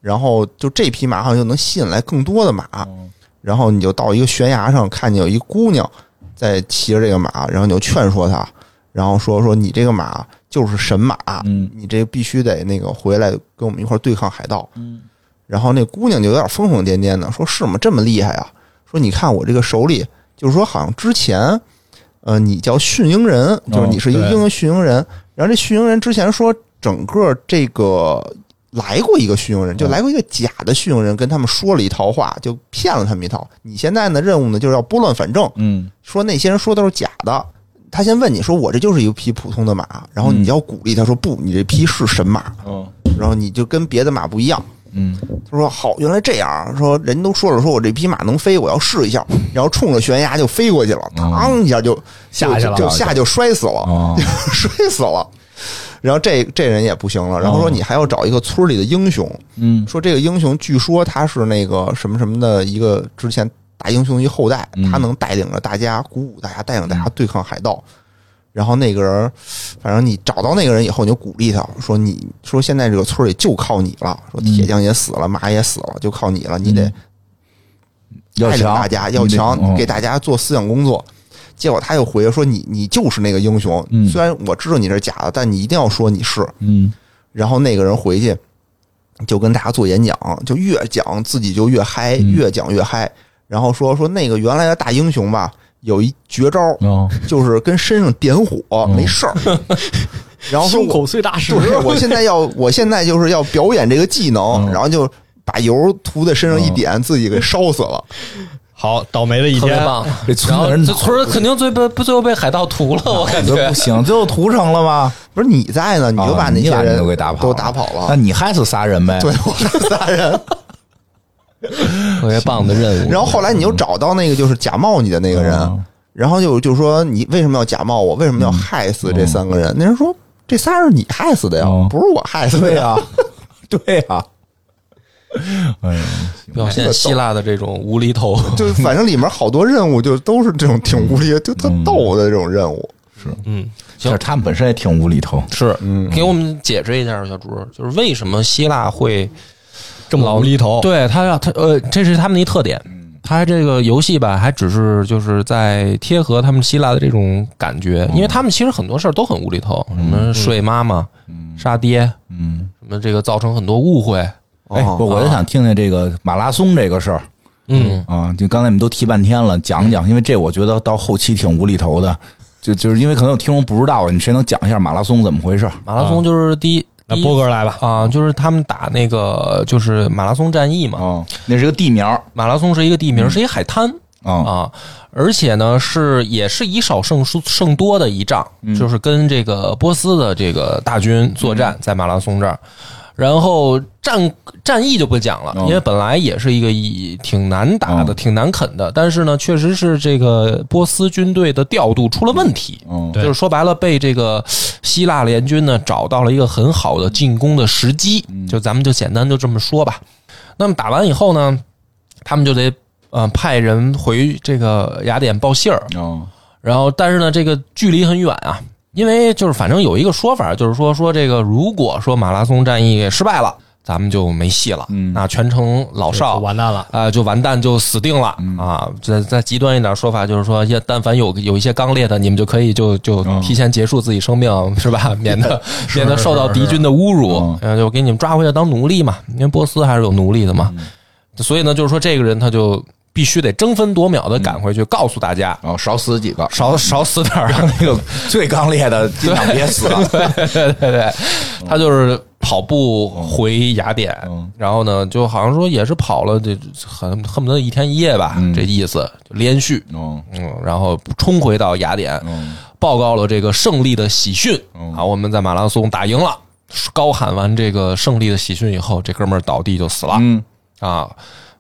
Speaker 3: 然后就这匹马好像就能吸引来更多的马。
Speaker 2: 嗯
Speaker 3: 然后你就到一个悬崖上，看见有一姑娘在骑着这个马，然后你就劝说她，然后说说你这个马就是神马，
Speaker 2: 嗯
Speaker 3: 你这必须得那个回来跟我们一块儿对抗海盗。
Speaker 2: 嗯
Speaker 3: 然后那姑娘就有点疯疯癫癫的，说是吗？这么厉害啊？说你看我这个手里，就是说好像之前，呃，你叫驯鹰人，就是你是一个
Speaker 4: 对
Speaker 3: 英文驯鹰人。然后这驯鹰人之前说，整个这个来过一个驯鹰人，就来过一个假的驯鹰人，跟他们说了一套话，就骗了他们一套。你现在呢，任务呢就是要拨乱反正，
Speaker 2: 嗯
Speaker 3: 说那些人说都是假的。他先问你说：“我这就是一匹普通的马。”然后你要鼓励他说：“不，你这匹是神马。
Speaker 2: 嗯”
Speaker 3: 然后你就跟别的马不一样。
Speaker 2: 嗯
Speaker 3: 他说：“好，原来这样啊。”说人都说了，说我这匹马能飞，我要试一下。然后冲着悬崖就飞过去了，嘡一下就
Speaker 4: 嗯下去了嗯
Speaker 3: 就就下就摔死了，
Speaker 2: 哦
Speaker 3: 摔死了。然后这这人也不行了，然
Speaker 4: 嗯
Speaker 3: 后说你还要找一个村里的英雄，
Speaker 2: 嗯
Speaker 3: 说这个英雄据说他是那个什么什么的一个之前大英雄一后代，
Speaker 2: 嗯
Speaker 3: 他能带领着大家鼓舞大家，带领大家对抗海盗。然后那个人，反正你找到那个人以后，你就鼓励他说你：“说现在这个村里就靠你了，说铁匠也死了，马也死了，就靠你了，你得
Speaker 2: 嗯要
Speaker 3: 带领
Speaker 2: 强
Speaker 3: 大家，要强，
Speaker 2: 嗯
Speaker 3: 给大家做思想工作。”结果他又回说你：“你就是那个英雄
Speaker 2: 嗯，
Speaker 3: 虽然我知道你是假的，但你一定要说你是。”
Speaker 2: 嗯
Speaker 3: 然后那个人回去就跟大家做演讲，就越讲自己就越嗨，
Speaker 2: 嗯
Speaker 3: 越讲越嗨。然后说说那个原来的大英雄吧，有一绝招，
Speaker 2: 哦
Speaker 3: 就是跟身上点火
Speaker 2: 嗯
Speaker 3: 没事儿。然后说
Speaker 4: 胸
Speaker 3: 我
Speaker 4: 口碎大石，啊
Speaker 3: 对，我现在要我现在就是要表演这个技能
Speaker 2: 嗯，
Speaker 3: 然后就把油涂在身上一点，自己给烧死了。
Speaker 4: 好倒霉的一
Speaker 1: 特别
Speaker 4: 天，
Speaker 1: 棒。
Speaker 2: 这村
Speaker 1: 然
Speaker 2: 的
Speaker 1: 后
Speaker 2: 人
Speaker 1: 这村儿肯定最被最后被海盗屠了，我感
Speaker 2: 脑子
Speaker 1: 觉
Speaker 2: 不。行，最后屠城了吗？
Speaker 3: 不是你在呢，你就把那
Speaker 2: 啊你
Speaker 3: 些
Speaker 2: 把
Speaker 3: 人
Speaker 2: 人都给打跑了
Speaker 3: 都打跑
Speaker 2: 那
Speaker 3: 了。
Speaker 2: 你害死仨人呗？
Speaker 3: 对，我们 仨人。
Speaker 1: 特别棒的任务。
Speaker 3: 然后后来你就找到那个就是假冒你的那个人，
Speaker 2: 嗯
Speaker 3: 然后就就说你为什么要假冒我？为什么要害死这三个人？那人说这仨是你害死的呀，
Speaker 2: 嗯
Speaker 3: 不是我害死的
Speaker 2: 对
Speaker 3: 呀。
Speaker 2: 呀，对呀，哎呀，
Speaker 1: 表现希腊的这种无厘头，
Speaker 3: 就反正里面好多任务就都是这种挺无理的，就特
Speaker 2: 嗯
Speaker 3: 逗的这种任务。
Speaker 1: 嗯，
Speaker 2: 这是他们本身也挺无厘头。
Speaker 1: 是，给我们解释一下，小朱，就是为什么希腊会
Speaker 4: 这么无厘头，
Speaker 1: 对他让他呃，这是他们的一特点。他这个游戏吧，还只是就是在贴合他们希腊的这种感觉，因为他们其实很多事儿都很无厘头，什么睡妈妈、杀爹，
Speaker 2: 嗯，
Speaker 1: 什么这个造成很多误会。
Speaker 2: 哎，
Speaker 3: 哦
Speaker 2: 我我就想听听这个马拉松这个事儿
Speaker 1: 嗯，
Speaker 2: 啊，就刚才你们都提半天了，讲讲，因为这我觉得到后期挺无厘头的，就就是因为可能有听众不知道，你们谁能讲一下马拉松怎么回事？
Speaker 1: 马拉松就是第一，
Speaker 4: 那
Speaker 1: 第一
Speaker 4: 波哥来吧，
Speaker 1: 啊，就是他们打那个就是马拉松战役嘛，
Speaker 2: 啊，那是个地名儿
Speaker 1: 马拉松是一个地名，是一海滩。
Speaker 2: 啊，
Speaker 1: 啊，而且呢是也是以少胜输胜多的一仗，就是跟这个波斯的这个大军作战在马拉松这儿。然后战战役就不讲了，
Speaker 2: 嗯
Speaker 1: 因为本来也是一个以挺难打的、
Speaker 2: 嗯
Speaker 1: 挺难啃的，但是呢，确实是这个波斯军队的调度出了问题，
Speaker 2: 嗯，
Speaker 4: 对
Speaker 1: 就是说白了，被这个呃希腊联军呢找到了一个很好的进攻的时机，
Speaker 4: 嗯
Speaker 1: 就咱们就简单就这么说吧。那么打完以后呢，他们就得呃派人回这个雅典报信儿，
Speaker 2: 啊，
Speaker 1: 然后但是呢，这个距离很远啊，因为就是反正有一个说法，就是说说这个如果说马拉松战役失败了，咱们就没戏了，
Speaker 2: 嗯
Speaker 1: 那全城老少
Speaker 4: 就完蛋了，
Speaker 1: 啊、就完蛋，就死定了、
Speaker 2: 嗯
Speaker 1: 啊！再再极端一点说法，就是说，一些但凡有有一些刚烈的，你们就可以就就
Speaker 2: 嗯
Speaker 1: 提前结束自己生命，是吧？免 得免得受到敌军的侮辱
Speaker 2: 嗯，
Speaker 1: 呃，就给你们抓回来当奴隶嘛，因为波斯还是有奴隶的嘛。
Speaker 2: 嗯
Speaker 1: 所以呢，就是说这个人他就必须得争分夺
Speaker 2: 嗯
Speaker 1: 秒的赶回去，告诉大家。
Speaker 2: 然后少死几个，
Speaker 1: 少少死点儿，啊
Speaker 2: 那个最刚烈的尽量别死了。
Speaker 1: 对对对，他就是跑步回雅典，
Speaker 2: 嗯
Speaker 1: 然后呢，就好像说也是跑了这很恨不得一天一夜吧，
Speaker 2: 嗯
Speaker 1: 这意思就连续，
Speaker 2: 嗯
Speaker 1: 嗯，然后冲回到雅典，
Speaker 2: 嗯
Speaker 1: 报告了这个胜利的喜讯
Speaker 2: 嗯
Speaker 1: 啊，我们在马拉松打赢了。高喊完这个胜利的喜讯以后，这哥们儿倒地就死了。
Speaker 2: 嗯
Speaker 1: 啊。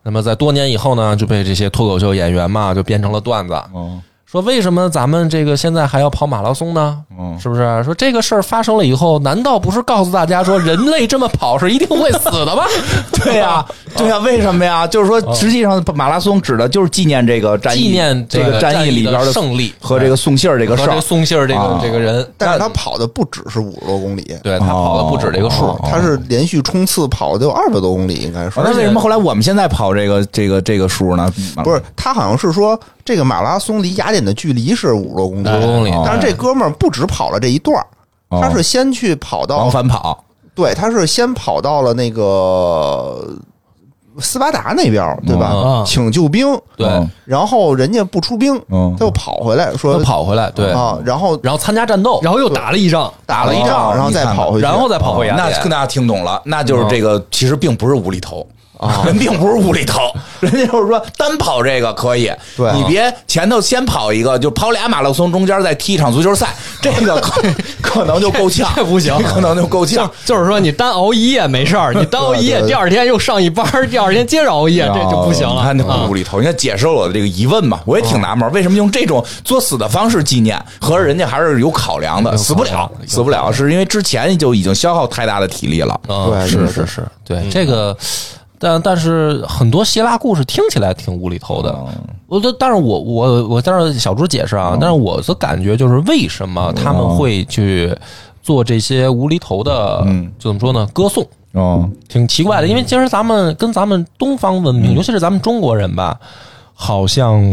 Speaker 1: 那么在多年以后呢，就被这些脱口秀演员嘛，就变成了段子，
Speaker 2: 嗯
Speaker 1: 说为什么咱们这个现在还要跑马拉松呢？
Speaker 2: 嗯，
Speaker 1: 是不是？说这个事儿发生了以后，难道不是告诉大家说人类这么跑是一定会死的吗？
Speaker 2: 对呀、对呀、为什么呀？就是说，实际上马拉松指的就是纪念这个战役，
Speaker 1: 纪念
Speaker 2: 这个
Speaker 1: 战
Speaker 2: 战役里边
Speaker 1: 的
Speaker 2: 的
Speaker 1: 胜利哎
Speaker 2: 和这个送信儿这个
Speaker 1: 和
Speaker 2: 事
Speaker 1: 这
Speaker 2: 儿
Speaker 1: 个。送信儿这个
Speaker 2: 啊
Speaker 1: 这个人，
Speaker 3: 但是他跑的不只是五十多公里，啊
Speaker 1: 对他跑的不止这个数
Speaker 2: 哦，
Speaker 3: 他是连续冲刺跑了得有二百多公里，应该说
Speaker 2: 哦那为什么后来我们现在跑这个这个这个数呢？
Speaker 3: 不是，他好像是说这个马拉松离雅典的距离是五十多公里，
Speaker 1: 五公里。
Speaker 2: 哦
Speaker 3: 但是这哥们儿不止跑了这一段儿，
Speaker 2: 哦
Speaker 3: 他是先去跑
Speaker 2: 往
Speaker 3: 到，
Speaker 2: 返跑，
Speaker 3: 对，他是先跑到了那个斯巴达那边儿，对吧
Speaker 4: 嗯？
Speaker 3: 请救兵，
Speaker 1: 对，
Speaker 2: 嗯
Speaker 3: 然后人家不出兵，
Speaker 2: 嗯
Speaker 3: 他又跑回来
Speaker 1: 他
Speaker 3: 说
Speaker 1: 跑回来，对，
Speaker 3: 啊，然后
Speaker 1: 哦然后参加战斗，
Speaker 4: 然后又打了一仗，
Speaker 3: 打了一
Speaker 2: 哦
Speaker 3: 仗，然后
Speaker 2: 你
Speaker 3: 再
Speaker 2: 看
Speaker 3: 跑回去，
Speaker 1: 然后再跑回雅
Speaker 2: 哦那
Speaker 1: 典。
Speaker 2: 那听懂了，那就是这个其实并不是无厘头。人 并不是无厘头， 人家就是说单跑这个可以，
Speaker 3: 对
Speaker 2: 你别前头先跑一个，就跑俩马拉松，中间再踢一场足球赛，这个可可能就够呛，
Speaker 4: 这不行
Speaker 2: 可能就够
Speaker 4: 就
Speaker 2: 呛。
Speaker 4: 就是说你单熬一夜没事儿， 你单熬一夜，第二天又上一班儿， 第二天接着熬夜，这就不行了。
Speaker 2: 你哦看那
Speaker 4: 啊
Speaker 2: 无厘头，你看解释了我的这个疑问嘛，我也挺纳闷，为什么用这种作死的方式纪念？合着人家还是有考量的，
Speaker 1: 有
Speaker 2: 死不
Speaker 1: 考量
Speaker 2: 了
Speaker 1: 的，有
Speaker 2: 死不了，是因为之前就已经消耗太大的体力了。
Speaker 1: 嗯
Speaker 3: 对
Speaker 1: 是
Speaker 3: 对
Speaker 1: 是
Speaker 3: 对
Speaker 1: 是，对这个，但但是很多希腊故事听起来挺无厘头
Speaker 2: 嗯
Speaker 1: 的。我的，但是我我我，但是小猪解释啊，但是我的感觉就是，为什么
Speaker 2: 嗯
Speaker 1: 他们
Speaker 2: 哦
Speaker 1: 会去做这些无厘头的，
Speaker 2: 嗯
Speaker 1: 就怎么说呢，歌颂，
Speaker 2: 哦，
Speaker 1: 挺奇怪的。因为其实咱们跟咱们东方文
Speaker 2: 嗯
Speaker 1: 明，尤其是咱们中国人吧，好像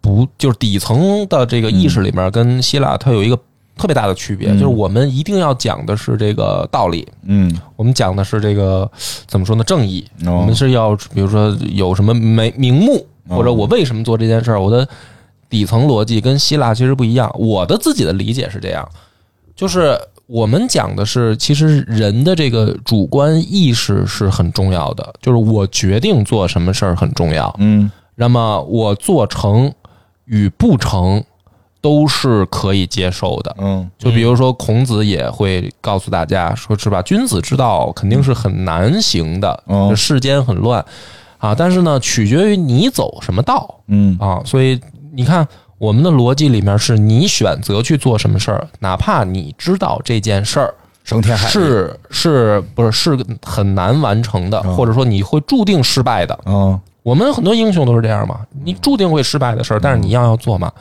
Speaker 1: 不就是底层的这个意
Speaker 2: 嗯
Speaker 1: 识里面，跟希腊它有一个特别大的区别，就是我们一定要讲的是这个道理，
Speaker 2: 嗯，
Speaker 1: 我们讲的是这个怎么说呢？正义，
Speaker 2: 哦
Speaker 1: 我们是要比如说有什么没名目，
Speaker 2: 哦
Speaker 1: 或者我为什么做这件事儿，我的底层逻辑跟希腊其实不一样。我的自己的理解是这样，就是我们讲的是，其实人的这个主观意识是很重要的，就是我决定做什么事儿很重要。
Speaker 2: 嗯，
Speaker 1: 那么我做成与不成都是可以接受的。
Speaker 2: 嗯，
Speaker 1: 就比如说，孔子也会告诉大家，说是吧，君子之道肯定是很难行的，
Speaker 2: 哦
Speaker 1: 这世间很乱啊。但是呢，取决于你走什么道
Speaker 2: 嗯，
Speaker 1: 啊。所以你看，我们的逻辑里面是你选择去做什么事儿，哪怕你知道这件事儿
Speaker 2: 升天海力，
Speaker 1: 是是不是是很难完成的，
Speaker 2: 哦
Speaker 1: 或者说你会注定失败的，
Speaker 2: 嗯，
Speaker 1: 我们很多英雄都是这样嘛，你注定会失败的事儿，但是你一样要做嘛。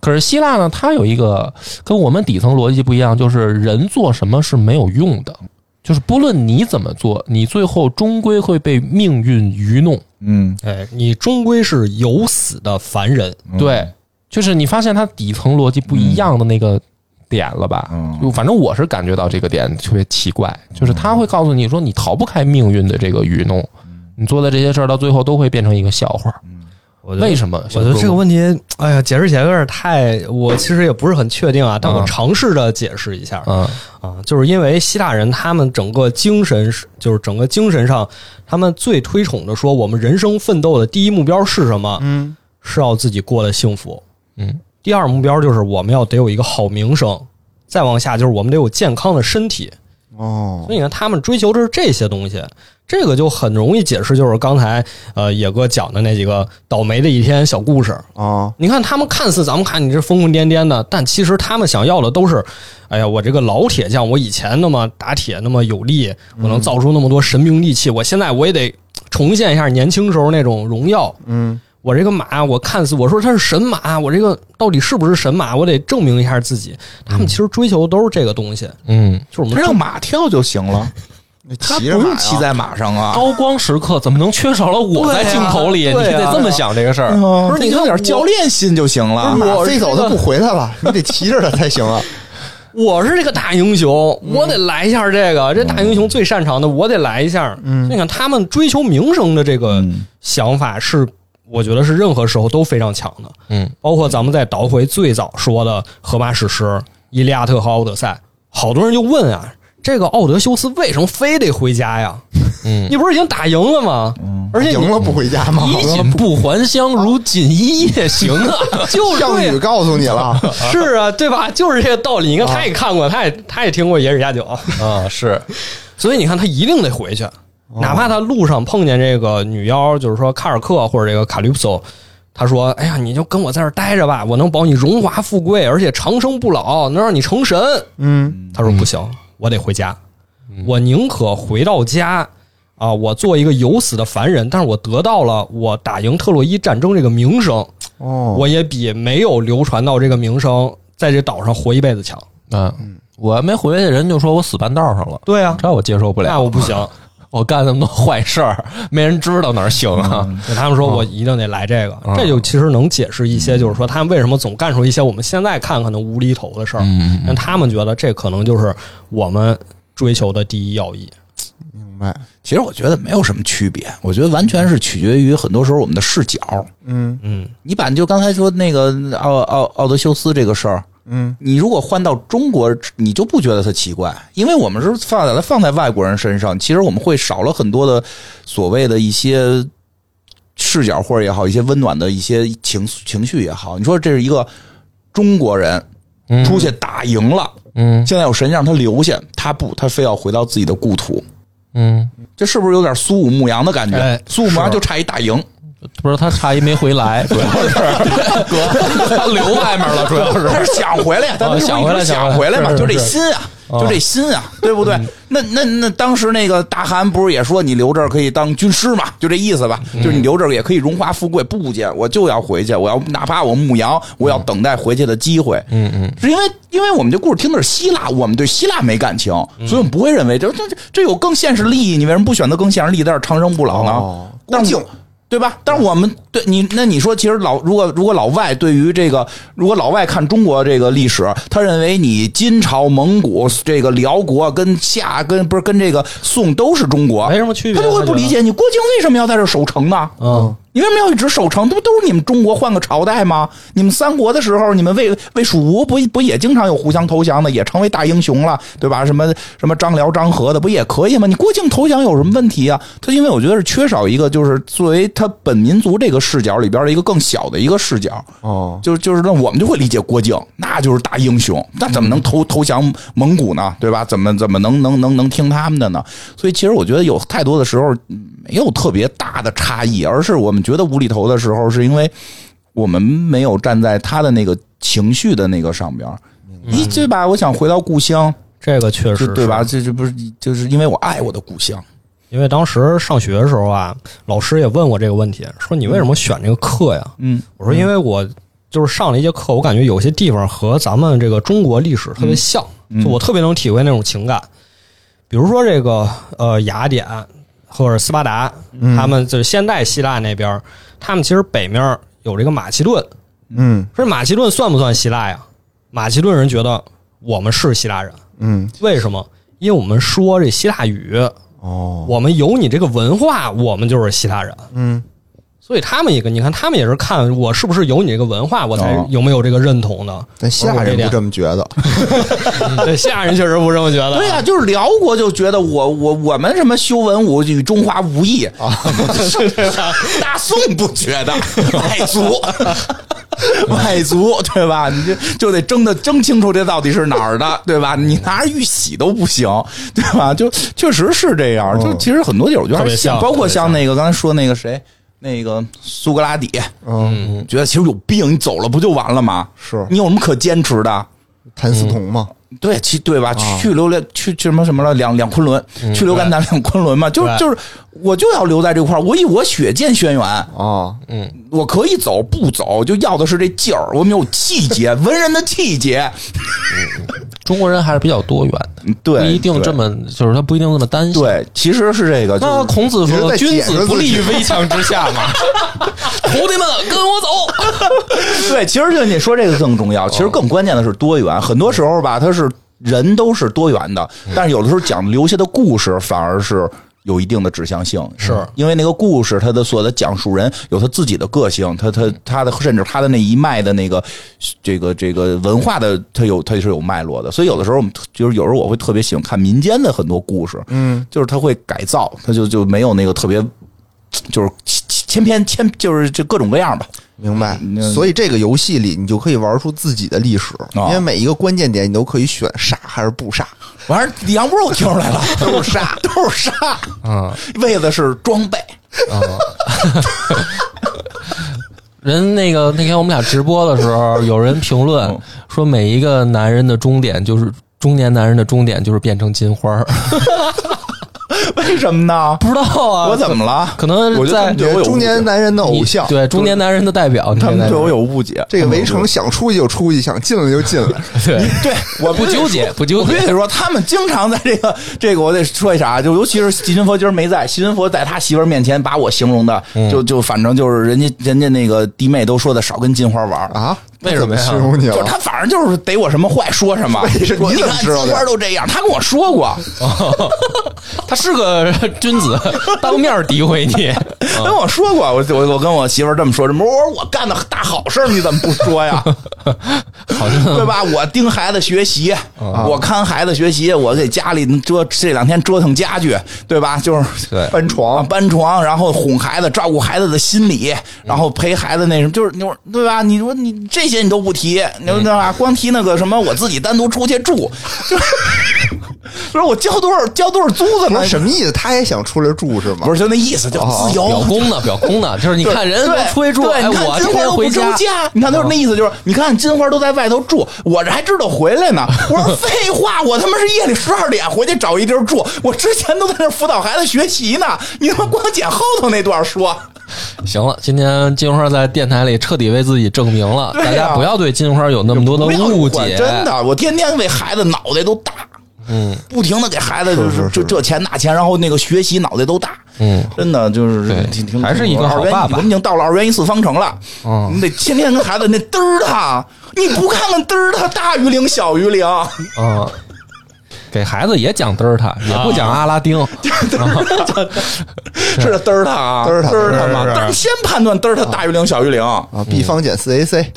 Speaker 1: 可是希腊呢，它有一个跟我们底层逻辑不一样，就是人做什么是没有用的，就是不论你怎么做，你最后终归会被命运愚弄。
Speaker 2: 嗯，嗯
Speaker 4: 哎，你终归是有死的凡人，
Speaker 1: 对，就是你发现它底层逻辑不一样的那个点了吧？
Speaker 2: 嗯
Speaker 1: 就反正我是感觉到这个点特别奇怪，就是他会告诉你说，你逃不开命运的这个愚弄，
Speaker 4: 嗯
Speaker 1: 你做的这些事儿到最后都会变成一个笑话。
Speaker 4: 我
Speaker 1: 为什么？
Speaker 4: 我觉得这个问题，哎呀，解释起来有点太……我其实也不是很确定啊，但我
Speaker 1: 啊
Speaker 4: 尝试着解释一下
Speaker 1: 嗯
Speaker 4: 啊，就是因为希腊人他们整个精神是，就是整个精神上，他们最推崇的说，我们人生奋斗的第一目标是什么？
Speaker 3: 嗯，
Speaker 4: 是要自己过得幸福。
Speaker 1: 嗯
Speaker 4: 第二目标就是我们要得有一个好名声，再往下就是我们得有健康的身体。
Speaker 3: 哦
Speaker 4: 所，以你看，他们追求的是这些东西，这个就很容易解释，就是刚才呃野哥讲的那几个倒霉的一天小故事。
Speaker 3: 啊，
Speaker 4: 你看他们看似咱们看你这疯疯癫癫的，但其实他们想要的都是，哎呀，我这个老铁匠，我以前那么打铁那么有力，我能造出那么多神兵利器，我现在我也得重现一下年轻时候那种荣耀。
Speaker 3: 嗯，
Speaker 4: 我这个马，我看似我说它是神马，我这个到底是不是神马，我得证明一下自己。他们其实追求的都是这个东西，
Speaker 1: 嗯，
Speaker 4: 就是我们
Speaker 2: 让马跳就行了，他
Speaker 3: 骑
Speaker 2: 不
Speaker 3: 着马
Speaker 2: 用
Speaker 3: 呀
Speaker 2: 骑在马上啊。
Speaker 1: 高光时刻怎么能缺少了我在镜头里？
Speaker 4: 对啊
Speaker 1: 你得这么想这个事儿。
Speaker 2: 不是你有点教练心就行了。
Speaker 3: 啊马飞走他不回来了， 你得骑着他才行啊。
Speaker 4: 我是这个大英雄，我得来一下这个，这大英雄最擅长的，我得来一下。嗯，你看他们追求名声的这个
Speaker 2: 嗯
Speaker 4: 想法是，我觉得是任何时候都非常强的。
Speaker 1: 嗯，
Speaker 4: 包括咱们再倒回最早说的《荷马史诗》《伊利亚特》和《奥德赛》，好多人就问啊，这个奥德修斯为什么非得回家呀？
Speaker 1: 嗯
Speaker 4: 你不是已经打赢了吗？而且你
Speaker 3: 赢了不回家吗？
Speaker 1: 衣锦不还乡，如锦衣夜行啊！
Speaker 4: 就是
Speaker 3: 项
Speaker 4: 对
Speaker 3: 羽告诉你了，
Speaker 4: 是啊，对吧？就是这个道理。你看，他也看过，他也他也听过《野史下酒》，
Speaker 1: 啊，是，
Speaker 4: 所以你看，他一定得回去，哪怕他路上碰见这个女妖，就是说卡尔克或者这个卡吕普索，他说：“哎呀，你就跟我在这儿待着吧，我能保你荣华富贵，而且长生不老，能让你成神。
Speaker 3: 嗯，”
Speaker 4: 他说：“不行，我得回家，我宁可回到家。”啊！我做一个有死的凡人，但是我得到了我打赢特洛伊战争这个名声，
Speaker 3: 哦，
Speaker 4: 我也比没有流传到这个名声，在这岛上活一辈子强。
Speaker 1: 啊，我还没回去，人就说我死半道上了，
Speaker 4: 对啊，
Speaker 1: 这我接受不
Speaker 4: 那
Speaker 1: 了。
Speaker 4: 我不行。
Speaker 1: 我干那么多坏事儿，没人知道哪儿行啊？
Speaker 4: 给他们说，我一定得来这个
Speaker 1: 嗯，
Speaker 4: 这就其实能解释一些，就是说他们为什么总干出一些我们现在看可能无厘头的事儿，
Speaker 1: 嗯，
Speaker 4: 但他们觉得这可能就是我们追求的第一要义。
Speaker 3: 明白，
Speaker 2: 其实我觉得没有什么区别，我觉得完全是取决于很多时候我们的视角。
Speaker 3: 嗯
Speaker 4: 嗯，
Speaker 2: 你把就刚才说那个奥奥奥德修斯这个事儿，
Speaker 3: 嗯，
Speaker 2: 你如果换到中国，你就不觉得它奇怪，因为我们是放在放在外国人身上，其实我们会少了很多的所谓的一些视角或者也好，一些温暖的一些情情绪也好。你说这是一个中国人
Speaker 1: 嗯
Speaker 2: 出去打赢了，
Speaker 1: 嗯
Speaker 2: 现在有神让他留下，他不，他非要回到自己的故土，
Speaker 1: 嗯，
Speaker 2: 这是不是有点苏武牧羊的感觉？
Speaker 1: 哎
Speaker 2: 苏武牧羊
Speaker 1: 是
Speaker 2: 就差一打赢，
Speaker 1: 不是他差一没回来，主要是哥他留外面了，主要是
Speaker 2: 他是想回来呀，但 他
Speaker 1: 啊
Speaker 2: 是
Speaker 1: 想回来
Speaker 2: 想回来嘛，
Speaker 1: 想回
Speaker 2: 就
Speaker 1: 来
Speaker 2: 这心啊，
Speaker 1: 啊嗯
Speaker 2: 就这心啊，对不对？那那那当时那个大汗不是也说你留这儿可以当军师嘛，就这意思吧？
Speaker 1: 嗯
Speaker 2: 就是你留这儿也可以荣华富贵，不介，我就要回去，我要哪怕我牧羊，我要等待回去的机会。
Speaker 1: 嗯嗯，
Speaker 2: 是因为，因为我们这故事听的是希腊，我们对希腊没感情，
Speaker 1: 嗯
Speaker 2: 所以我们不会认为这这这这有更现实利益。你为什么不选择更现实利益，在这儿长生不老呢？
Speaker 3: 哦
Speaker 2: 但
Speaker 3: 恭敬
Speaker 2: 对吧？但是我们对你，那你说，其实老如果如果老外对于这个，如果老外看中国这个历史，他认为你金朝、蒙古、这个辽国跟夏跟不是跟这个宋都是中国，
Speaker 4: 没什么区别。
Speaker 2: 他就会不理解你郭靖为什么要在这儿守城呢？
Speaker 4: 他觉得。 嗯，
Speaker 2: 你为什么要一直守城？这不都是你们中国换个朝代吗？你们三国的时候，你们魏魏蜀吴不不也经常有互相投降的，也成为大英雄了，对吧？什么什么张辽、张合的，不也可以吗？你郭靖投降有什么问题啊？他因为我觉得是缺少一个，就是作为他本民族这个视角里边的一个更小的一个视角，
Speaker 3: 哦，
Speaker 2: 就就是那我们就会理解郭靖，那就是大英雄，那怎么能投投降蒙古呢？对吧？怎么怎么能能能能听他们的呢？所以其实我觉得有太多的时候嗯没有特别大的差异，而是我们觉得无厘头的时候，是因为我们没有站在他的那个情绪的那个上边儿。你对吧？我想回到故乡，
Speaker 4: 这个确
Speaker 2: 就
Speaker 4: 实
Speaker 2: 是对吧？？这这不是就是因为我爱我的故乡，
Speaker 4: 因为当时上学的时候啊，老师也问我这个问题，说你为什么选这个课呀？
Speaker 2: 嗯
Speaker 4: 我说因为我就是上了一节课，我感觉有些地方和咱们这个中国历史特别像，
Speaker 2: 嗯
Speaker 4: 就我特别能体会那种情感。比如说这个呃雅典或者斯巴达，
Speaker 2: 嗯
Speaker 4: 他们就是现代希腊那边儿，他们其实北面儿有这个马其顿，
Speaker 3: 嗯
Speaker 4: 说马其顿算不算希腊呀？马其顿人觉得我们是希腊人，
Speaker 3: 嗯，
Speaker 4: 为什么？因为我们说这希腊语，
Speaker 3: 哦，
Speaker 4: 我们有你这个文化，我们就是希腊人。
Speaker 3: 嗯，
Speaker 4: 所以他们也跟你看，他们也是看我是不是有你这个文化，我才
Speaker 2: 哦
Speaker 4: 有没有这个认同的。
Speaker 3: 但希腊人不这么觉得，
Speaker 4: 对，希腊人确实不这么觉得。
Speaker 2: 对呀、啊就是辽国就觉得我我我们什么修文武与中华无异啊， 大宋不觉 得外族，外族对吧？你这就得争的争清楚这到底是哪儿的，对吧？你拿着玉玺都不行，对吧？就确实是这样，就其实很多地儿我觉得
Speaker 4: 嗯
Speaker 2: 还
Speaker 4: 特别像
Speaker 2: 包括像
Speaker 4: 特
Speaker 2: 那个刚才说那个谁，那个苏格拉底，
Speaker 3: 嗯，
Speaker 2: 觉得其实有病，你走了不就完了吗？
Speaker 3: 是
Speaker 2: 你有什么可坚持的？
Speaker 3: 谭嗣同嘛，
Speaker 2: 对，去对吧？去留连去去什么什么了？两两昆仑，去留甘南两昆仑嘛，就是
Speaker 4: 对
Speaker 2: 就是，我就要留在这块儿，我以我血溅轩辕，
Speaker 3: 哦，
Speaker 2: 我可以走不走，就要的是这劲儿，我们有气节，文人的气节，
Speaker 1: 中国人还是比较多元的，
Speaker 2: 嗯 对，
Speaker 1: 不一定
Speaker 2: 对
Speaker 1: 这么，就是他不一定这么担心。
Speaker 2: 对，其实是这个，
Speaker 1: 那
Speaker 2: 就是
Speaker 1: 孔子
Speaker 3: 你是
Speaker 1: 说：“
Speaker 3: 在
Speaker 1: 君
Speaker 3: 解释
Speaker 1: 子不
Speaker 3: 自
Speaker 1: 立
Speaker 3: 己
Speaker 1: 于危墙之下嘛。”徒弟们，跟我走。
Speaker 2: 对，其实就你说这个更重要，其实更关键的是多元。很多时候吧，它是人都是多元的，但是有的时候讲留下的故事反而是有一定的指向性，
Speaker 4: 是
Speaker 2: 因为那个故事，他的所有的讲述人有他自己的个性，他他他的甚至他的那一脉的那个这个这个文化的，他有他是有脉络的，所以有的时候我们就是有时候我会特别喜欢看民间的很多故事，嗯，就是他会改造，他就就没有那个特别就是千千篇千就是就各种各样吧，
Speaker 3: 明白
Speaker 2: 那。啊
Speaker 3: 所以这个游戏里，你就可以玩出自己的历史，因为每一个关键点你都可以选杀还是不杀，
Speaker 2: 完事儿杨波我听出来了， 都是杀，都是杀，
Speaker 1: 嗯
Speaker 2: 为的是装备。
Speaker 1: 嗯。人那个那天我们俩直播的时候，有人评论
Speaker 2: 嗯
Speaker 1: 说，每一个男人的终点就是中年男人的终点就是变成金花儿，
Speaker 2: 为什么呢？
Speaker 1: 不知道啊，
Speaker 2: 我怎么了？
Speaker 1: 可能
Speaker 2: 我觉得
Speaker 1: 在
Speaker 2: 他们对我有误解
Speaker 3: 中年男人的偶像。
Speaker 1: 对中年男人的代表，
Speaker 2: 他们
Speaker 1: 对
Speaker 2: 对我有误解。
Speaker 3: 这个围城想出去就出去，想进来就进来。
Speaker 1: 对，
Speaker 2: 对我
Speaker 1: 不纠结，不纠
Speaker 2: 我必须
Speaker 1: 结，
Speaker 2: 得说，他们经常在这个这个，我得说一下啊，就尤其是西云佛今儿没在，西云佛在他媳妇儿面前把我形容的，
Speaker 1: 嗯
Speaker 2: 就就反正就是人家人家那个弟妹都说的少跟金花玩儿，
Speaker 3: 啊？
Speaker 1: 为什么呀
Speaker 3: 他怎形容你
Speaker 2: 就是
Speaker 3: 了？
Speaker 2: 他反正就是逮我什么坏说什么，
Speaker 3: 什
Speaker 2: 说
Speaker 3: 么你
Speaker 2: 你
Speaker 3: 怎么
Speaker 2: 看
Speaker 3: 知道的
Speaker 2: 金花都这样，他跟我说过，
Speaker 1: 他是 个君子，当面诋毁你，
Speaker 2: 跟我说过，我我我跟我媳妇儿这么说，什么我说我干的大好事儿，你怎么不说呀？
Speaker 1: 好像 嗯
Speaker 2: 对吧？我盯孩子学习，我看孩子学习，我给家里折这两天折腾家具，对吧？就是
Speaker 1: 对
Speaker 3: 搬
Speaker 2: 啊
Speaker 3: 床，
Speaker 2: 搬床，然后哄孩子，照顾孩子的心理，然后陪孩子那什么，就是你说对吧？你说你这些你都不提，你
Speaker 1: 嗯
Speaker 2: 说对吧？光提那个什么，我自己单独出去住，就是 就是我交多少交多少租子
Speaker 3: 不
Speaker 2: 呢
Speaker 3: 是？什么意思？他也想出来住是吗？
Speaker 2: 不是就那意思，就
Speaker 1: 哦
Speaker 2: 自由
Speaker 1: 表公呢，表公呢，就是你
Speaker 2: 对
Speaker 1: 看人都
Speaker 2: 对
Speaker 1: 出去住，
Speaker 2: 对，
Speaker 1: 哎，
Speaker 2: 你看
Speaker 1: 我
Speaker 2: 金
Speaker 1: 今
Speaker 2: 花
Speaker 1: 天
Speaker 2: 都不
Speaker 1: 回
Speaker 2: 住
Speaker 1: 家，嗯
Speaker 2: 家，你看就是那意思，就是你看金花都在外头住，我这还知道回来呢。我 说废话，我他妈是夜里十二点回去找一地儿住，我之前都在那儿辅导孩子学习呢，你他妈光捡后头那段说，
Speaker 1: 行了，今天金花在电台里彻底为自己证明了，
Speaker 2: 对呀
Speaker 1: 大家不要对金花有那么多的
Speaker 2: 不要
Speaker 1: 误
Speaker 2: 管
Speaker 1: 解，
Speaker 2: 真的，我天天为孩子脑袋都大。嗯，不停的给孩子就是
Speaker 3: 是
Speaker 2: 这这钱那钱，然后那个学习脑袋都大，嗯，真的就是
Speaker 1: 对
Speaker 2: 挺挺
Speaker 1: 还是一个
Speaker 2: 挺
Speaker 1: 好
Speaker 2: 二元
Speaker 1: 爸爸
Speaker 2: 我们已经到了二元一次方程了，
Speaker 1: 嗯
Speaker 2: 你得天天跟孩子那嘚儿他，你不看看嘚儿他大于零小于零，
Speaker 1: 嗯。给孩子也讲德尔塔，也不讲阿拉丁，
Speaker 2: 是嘚儿他啊，
Speaker 3: 嘚儿他
Speaker 2: 嘚儿他嘛，
Speaker 3: 是是是
Speaker 2: 但是先判断嘚儿他
Speaker 1: 嗯
Speaker 2: 大于零小于零，
Speaker 3: 啊，b 方减四 ac，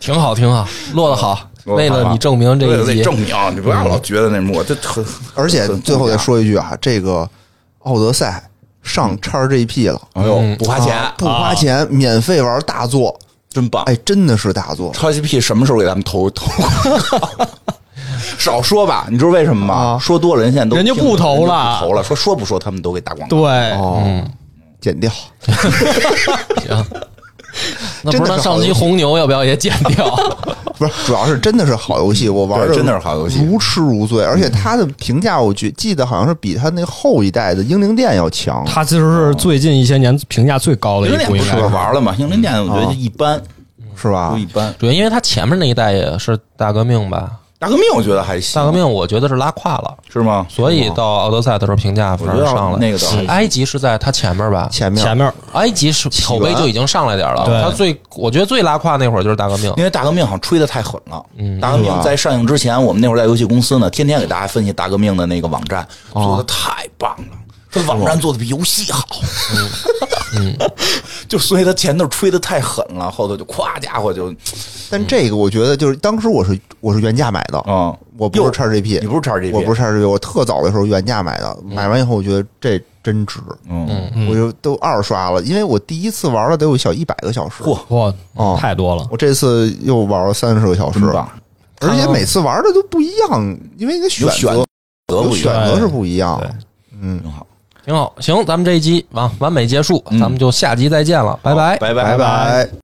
Speaker 1: 挺好，挺好，落得好。
Speaker 2: 落得好
Speaker 1: 为了你证明这
Speaker 2: 对
Speaker 1: 一
Speaker 2: 得
Speaker 1: 集嗯
Speaker 2: 证，明，你不要老觉得那什么，我这很，
Speaker 3: 而且
Speaker 2: 很
Speaker 3: 最后再
Speaker 2: 很
Speaker 3: 说一句啊，这个奥德赛上 XGP 了，
Speaker 2: 哎
Speaker 1: 嗯
Speaker 2: 呦，不花钱，
Speaker 3: 啊不花钱，免费玩大作，
Speaker 2: 真棒，
Speaker 3: 哎，真的是大作。
Speaker 2: 超级 P 什么时候给咱们投 投广告？少说吧，你知道为什么吗？
Speaker 3: 啊
Speaker 2: 说多了人现在都
Speaker 4: 人家
Speaker 2: 听了
Speaker 4: 不投
Speaker 2: 人家
Speaker 4: 了
Speaker 2: 不投了。说说不说，他们都给打广告。
Speaker 4: 对，
Speaker 3: 哦，剪掉，
Speaker 1: 那不是咱
Speaker 3: 真的是好
Speaker 1: 上期
Speaker 3: 游戏
Speaker 1: 红牛要不要也剪 掉？
Speaker 3: 不是，主要是真的是好游戏，我玩
Speaker 2: 对真的是好游戏
Speaker 3: 如痴如醉，而且它的评价，我觉记得好像是比它那后一代的英灵殿要强。
Speaker 4: 它其实是最近一些年评价最高的
Speaker 2: 英
Speaker 4: 一
Speaker 2: 灵殿
Speaker 4: 部，
Speaker 2: 不
Speaker 4: 应
Speaker 2: 是
Speaker 4: 该
Speaker 2: 我
Speaker 4: 是
Speaker 2: 玩了吗？英灵殿我觉得一般，
Speaker 3: 是吧
Speaker 2: 就一？般。
Speaker 1: 对，因为他前面那一代也是大革命吧？
Speaker 2: 大革命我觉得还行，
Speaker 1: 大革命我觉得是拉胯了，
Speaker 2: 是吗？
Speaker 1: 所以到奥德赛的时候评价反而上来。嗯
Speaker 2: 我觉得那个倒还行
Speaker 1: 埃及是在他前面吧？
Speaker 3: 前面
Speaker 4: 前面
Speaker 1: 埃及是口碑就已经上来点了。
Speaker 4: 对
Speaker 1: 他最我觉得最拉胯那会儿就是大革命。
Speaker 2: 因为大革命好像吹的太狠了。
Speaker 1: 嗯
Speaker 2: 大革
Speaker 3: 是
Speaker 2: 命
Speaker 3: 吧
Speaker 2: 在上映之前，我们那会儿在游戏公司呢，天天给大家分析大革命的那个网站，做的太棒了。这网站做的比游戏好， 就所以他前头吹的太狠了，后头就夸家伙就
Speaker 3: 但这个我觉得就是当时我是我是原价买的，
Speaker 2: 嗯，
Speaker 3: 我不是
Speaker 2: 又
Speaker 3: XGP，
Speaker 2: 你不是 XGP
Speaker 3: 我不是 XGP，我特早的时候原价买的，买完以后我觉得这真值，
Speaker 2: 嗯，
Speaker 3: 我就都二刷了，因为我第一次玩了得有小一百个小时，
Speaker 2: 嚯
Speaker 4: 哇
Speaker 3: 哦，
Speaker 4: 太多了，
Speaker 3: 我这次又玩了三十个小时
Speaker 2: 真，棒，
Speaker 3: 而且每次玩的都不一样，因为你的选
Speaker 2: 有选
Speaker 3: 择
Speaker 2: 择
Speaker 3: 有
Speaker 2: 不一
Speaker 3: 选
Speaker 2: 样，
Speaker 3: 择是不一样
Speaker 4: 对
Speaker 3: 的，嗯。
Speaker 2: 挺好，
Speaker 1: 挺好，行，咱们这一集完完美结束，
Speaker 2: 嗯
Speaker 1: 咱们就下集再见了，拜拜。
Speaker 2: 拜拜。
Speaker 3: 拜拜。